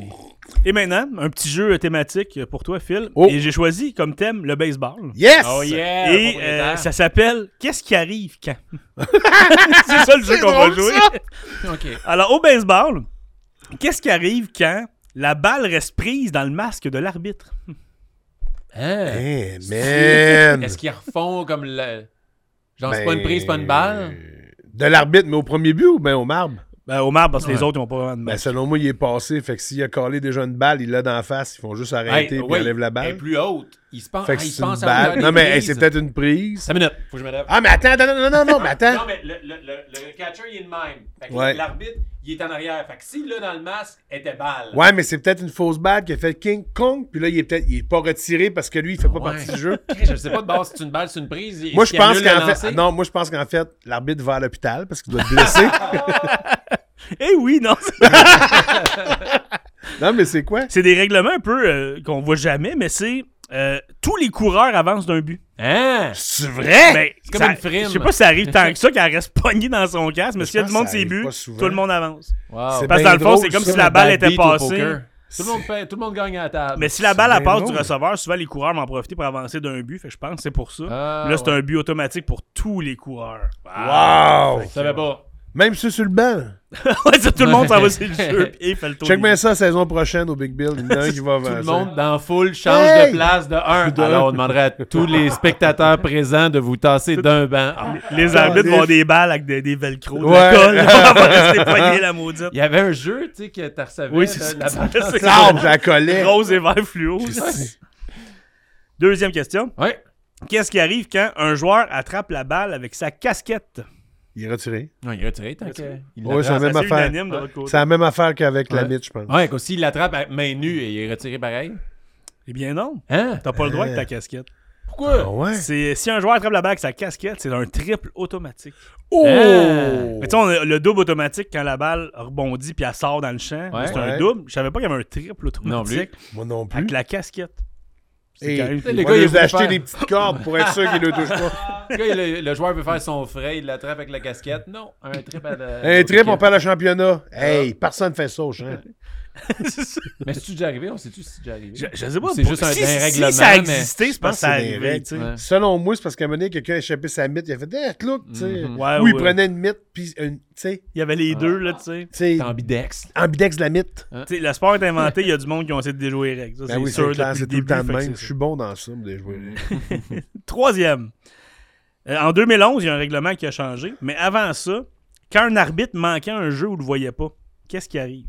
B: Et maintenant, un petit jeu thématique pour toi, Phil.
C: Oh.
B: Et j'ai choisi comme thème le baseball.
C: Yes!
A: Oh yeah!
B: Et euh,
A: propriétaire.
B: ça s'appelle Qu'est-ce qui arrive quand C'est ça le jeu
C: C'est
B: qu'on va
C: drôle,
B: jouer.
C: ça!
A: OK.
B: Alors, au baseball, qu'est-ce qui arrive quand La balle reste prise dans le masque de l'arbitre.
A: Hein?
C: Hey, man!
A: Est-ce qu'ils refont comme le. Genre, c'est
C: Ben,
A: pas une prise, pas une balle?
C: De l'arbitre, mais au premier but ou bien au marbre?
B: Ben, Omar, parce que les
A: Ouais.
B: autres, ils n'ont pas vraiment de
C: Ben,
B: masque.
C: selon moi, il est passé. Fait que s'il a collé déjà une balle, il l'a dans la face. Ils font juste arrêter
A: Hey,
C: puis
A: oui,
C: enlève la
A: Elle est
C: balle.
A: plus haute. Il se pense,
C: Fait que
A: ah, il
C: c'est
A: pense
C: une
A: à
C: balle.
A: une
C: Non, mais hey,
A: prise.
C: c'est peut-être une prise.
A: Cinq minutes. Faut que je me lève.
C: Ah, mais attends, attends, non, non, non, mais
A: Non,
C: attends.
A: mais le, le, le, le catcher, il est de même. Fait que
C: Ouais.
A: l'arbitre, il est en arrière. Fait que si, là, dans le masque, était balle.
C: Ouais, mais c'est peut-être une fausse balle qui a fait King Kong. Puis là, il est peut-être il est pas retiré parce que lui, il fait pas
A: Ouais.
C: partie du jeu.
A: Je sais pas de base si c'est une balle, c'est une prise. Est-ce
C: Moi, je
A: qu'il
C: pense
A: annule le
C: qu'en fait,
A: lancer?
C: non, moi, je pense qu'en fait, l'arbitre va à l'hôpital parce qu'il doit être blessé.
B: Eh oui, non!
C: non, mais c'est quoi?
B: c'est des règlements un peu euh, qu'on voit jamais, mais c'est euh, tous les coureurs avancent d'un but.
A: Hein?
C: C'est vrai?
B: Ben,
A: C'est comme
B: ça-
A: une frime.
B: Je sais pas si ça arrive tant que ça qu'elle reste pognée dans son casque, mais
C: Mais je
B: s'il y a
C: pense
B: du
C: que
B: monde
C: ça
B: ses
C: arrive
B: buts,
C: pas souvent.
B: tout le monde avance.
A: Wow.
C: C'est
B: Parce que
C: bien
B: dans le fond,
C: drôle,
B: c'est comme
C: ça,
B: si la
C: le
B: balle était
A: Beat au
B: passée.
A: poker. Tout le, monde fait- tout le monde gagne à la table.
B: Mais si la
C: C'est
B: balle elle
C: bien
B: passe du
C: drôle.
B: receveur, souvent les coureurs m'en profitent pour avancer d'un but. Fait que je pense que c'est pour ça.
A: Ah,
B: là, c'est
A: ouais.
B: un but automatique pour tous les coureurs.
C: Wow!
A: Je savais pas.
C: Même ceux sur le banc.
B: ouais, c'est tout le monde s'en va sur le jeu et fait le tour.
C: Check
B: des
C: bien
B: buts.
C: ça, saison prochaine au Big Bill. Il y en a un qui va
A: Tout le
C: avancer.
A: monde dans la foule change
C: Hey!
A: de place de 1. Alors, on demanderait à tous les spectateurs présents de vous tasser d'un banc. Ah,
B: Les
C: Ah,
B: arbitres
C: des-
B: vont avoir des balles avec des, des velcro, de
C: Ouais.
B: la colle. On va rester poigné, la maudite.
A: Il y avait un jeu, tu sais, que tu recevais.
B: Oui, c'est
A: là,
B: ça.
A: la balle.
B: c'est-
C: L'arbre, la collée.
B: Rose et vert fluo.
C: Christy.
B: Deuxième question.
A: Ouais.
B: Qu'est-ce qui arrive quand un joueur attrape la balle avec sa casquette?
C: Il est retiré.
A: Non, il a retiré, tant que. il
C: Ouais,
A: l'attrape.
C: ça- Même
B: C'est
C: affaire.
B: unanime de votre côté.
C: C'est la même affaire qu'avec la
A: Ouais.
C: mythe, je pense.
A: Ouais, qu'aussi, il l'attrape à main nue et il est retiré pareil.
B: Eh bien non.
A: Hein?
B: T'as pas le droit
C: Euh.
B: avec ta casquette.
A: Pourquoi?
C: Ah ouais?
B: C'est- Si un joueur attrape la balle avec sa casquette, c'est un triple automatique.
C: Oh!
A: Hein?
B: Mais tu sais, on a le double automatique quand la balle rebondit puis elle sort dans le champ.
A: Ouais.
B: C'est un
C: Ouais.
B: double. Je savais pas qu'il y avait un triple automatique
C: Moi non plus.
B: avec la casquette. C'est
C: Hey,
B: quand même-
A: Tu sais, Le
C: Les gars,
A: gars, il
C: ils ont
A: voulait
C: acheté
A: faire-
C: des petites cordes pour être sûr qu'ils ne le touchent pas.
A: Le, gars, le- le joueur veut faire son frais, il l'attrape avec la casquette. Non, un trip à la.
C: Un trip, on perd le championnat. Hey,
B: Ah.
C: personne fait ça au champ.
A: Mais c'est-tu déjà arrivé? On sait-tu si c'est déjà arrivé?
B: je, je sais pas.
A: C'est
B: pour-
A: juste un-
B: si,
A: un
B: si
A: règlement,
B: ça
A: mais-
B: existait, c'est parce que ça
C: c'est des
B: arrivait.
C: règles.
B: tu sais.
A: Ouais.
C: Selon moi, c'est parce qu'à un moment donné, quelqu'un a échappé sa mythe. Il a fait, eh, look, tu sais.
A: Mhm.
B: Ouais,
C: Ou il
B: ouais.
C: prenait une mythe, puis une. Tu sais,
B: Il y avait les deux, là, tu sais.
C: tu sais,
A: T'es ambidex.
C: ambidex de la mythe.
B: Tu sais, le sport est inventé, il y a du monde qui ont essayé de déjouer les règles. Ça,
C: Ben
B: c'est
C: oui,
B: sûr
C: c'est clair,
B: depuis
C: c'est tout le
B: début,
C: temps de
B: fait que
C: même.
B: c'est
C: Je
B: ça. Mhm.
C: suis bon dans ça, mais des joueurs.
B: Troisième. Euh, en 2011, il y a un règlement qui a changé. Mais avant ça, quand un arbitre manquait un jeu ou le voyait pas, qu'est-ce qui arrive?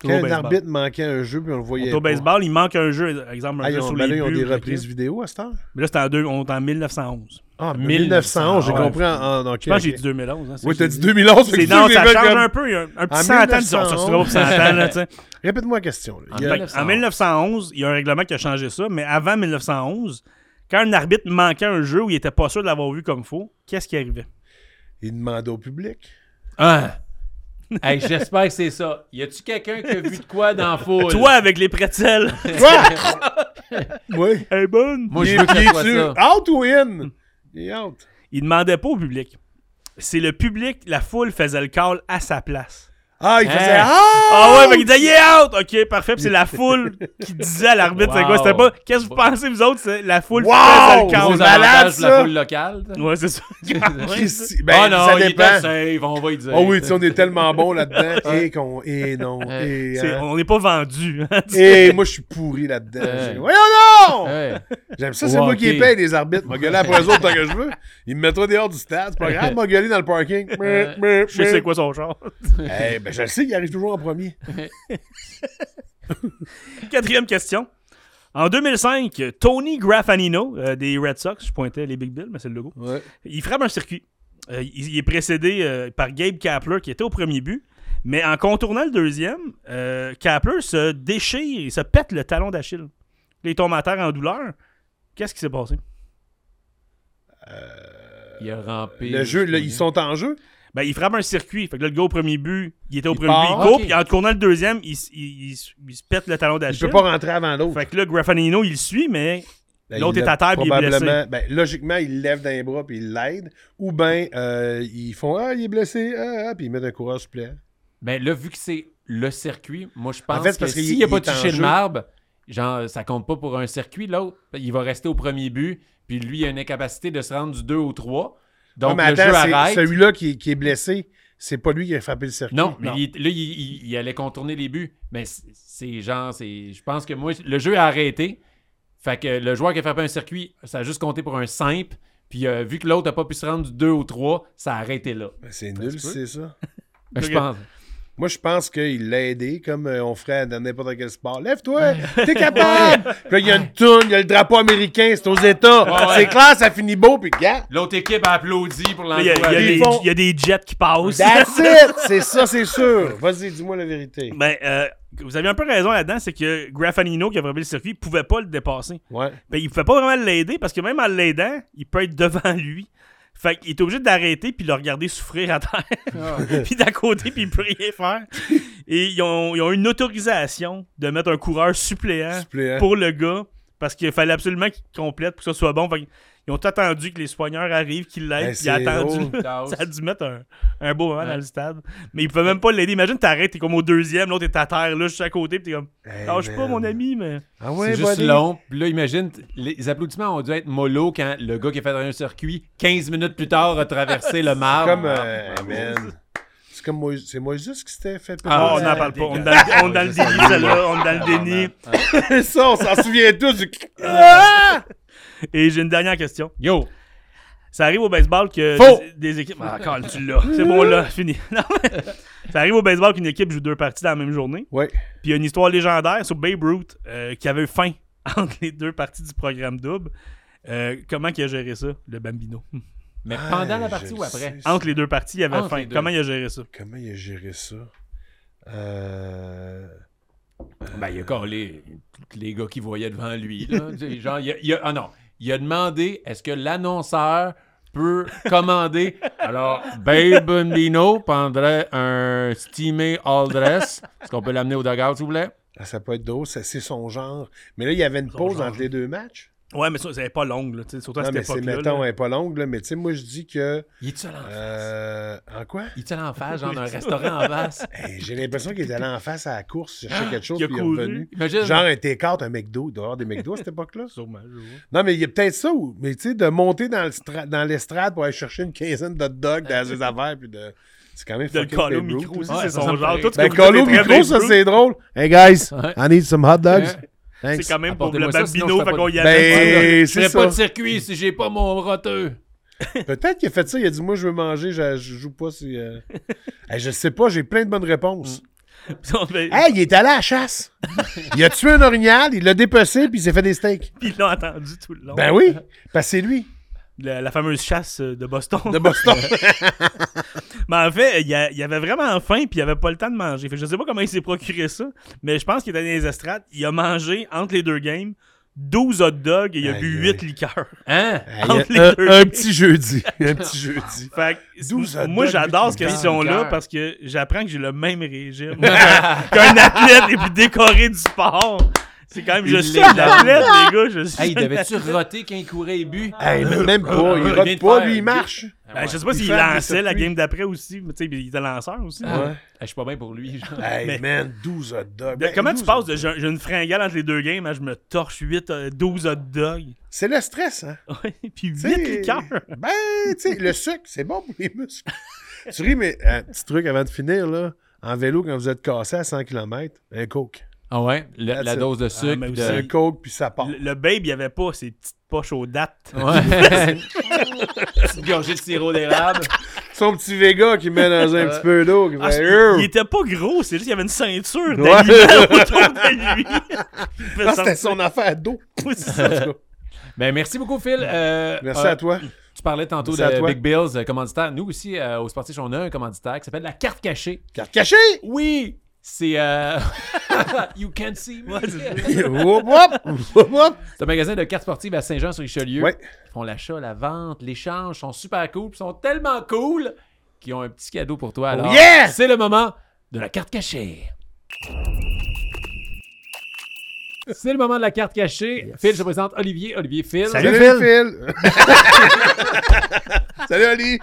C: Quand
B: Toujours
C: un
B: baseball.
C: arbitre manquait un jeu, puis on le
B: On
C: voyait.
B: est Au
C: pas.
B: baseball, il manque un jeu, exemple, un
C: Ah,
B: jeu
C: ils ont,
B: sur
C: ben là,
B: les
C: ils ont
B: buts,
C: des
B: ok.
C: reprises vidéo à cette heure?
B: Mais là, c'était en, deux- on est en 1911.
C: Ah,
A: 1911,
C: 1911, j'ai
B: ouais.
C: compris en, en ok,
B: Je pense que j'ai
C: ok.
B: dit 2011. Hein, c'est
C: Oui,
B: ça
C: t'as
B: que
C: dit
B: j'ai
C: 2011, fait
B: C'est
C: que tous
B: non,
C: les
B: ça
C: gars
B: change
C: comme-
B: un peu. Il y a un, un petit
C: En
B: 100 ans, disons, ça se retrouvera pour 100 ans. Là, tu sais.
C: Répète-moi la question. là.
A: En
C: Il y a-
B: Fait que en 1911, il y a un règlement qui a changé ça, mais avant 1911, quand un arbitre manquait un jeu où il était pas sûr de l'avoir vu comme faux, qu'est-ce qui arrivait?
C: Il demande au public. Hein?
A: Ah! Hey, j'espère que c'est ça. Y a-tu quelqu'un qui a vu de quoi dans la foule?
B: Toi, avec les pretzels,
C: Quoi? oui.
B: elle est bonne.
A: Moi,
C: Il
A: je
C: est-
A: veux que
C: il
A: ça soit
C: est-tu
A: ça.
C: Out ou
B: Hmm.
C: in? Il est out.
B: Il demandait pas au public. C'est le public, la foule faisait le call à sa place.
C: Ah, il
A: Hein?
C: faisait
B: Ah ouais,
C: Ah!
B: fait qu'il disait yeah out! Ok, parfait. Puis c'est la foule qui disait à l'arbitre, c'est quoi? C'était pas, qu'est-ce que vous pensez, vous autres? C'est la foule
C: Wow!
B: qui faisait
A: Gros
B: le
C: C'est
A: avantage
B: call.
C: malade,
A: de la
C: ça.
A: foule locale. t'sais.
B: Ouais, c'est ça.
C: Christi- Ben,
A: Ah non,
C: ça
A: il était
C: dépend.
A: safe, on va y dire.
C: Oh oui, tu sais, on est tellement bon là-dedans. Et qu'on. Et non. Et.
B: C'est-
C: hein.
B: on n'est pas vendu. hein, tu sais.
C: Et moi, je suis pourri là-dedans.
A: Ouais.
C: J'ai- Voyons non!
A: Ouais.
C: J'aime ça, c'est
A: Ouais,
C: moi qui
A: ok.
C: les paye, les arbitres. M'a gueulé après eux autres tant que je veux. Ils me mettront dehors du stade. C'est pas grave, m'a gueulé dans le parking.
A: Ouais.
B: Euh, Je sais c'est quoi son genre.
C: Eh ben, je le sais, il arrive toujours en premier.
B: Quatrième question. En 2005, Tony Graffanino euh, des Red Sox, je pointais les Big Bill, mais c'est le logo,
C: Ouais.
B: il frappe un circuit. Euh, il, il est précédé euh, par Gabe Kapler qui était au premier but, mais en contournant le deuxième, euh, Kapler se déchire, il se pète le talon d'Achille. Il tombe à terre en douleur. Qu'est-ce qui s'est passé?
A: Il a rampé.
C: Le jeu, là, ils sont en jeu.
B: Ben, il frappe un circuit. Fait que là, le gars au premier but, il était au
C: Il
B: premier
C: part.
B: but, il court,
A: Ok.
B: puis en tournant le deuxième, il, s- il- il s- il se pète le talon
C: Il
B: d'Achille.
C: peut pas rentrer avant l'autre.
B: Fait que là, Graffanino, il le suit, mais
C: Ben,
B: L'autre
C: il
B: est
C: l'a-
B: à terre puis il est
C: probablement- ben, logiquement, il lève dans les bras puis il l'aide. Ou bien, ils font Ah, il est blessé. Ah, ah, puis ils mettent un coureur suppléant.
A: Ben là, vu que c'est le circuit, moi je pense
C: En fait, c'est
A: que
C: parce qu'il-
A: s'il n'a
C: il
A: pas
C: est en
A: touché le
C: jeu.
A: marbre, genre ça compte pas pour un circuit, l'autre. Il va rester au premier but, puis lui, il a une incapacité de se rendre du 2 au 3. Donc
C: Ouais, mais
A: le
C: attends,
A: jeu
C: c'est
A: arrête.
C: celui-là qui, est- qui est blessé. c'est pas lui qui a frappé le circuit.
A: Non, mais il- là, il, il- il allait contourner les buts. Mais c'est- c'est genre, c'est, je pense que moi, le jeu a arrêté. Fait que le joueur qui a frappé un circuit, ça a juste compté pour un simple. Puis euh, vu que l'autre n'a pas pu se rendre du 2 au 3, ça a arrêté là.
C: Ben, C'est nul,
A: se peut.
C: c'est ça.
A: Ben, je pense.
C: Moi, je pense qu'il l'a aidé comme euh, on ferait dans n'importe quel sport. Lève-toi, t'es capable. Puis là, il y a une toune, il y a le drapeau américain, c'est aux États.
A: ouais.
C: C'est clair, ça finit beau, puis gars.
A: L'autre équipe a applaudi pour
B: Il y, a- il y a
A: l'encourager.
B: des-
C: Ils font-
B: il y a des jets qui passent.
C: That's it! C'est ça, c'est sûr. Vas-y, dis-moi la vérité.
B: Ben, euh, vous avez un peu raison là-dedans, c'est que Graffanino, qui a frappé le circuit, pouvait pas le dépasser.
C: Ouais.
B: Ben, il pouvait pas vraiment l'aider parce que même en l'aidant, il peut être devant lui. Fait qu'il est obligé d'arrêter puis le regarder souffrir à
C: Ah.
B: terre. puis d'à côté, puis il peut rien faire. Et ils ont, ils ont une autorisation de mettre un coureur suppléant
C: Suppléant.
B: Hein? pour le gars parce qu'il fallait absolument qu'il complète pour que ça soit bon. Fait qu'ils ont attendu que les soigneurs arrivent, qu'ils
C: Ben,
B: l'aident, puis ils ont
C: c'est
B: attendu.
C: drôle.
B: Ça a dû mettre un, un beau moment
A: Ouais.
B: dans le stade. Mais il pouvait même pas l'aider. Imagine, t'arrêtes, t'es comme au deuxième, l'autre est à terre, là, juste à côté, pis t'es comme,
C: Hey,
B: lâche pas,
C: man.
B: mon ami, mais.
C: Ah
A: C'est
C: ouais,
A: juste
C: buddy.
A: long. Puis là, imagine, t- les applaudissements ont dû être mollo quand le gars qui a fait un circuit, 15 minutes plus tard, a traversé le marbre.
C: Comme, euh,
B: Ah,
C: man. C'est comme Moïse. C'est Moïse qui s'était fait
A: Ah,
B: Ah, on
A: ouais,
B: n'en parle pas. On est dans
A: dégueulasse.
B: le, on est dans le déni, celle-là. On est dans le déni.
C: C'est ça, on s'en souvient tous. du-
B: Ah.
C: Ah!
B: Et j'ai une dernière question.
A: Yo!
B: Ça arrive au baseball que
A: Faux!
B: des, des équipes. Ah, calme, tu l'as. C'est bon, là, fini. Non, mais- Ça arrive au baseball qu'une équipe joue deux parties dans la même journée.
C: Ouais.
B: Puis il y a une histoire légendaire sur Babe Ruth euh, qui avait faim entre les deux parties du programme double. Euh, comment il a géré ça, le Bambino?
A: Mais pendant la
C: Ah,
A: partie
C: je
A: ou après?
C: sais.
B: Entre les deux parties, il y avait
A: Entre les
B: faim.
A: deux.
B: Comment il a géré ça?
C: Comment il a géré ça? Euh...
A: Ben, il a collé tous les gars qui voyaient devant lui. là. Tu sais, Genre, il a, il a- ah non, il a demandé est-ce que l'annonceur peut commander. Alors, Babe Bambino prendrait un steamé all dress. Est-ce qu'on peut l'amener au dugout, s'il vous plaît?
C: Ah, ça peut être drôle, ça- c'est son genre. Mais là, il y avait une
B: Son
C: pause
B: genre.
C: entre les deux matchs.
B: Ouais, mais ça, c'était pas long, là, tu sais, surtout à
C: non,
B: cette
C: mais c'est,
B: époque-là.
C: mettons,
B: là.
C: elle est pas longue, là, mais tu sais, moi, je dis que...
A: Il est-tu allé en face?
C: euh, en quoi?
A: Il est allé en face, genre un restaurant en face?
C: Hey, j'ai l'impression qu'il est allé en face à la course, chercher quelque chose,
B: Ah, Il a
C: puis il est
B: couru.
C: revenu.
A: Imagine.
C: Genre un T4, un McDo, dehors des McDo à cette époque-là.
B: Sûrement, je vois.
C: Non, mais il y a peut-être ça, ou- mais tu sais, de monter dans, le stra- dans l'estrade pour aller chercher une quinzaine de hot dogs dans ses affaires, puis de... C'est quand même
B: De le
C: fucking
B: coller au
C: Babe Ruth,
B: micro aussi,
C: là.
A: Ouais,
B: c'est
A: ça
B: son
A: me
B: genre.
A: paraît.
B: Tout ce que
C: Ben,
B: vous
C: coller au
B: avez fait,
C: micro,
B: Babe
C: ça,
B: Ruth,
C: c'est drôle. Hey, guys,
A: Ouais.
C: I need some hot dogs.
A: Ouais.
C: Thanks.
B: C'est quand même pour le
A: Apportez-moi ça, sinon je
B: bambino,
A: fais
B: fait
A: pas
B: qu'on
A: de-
B: y allait.
C: Ben,
A: Je ferais
C: c'est
A: pas
C: ça.
A: de circuit si j'ai pas mon roteux.
C: Peut-être qu'il a fait ça, il a dit Moi, je veux manger, je, je joue pas. Si, euh... Hey, je sais pas, j'ai plein de bonnes
B: Mm.
C: réponses.
B: Puis
C: Hey, il est allé à la chasse. il a tué un orignal, il l'a dépecé, puis il s'est fait des steaks.
B: ils l'ont attendu tout le long.
C: Ben oui, parce que c'est lui,
B: La, la fameuse chasse euh, de Boston.
C: de Boston.
B: Mais en fait, il, y a- il avait vraiment faim puis il avait pas le temps de manger. Fait que je sais pas comment il s'est procuré ça, mais je pense qu'il était dans les estrades. Il a mangé entre les deux games 12 hot dogs et il a
C: Aïe,
B: bu
C: aïe.
B: 8 liqueurs.
A: Hein?
C: Hey,
B: Entre les
C: un,
B: deux.
C: un petit jeudi. Un petit jeudi.
B: Fait que,
C: 12 hot
B: moi
C: dogs,
B: j'adore
C: huit
B: cette
A: liqueurs.
B: question-là parce que j'apprends que j'ai le même régime qu'un athlète et plus décoré du sport. C'est quand même, je
A: Une
B: suis un
A: légende.
B: athlète, les gars, je suis
A: Hey, il
B: un
A: devait-tu roter quand il courait et but?
C: Hey,
B: Euh,
C: mais même pas, il
A: Il vient
C: rote
A: de
C: pas,
A: faire
C: lui, il
A: un
C: marche.
A: Ah ouais.
B: Ben, je sais pas
C: Il
B: s'il
C: fait des
B: lançait la
C: circuits.
B: game d'après aussi, mais tu sais, il était lanceur aussi.
A: Ah.
C: Ouais.
A: Hey, Je suis pas bien pour lui. genre.
B: Ah.
C: Hey,
B: Mais-
C: man, 12 hot dogs.
B: De-
C: Ben,
B: comment tu
C: 12
B: passes
C: hot
B: de j'ai j'ai une fringale entre les deux games à je me torche 8, euh, 12 hot dogs,
C: C'est le stress, hein.
B: Ouais, puis 8
C: T'sais,
B: liqueurs?
C: Ben, tu sais, le sucre, c'est bon pour les muscles. tu ris, mais un petit truc avant de finir, là. En vélo, quand vous êtes cassé à 100 km, un coke.
A: Ah ouais? Le-
C: That's
A: la
C: it. Ah,
A: dose de sucre.
B: mais
A: de-
B: aussi-
C: Un coke, puis ça part.
B: Euh, Le, le babe, il avait pas ses petites poches aux dates.
A: Ouais. Petite gorgée de sirop d'érable.
C: Son petit Vega qui met dans un petit peu d'eau. qui
B: Ah,
C: fait,
B: il, il
C: Urgh!
B: était pas gros, c'est juste qu'il y avait une ceinture
C: Ouais.
B: d'aliments autour de lui. Il fait
C: Ah,
B: sentir-
C: C'était son affaire d'eau.
B: Oui, c'est ça.
A: Ben, merci beaucoup, Phil. Euh,
C: Merci
A: euh,
C: à toi.
A: Tu parlais tantôt
C: Merci à
A: de
C: toi.
A: Big Bills, euh, commanditaire. Nous aussi, euh, au Sportif, on a un commanditaire qui s'appelle la carte cachée.
C: Carte cachée!
A: Oui! C'est. euh, you can't see me. c'est
C: Whoop, whoop, whoop, whoop.
A: un magasin de cartes sportives à Saint-Jean-sur-Richelieu.
C: Ouais.
A: Ils font l'achat, la vente, l'échange. sont super cool. puis sont tellement cool qu'ils ont un petit cadeau pour
D: Oh
A: toi. Alors,
C: yeah!
A: c'est le moment de la carte cachée. C'est le moment de la carte cachée. Phil, je te présente Olivier. Olivier, Phil.
B: Salut,
C: Phil! Salut Ali!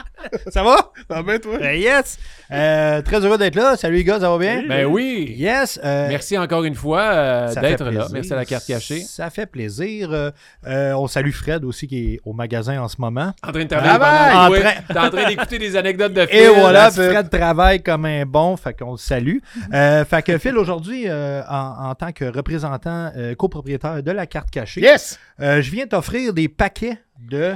D: Ça va?
C: Ça va bien, toi?
D: Euh, yes! Euh, très heureux d'être là. Salut les gars, ça va bien?
A: Ben oui.
D: Yes! euh,
A: Merci encore une fois euh,
D: ça
A: d'être
D: fait
A: là.
D: plaisir.
A: Merci à la carte cachée.
D: Ça fait plaisir. Euh, euh, on salue Fred aussi qui est au magasin en ce moment.
A: En train de travailler
D: Travaille!
A: pendant
D: En
A: oui.
D: train- Eh
A: T'es en train d'écouter des anecdotes de films.
D: Et voilà,
C: ben-
A: Phil.
D: Fred travaille comme un bon, fait qu'on le salue.
C: Mhm.
D: Euh, fait que Phil, aujourd'hui, euh, en, en tant que représentant euh, copropriétaire de la carte cachée,
C: Yes!
D: euh, je viens t'offrir des paquets de...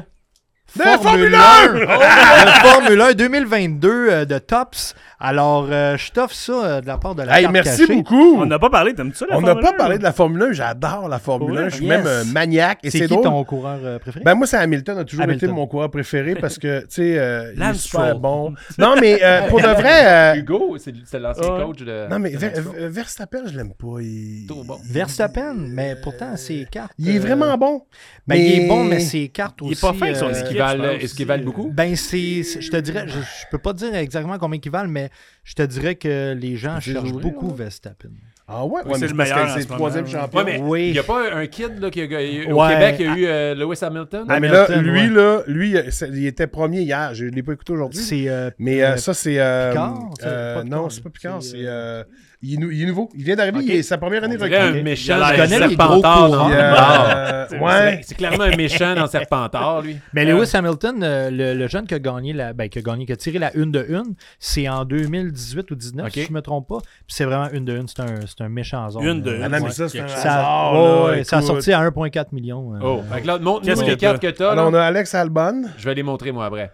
C: De Formule 1!
D: De Formule 1 2022 euh, de Tops. Alors, euh, je t'offre ça euh, de la part de la
C: Hey,
D: carte
C: merci
D: cachée.
C: beaucoup!
B: On n'a pas parlé, t'aimes-tu ça, la
C: On n'a
B: Formule
C: pas
B: 1?
C: parlé de la Formule 1, j'adore la Formule
B: Ouais,
C: 1, je suis
D: yes.
C: même euh, maniaque et
D: C'est
C: c'est
D: qui
C: drôle.
D: ton coureur euh, préféré?
C: Ben moi, c'est Hamilton a toujours
D: Hamilton.
C: été mon coureur préféré parce que, tu sais, euh, il est
B: Lance
C: super
B: Stroll.
C: bon. Non, mais euh, pour de vrai, euh,
A: Hugo, c'est c'est l'ancien coach de.
C: non, mais
A: de
C: Ver-
A: Max Verstappen.
C: Ver- Verstappen, je l'aime pas. Il...
A: Trop bon.
D: Verstappen, mais pourtant, ses cartes...
C: il est
D: euh,
C: vraiment bon.
D: ben, il est bon, mais ses cartes
B: Il
D: aussi...
B: est pas fin avec son
D: euh,
A: Est-ce
B: équipe.
A: qu'ils valent,
B: je pense
A: est-ce qu'ils
B: aussi,
A: valent
B: euh,
A: beaucoup?
D: Ben, c'est. c'est- Je te dirais, je, je peux pas te dire exactement combien ils valent, mais je te dirais que les gens
C: J'ai
D: cherchent
C: oublié,
D: beaucoup Verstappen.
C: Ah ouais,
B: c'est
C: mais
B: le
C: parce que
B: meilleur en
C: C'est le
B: ce moment,
C: troisième
B: ouais.
C: champion.
A: Ouais, mais
D: Oui.
A: il n'y a pas un kid là, qui a, il- au
D: Ouais.
A: Québec, il y a eu euh, Lewis Hamilton?
C: Ah, mais là,
D: Hamilton,
C: lui,
D: ouais.
C: là, lui, euh, c'est- il était premier hier. Je ne l'ai pas écouté aujourd'hui.
D: C'est. euh,
C: Mais euh,
D: euh,
C: ça, c'est. euh,
D: Picard? C'est
C: euh,
D: pas Picard,
C: non, c'est
D: là.
C: pas Picard.
D: C'est,
C: C'est, euh, il, est nou- il est nouveau. Il vient d'arriver.
A: Ok.
C: il est- sa première année
A: On dirait un
C: recrue.
A: méchant
B: Il a
A: dans
B: l'air-
D: connaît les gros
A: Serpentard. dans
D: courants.
A: le
C: Puis,
A: Nord.
C: euh,
B: C'est
C: ouais.
A: C'est- C'est clairement un méchant dans Serpentard, lui.
D: mais
B: euh,
D: Lewis Hamilton, euh, le, le jeune qui a gagné la. Ben, qui a gagné, qui a tiré la une de une, c'est en 2018 ou 19,
A: Ok.
D: si je me trompe pas. Puis c'est vraiment une de une, c'est un, c'est un méchant zone.
B: Une de
C: Ah
D: là.
B: une.
C: non,
B: Ouais.
C: mais ça, c'est un
B: Ça-
D: Ça,
C: hasard,
D: ouais,
C: là,
D: ouais, ça a
C: écoute.
D: sorti à 1,4 million. euh.
A: Oh, fait que là, montre-nous
B: Qu'est-ce
A: les
B: que t'as?
A: cartes que t'as.
C: Alors, Ah, on
A: là.
C: a Alex Albon.
A: Je vais les montrer, moi, après.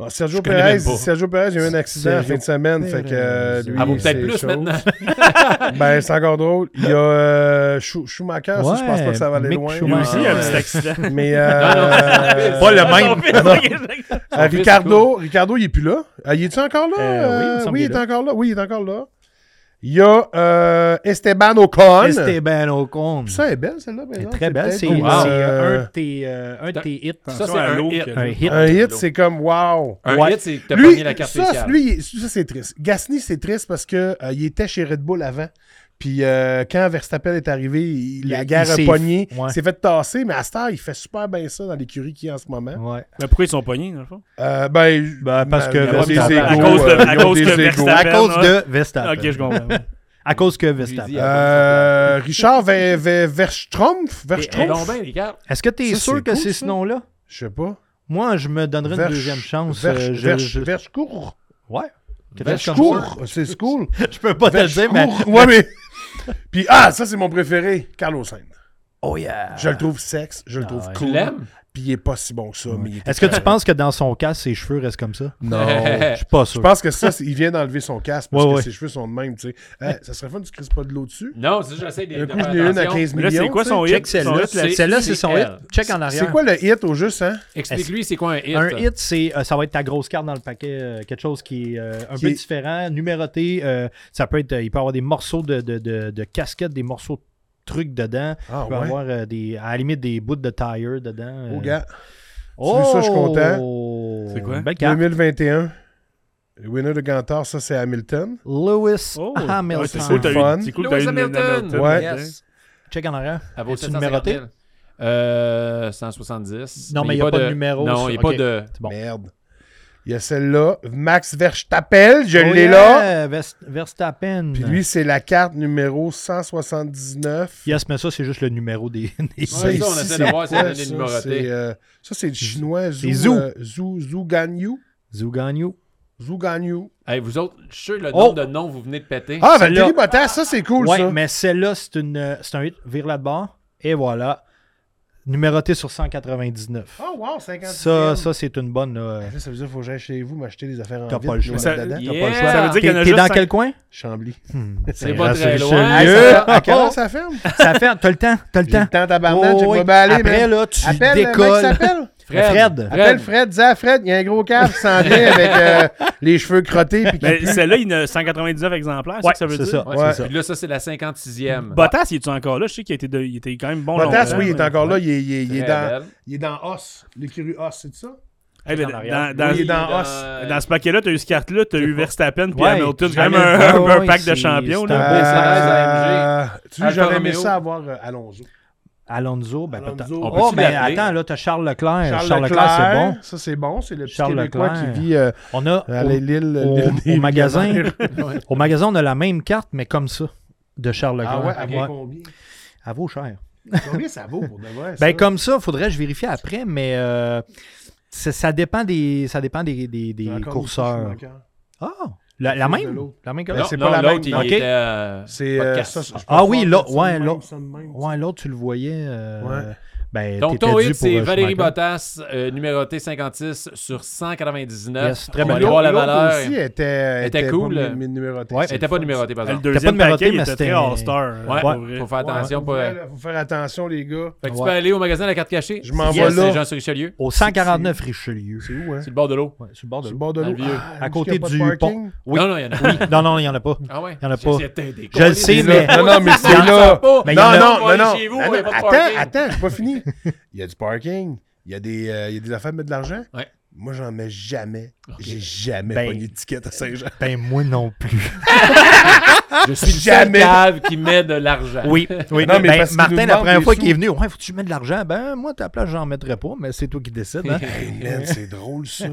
C: Ah, Sergio
A: connais
C: Perez,
A: même pas.
C: Sergio Perez, il y a eu un accident la fin de semaine.
D: Perez.
C: Fait que, euh, lui,
A: Ah, vaut
C: c'est
A: peut-être plus
C: chaud.
A: maintenant.
C: Ben, c'est encore drôle. Il y a euh, Schu- Schumacher, ça, je pense pas que ça va aller
D: Ouais,
C: loin.
D: Mick
B: Lui
D: Ouais.
B: aussi, il y a un petit accident.
C: Mais.
A: non,
C: euh,
A: Pas
D: le
B: Son fils, regarde.
C: Euh, Ricardo, Ricardo, il est plus là. Ah, il est-tu encore là?
D: Euh, oui, il me
C: Euh,
D: semble
C: oui, il
D: qu'il
C: est
D: est là.
C: encore là. Oui, il est encore là. Il y a euh, Esteban Ocon.
D: Esteban Ocon.
C: Ça elle est belle, celle-là. par
D: Elle est
C: exemple.
D: très belle.
C: peut-être
D: C'est
C: pour,
D: c'est, euh, un
C: euh,
D: de tes, euh, un de tes hits.
A: Ça, c'est
B: Attention à
A: un hit.
B: l'eau qu'il y a
D: Un
B: dedans.
D: hit.
C: un hit, c'est comme wow.
A: Un
D: Ouais.
A: hit, c'est que t'as
C: Lui,
A: pogné la carte
C: ça,
A: spéciale.
C: lui, ça c'est triste. Gasly, c'est triste parce que euh, il était chez Red Bull avant. Puis euh, quand Verstappen est arrivé, il, la
D: Il-
C: guerre
D: il
C: a
D: s'est-
C: pogné.
D: ouais.
C: Il s'est fait tasser, mais à cette heure, il fait super bien ça dans l'écurie qu'il est en ce moment.
D: Ouais.
B: Mais pourquoi ils sont pognés, dans le fond?
C: Euh, ben, j-
D: Ben, parce que
C: ils ont des
D: Verstappen-
B: À
C: égos,
B: cause de-
C: euh,
B: à
C: ils ont
B: cause
C: des
B: de
C: égos.
B: Verstappen.
D: À cause
B: ouais.
D: de Verstappen.
B: Ok, je comprends. ouais.
D: À cause que
A: Lui dit,
D: Verstappen.
C: Euh, Richard Ver- Ver-
D: eh,
C: Verstrumpf?
A: Et- et
C: Verstrumpf?
A: donc, ben, les cartes.
D: Est-ce que tu es
C: Ça,
D: sûr
C: c'est
D: que
C: cool,
D: c'est
C: ça.
D: ce nom-là?
C: Je sais pas.
D: Moi, je me donnerais
C: Verch-
D: une deuxième chance.
C: Verch-
D: euh, je,
C: Verch-
D: je-
C: Verchcourt.
D: Ouais. Quelque chose comme ça.
C: Verchcourt. C'est c'est cool.
D: Je peux pas te le dire, mais.
C: Verchcourt. Ouais, mais. Puis, ah, ça, c'est mon préféré. Carlos Sainz.
D: Oh yeah.
C: Je le trouve sexe, je le
D: Ah
C: trouve
D: ouais.
A: Tu
C: cool.
A: l'aimes?
C: Puis, il est pas si bon que ça. mais il était
D: Est-ce que tu
C: correct.
D: penses que dans son cas, ses cheveux restent comme ça? Oh, Je suis pas
C: Je
D: sûr.
C: pense que ça, c'est- il vient d'enlever son casque parce
D: Ouais,
C: que
D: ouais.
C: ses cheveux sont de même, tu sais. Eh, ça serait fun que tu crises pas de l'eau dessus.
A: Non, c'est j'essaie de
C: Un
A: de
C: coup,
A: faire
C: il y en a une à
A: attention.
C: 15
B: Mais là, c'est
C: millions,
B: quoi
C: tu
B: son
D: Check
B: hit? Son
D: celle-là.
B: hit,
A: c'est-
D: c'est- Celle-là, c'est
A: c'est
D: son hit.
A: elle.
D: Check en
C: sais. C'est
D: arrière.
C: quoi le hit au juste, hein?
A: Explique-lui, c'est quoi un hit?
D: Un hit, c'est, euh, ça va être ta grosse carte dans le paquet, euh, quelque chose qui est euh, un
C: Qui
D: peu
C: est-
D: différent, numéroté. euh, ça peut être, euh, il peut y avoir des morceaux de, de, de, de casquette, des morceaux de trucs dedans.
C: Ah
D: Il peut y
C: ouais.
D: avoir euh, des, à la limite des bouts de tire dedans.
C: Oh,
D: euh.
C: gars. veux ça, je suis content.
D: Oh,
B: C'est quoi?
D: une Belle carte.
C: 2021. Le winner de Gantar, ça, c'est Hamilton.
D: Lewis
B: Oh, ouais,
D: Ah, Hamilton.
B: c'est cool, t'as
C: Fun.
B: eu- c'est cool, t'as
A: Lewis
B: eu une- une
A: Hamilton.
B: Hamilton.
C: Ouais.
D: Yes. Check en arrière.
A: Elle
B: Ah,
A: vaut
D: Est-ce
A: 750 000. Euh, 170.
D: Non, mais il n'y a pas de numéro.
A: Non,
D: sur-
A: il n'y a pas
D: ok.
A: de...
D: C'est bon.
C: Merde. Il y a celle-là. Max Verstappen, je
D: Oh
C: l'ai
D: yeah,
C: là.
D: Vers- Verstappen.
C: Puis lui, c'est la carte numéro 179.
D: Yes, mais ça, c'est juste le numéro des. des-
A: Ouais, ça, on essaie de voir si elle a des numérotés.
C: c'est, euh, ça, c'est le chinois Zhu.
D: C'est Zhu.
C: euh, Zhu, Zhu Ganyu.
D: Zouganyu.
C: Zhu Ganyu.
A: Hey, vous autres, je suis sûr le
D: Oh!
A: nombre de noms que vous venez de péter.
C: Ah,
D: Celle-là.
C: Valérie Bottas, ça, c'est cool,
D: ben ouais,
C: ça.
D: mais celle-là, c'est une, euh, c'est un hit. Vire là de bord. Et voilà. Numéroté sur 199.
C: Oh, wow, 50
D: ça, ça c'est une bonne. là.
C: Là, ça veut dire qu'il faut que j'aille chez vous m'acheter des affaires en
D: T'as
C: vide,
D: pas le
C: puis
D: choix.
C: je
B: Ça-
C: mets dedans.
A: Yeah!
D: T'as pas le choix.
B: Ça veut dire
D: T'es-
B: qu'il y en a
D: T'es
B: juste
D: dans
B: cinq-
D: quel coin?
C: Chambly.
A: C'est pas très
D: Rachel
A: loin.
D: Hey,
A: Hey,
D: ça
C: Euh,
D: fait
C: à quelle heure
D: encore-
C: ça ferme?
D: Ça fait. T'as le temps. T'as le
C: J'ai le
D: temps.
C: temps, tabarnak, j'ai
D: Oh,
C: pas
D: oui.
C: balé,
D: Après,
C: man.
D: là, tu
C: Appelle le mec qui
D: décolles.
C: s'appelle.
D: Fred.
C: Appelle Fred, dis à Fred, il y a un gros cave qui s'en vient avec euh, les cheveux crottés. Puis qui
B: Mais
C: pue.
B: celle-là, il y en a 199 exemplaires, c'est ça que ça veut
D: c'est
B: dire?
D: ça.
A: Ouais,
C: Ouais.
A: c'est ça. Puis là, ça, c'est la 56e.
B: Bottas, il est-tu encore là? Je sais qu'il a été de- il était quand même bon.
C: Bottas,
B: longtemps,
C: oui, il est
B: mais-
C: encore là. Il est, il est- il est
A: Très
C: dans,
A: belle.
C: il est dans Os, l'écurie Os, c'est ça?
B: Eh ben,
D: en arrière.
B: dans- dans-
C: Oui, il est dans
B: Euh, Dans ce paquet-là, t'as eu ce carte-là, t'as eu Verstappen puis
D: Ouais,
B: Hamilton. C'est quand même
D: Hamilton,
B: un, un-
D: ouais,
B: un
D: ouais,
B: pack de
D: c'est-
B: champions.
D: c'est
B: là.
D: un- Ah,
A: Mercedes,
C: Euh, Tu sais,
A: Alfa
C: j'aurais aimé
A: Romeo.
C: ça avoir euh, Alonso.
D: Alonso, ben peut-être.
C: Alonso.
A: On peut-tu
D: Oh, ben
A: l'appeler?
D: attends, là, t'as Charles Leclerc.
C: Charles,
D: Charles,
C: Leclerc,
D: Leclerc, c'est bon.
C: Ça, c'est bon. C'est le petit
D: Charles
C: Québécois
D: Leclerc.
C: qui vit euh,
D: On a
C: à
D: au-
C: l'île. l'île
D: au-
C: des
D: au
C: millionnaires.
D: magasin. au magasin, on a la même carte, mais comme ça, de Charles
C: Ah
D: Leclerc.
C: ouais, à
D: Ouais.
C: combien?
D: Elle vaut cher.
C: Combien ça vaut pour de vrai? ça?
D: Ben, comme ça, faudrait que je vérifie après, mais euh, ça, ça dépend des, ça dépend des, des, des
C: J'ai encore une
D: courseurs.
C: couche manquante.
D: Ah, la, la
C: Celle de
D: même?
C: l'autre.
D: La même que
C: Ben,
D: là?
C: c'est
A: Non,
C: pas la même,
A: l'autre, il
C: non.
A: était, euh,
C: C'est. euh,
A: podcast.
C: ça, ça, je
D: Ah
C: pense
D: oui,
C: pas,
D: là,
C: ça de
D: ouais,
C: même,
D: là.
C: ça de même.
D: Ouais, l'autre, tu le voyais. euh,
C: Ouais.
D: Ben,
A: Donc,
D: t'étais
A: ton
D: dû
A: hit,
D: pour,
A: c'est
D: euh,
A: Valérie
D: Schumacher.
A: Bottas, euh, numéroté 56 sur 199.
D: Yes, très
A: On va
D: bonne
A: aller voir la
C: L'autre
A: valeur.
C: aussi était,
A: Était cool.
C: pas mi- mi- numérotée.
D: Ouais.
A: Elle était pas numérotée, par
B: Le
A: exemple.
B: deuxième
D: numéroté,
B: paquet, il
D: mais
B: était
D: c'était-
B: très all-star.
A: Ouais,
B: pour vrai.
A: faut faire attention.
C: Ouais,
A: pour-
C: faut faire- Faut faire attention, les gars.
A: Fait que tu
D: Ouais.
A: peux aller au magasin de la carte cachée.
C: Je m'en
A: Yes,
C: vais là.
A: C'est Jean sur Richelieu.
D: Au 149 Richelieu.
C: C'est où, hein?
A: Sur le bord de l'eau.
D: Ouais, sur le bord de
C: Sur le
D: l'eau.
C: bord de
A: Dans
C: l'eau.
A: le vieux.
C: Ah,
D: À
C: est-ce
D: côté
C: qu'il y a pas de
D: du
C: parking?
D: Oui.
A: Non, non, il y en a.
D: Non, non, il n'y en a pas.
A: Ah ouais?
D: Il y en a pas.
A: J'étais des
D: Je le
A: colis.
D: sais,
C: Dis-le.
D: mais.
C: Non, non, mais
A: Ça
C: c'est
A: sort
C: là.
A: pas.
D: Mais il y
C: Non,
D: en a-
C: non,
A: Allez
C: non, non.
A: chez vous,
C: Non,
A: il y a
C: non,
A: pas de
C: Attends,
A: parking.
C: attends, j'ai pas fini. Il y a du parking. Il y a des, euh, il y a des affaires de mettre de l'argent.
A: Ouais.
C: Moi, j'en mets jamais.
A: Ok.
C: J'ai jamais
D: Ben.
C: pogné de ticket à Saint-Jean.
D: Ben, moi non plus.
A: Je suis jamais
C: Jamais.
A: cave qui met de l'argent.
D: Oui, oui.
C: Non, mais
D: Ben,
C: parce qu'il nous
D: Martin, la
C: demande
D: première
C: des
D: fois qu'il
C: sous.
D: est venu, ouais, faut-tu mettre de l'argent? Ben, moi, à ta place, j'en mettrais pas, mais c'est toi qui décides. Hein?
C: Hey, man, c'est drôle, ça.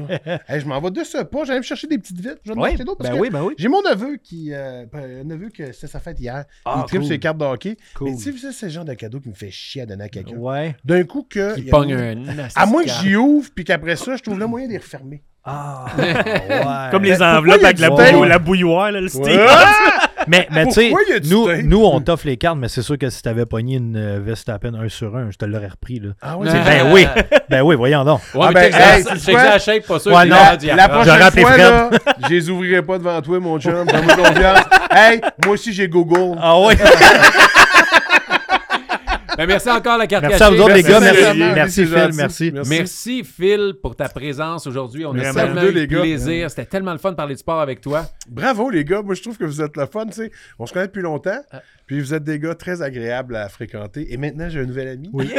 C: Hey, je m'en vais de ce pas. J'allais me chercher des petites vites. Je vais en
D: Ouais,
C: acheter d'autres. parce
D: ben
C: que
D: oui, ben oui.
C: J'ai mon neveu qui. euh, un neveu que c'était sa fête hier. il tripe
D: cool.
C: ses cartes de hockey.
D: Cool.
C: Mais tu sais, ça, c'est le genre de cadeau qui me fait chier à donner à quelqu'un.
D: Ouais.
C: D'un coup que.
A: Il
C: y a-
A: pogne un.
C: À moins que j'y ouvre, puis qu'après ça, je trouve le moyen de les refermer.
D: Ah, ouais.
B: Comme
C: Mais
B: les
C: pourquoi
B: enveloppes
C: il y a
B: avec
C: du
B: la,
D: tape?
B: bouilloire, la bouilloire, là, le steak.
D: Ah!
A: Ah,
D: Mais, mais tu sais,
C: Pourquoi y a du
D: nous,
C: tape?
D: nous, on t'offre les cartes, mais c'est sûr que si t'avais pogné une euh, veste à peine 1 sur 1, je te l'aurais repris. Là.
C: Ah
A: ouais,
C: ouais,
A: c'est-
D: Ben oui, ben oui, voyons donc.
A: Ouais,
C: Ah
A: mais
C: ben,
A: check ça,
C: hey,
A: check
C: tu
A: ça
C: vois?
A: la shape, pas sûr.
D: Ouais,
A: qu'il est
D: non,
C: La,
A: rendu à
C: la
A: prendre.
D: J'aurais
C: prochaine
D: appelé
C: fois,
D: Fred.
C: là, je les ouvrirai pas devant toi, mon chum. Fais-moi confiance. Hey, moi aussi, j'ai Google.
D: Ah oui,
A: Ben, merci encore, la carte
D: merci à
A: cachée.
D: vous autres, les
C: Merci,
D: gars. Merci,
C: Olivier.
D: merci
C: C'est
D: Phil,
C: gentil.
D: merci.
A: Merci Phil pour ta présence aujourd'hui. On a
B: Vraiment.
A: tellement
C: Deux,
A: eu
C: les
A: de
C: gars.
A: plaisir. C'était tellement le fun de parler du sport avec toi.
C: Bravo, les gars. Moi, je trouve que vous êtes le fun. tu sais. On se connaît depuis longtemps. Puis vous êtes des gars très agréables à fréquenter. Et maintenant, j'ai un nouvel ami.
D: Oui.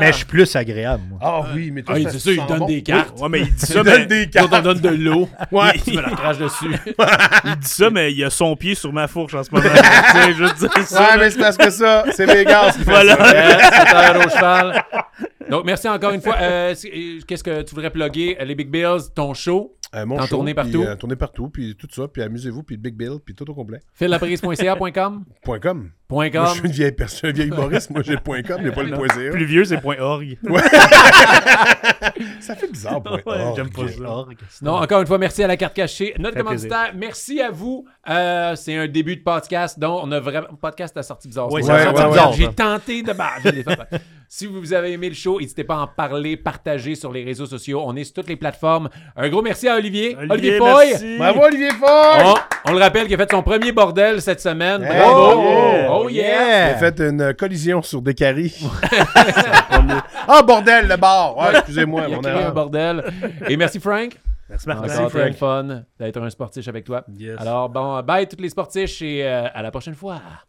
D: Mais je suis plus agréable, moi.
C: Ah oui, mais toi,
A: Ah, il
C: ça-
A: dit ça, il
C: sent
A: donne
C: bon.
A: des cartes.
B: Ouais, mais il dit
C: Tu
B: ça,
C: donnes
B: mais,
C: des
A: Quand on
C: cartes.
A: donne de l'eau,
C: Ouais.
A: tu me la craches dessus. Hein,
B: il dit ça, mais il a son pied sur ma fourche en ce moment. tu sais, je veux dire ça.
C: Ouais,
B: là.
C: mais c'est parce que ça, c'est euh, mes gars. qui font
B: Voilà.
C: ça.
A: Yes, c'est un au cheval. Donc, merci encore une fois. Euh, c'est- Qu'est-ce que tu voudrais plugger? Les Big Bills, ton show,
C: Euh, mon
A: T'en
C: show,
A: tournez
C: puis,
A: partout.
C: euh, tournez partout, puis tout ça, puis amusez-vous, puis Big Bill, puis tout au complet.
A: phillaprises.ca.com.
C: Point .com.
A: Point
C: Moi,
A: com.
C: je suis une vieille personne, un vieil Boris. Moi, j'ai point .com, j'ai pas le point .ca.
B: Plus vieux, c'est point .org.
C: Ça fait bizarre, point
B: Ouais,
C: org.
B: j'aime pas ça.
A: Non, encore une fois, merci à la carte cachée. Notre
D: Fait
A: commanditaire, merci à vous. Euh, c'est un début de podcast, donc on a vraiment. Podcast à sortie bizarre.
B: Ouais,
A: c'est
B: ça
A: vrai.
C: a sorti bizarre,
A: J'ai
D: ça.
A: tenté de. bah, je l'ai fait. si vous avez aimé le show, n'hésitez pas à en parler, partager sur les réseaux sociaux. On est sur toutes les plateformes. Un gros merci à Olivier. Olivier, Foy.
B: merci.
C: Bravo, Olivier Foy!
A: On, on le rappelle, qu'il a fait son premier bordel cette semaine.
C: Hey,
A: Bravo!
C: yeah.
A: Oh yeah!
C: J'ai fait une collision sur des caries. Ah, bordel, le bar! Ouais, excusez-moi,
A: Il a
C: mon
A: créé un
C: erreur.
A: bordel. Et merci Frank.
B: Merci,
A: Encore
B: Martin.
A: très le fun d'être un sportif avec toi.
B: Yes.
A: Alors bon, bye toutes les sportiches et euh, à la prochaine fois.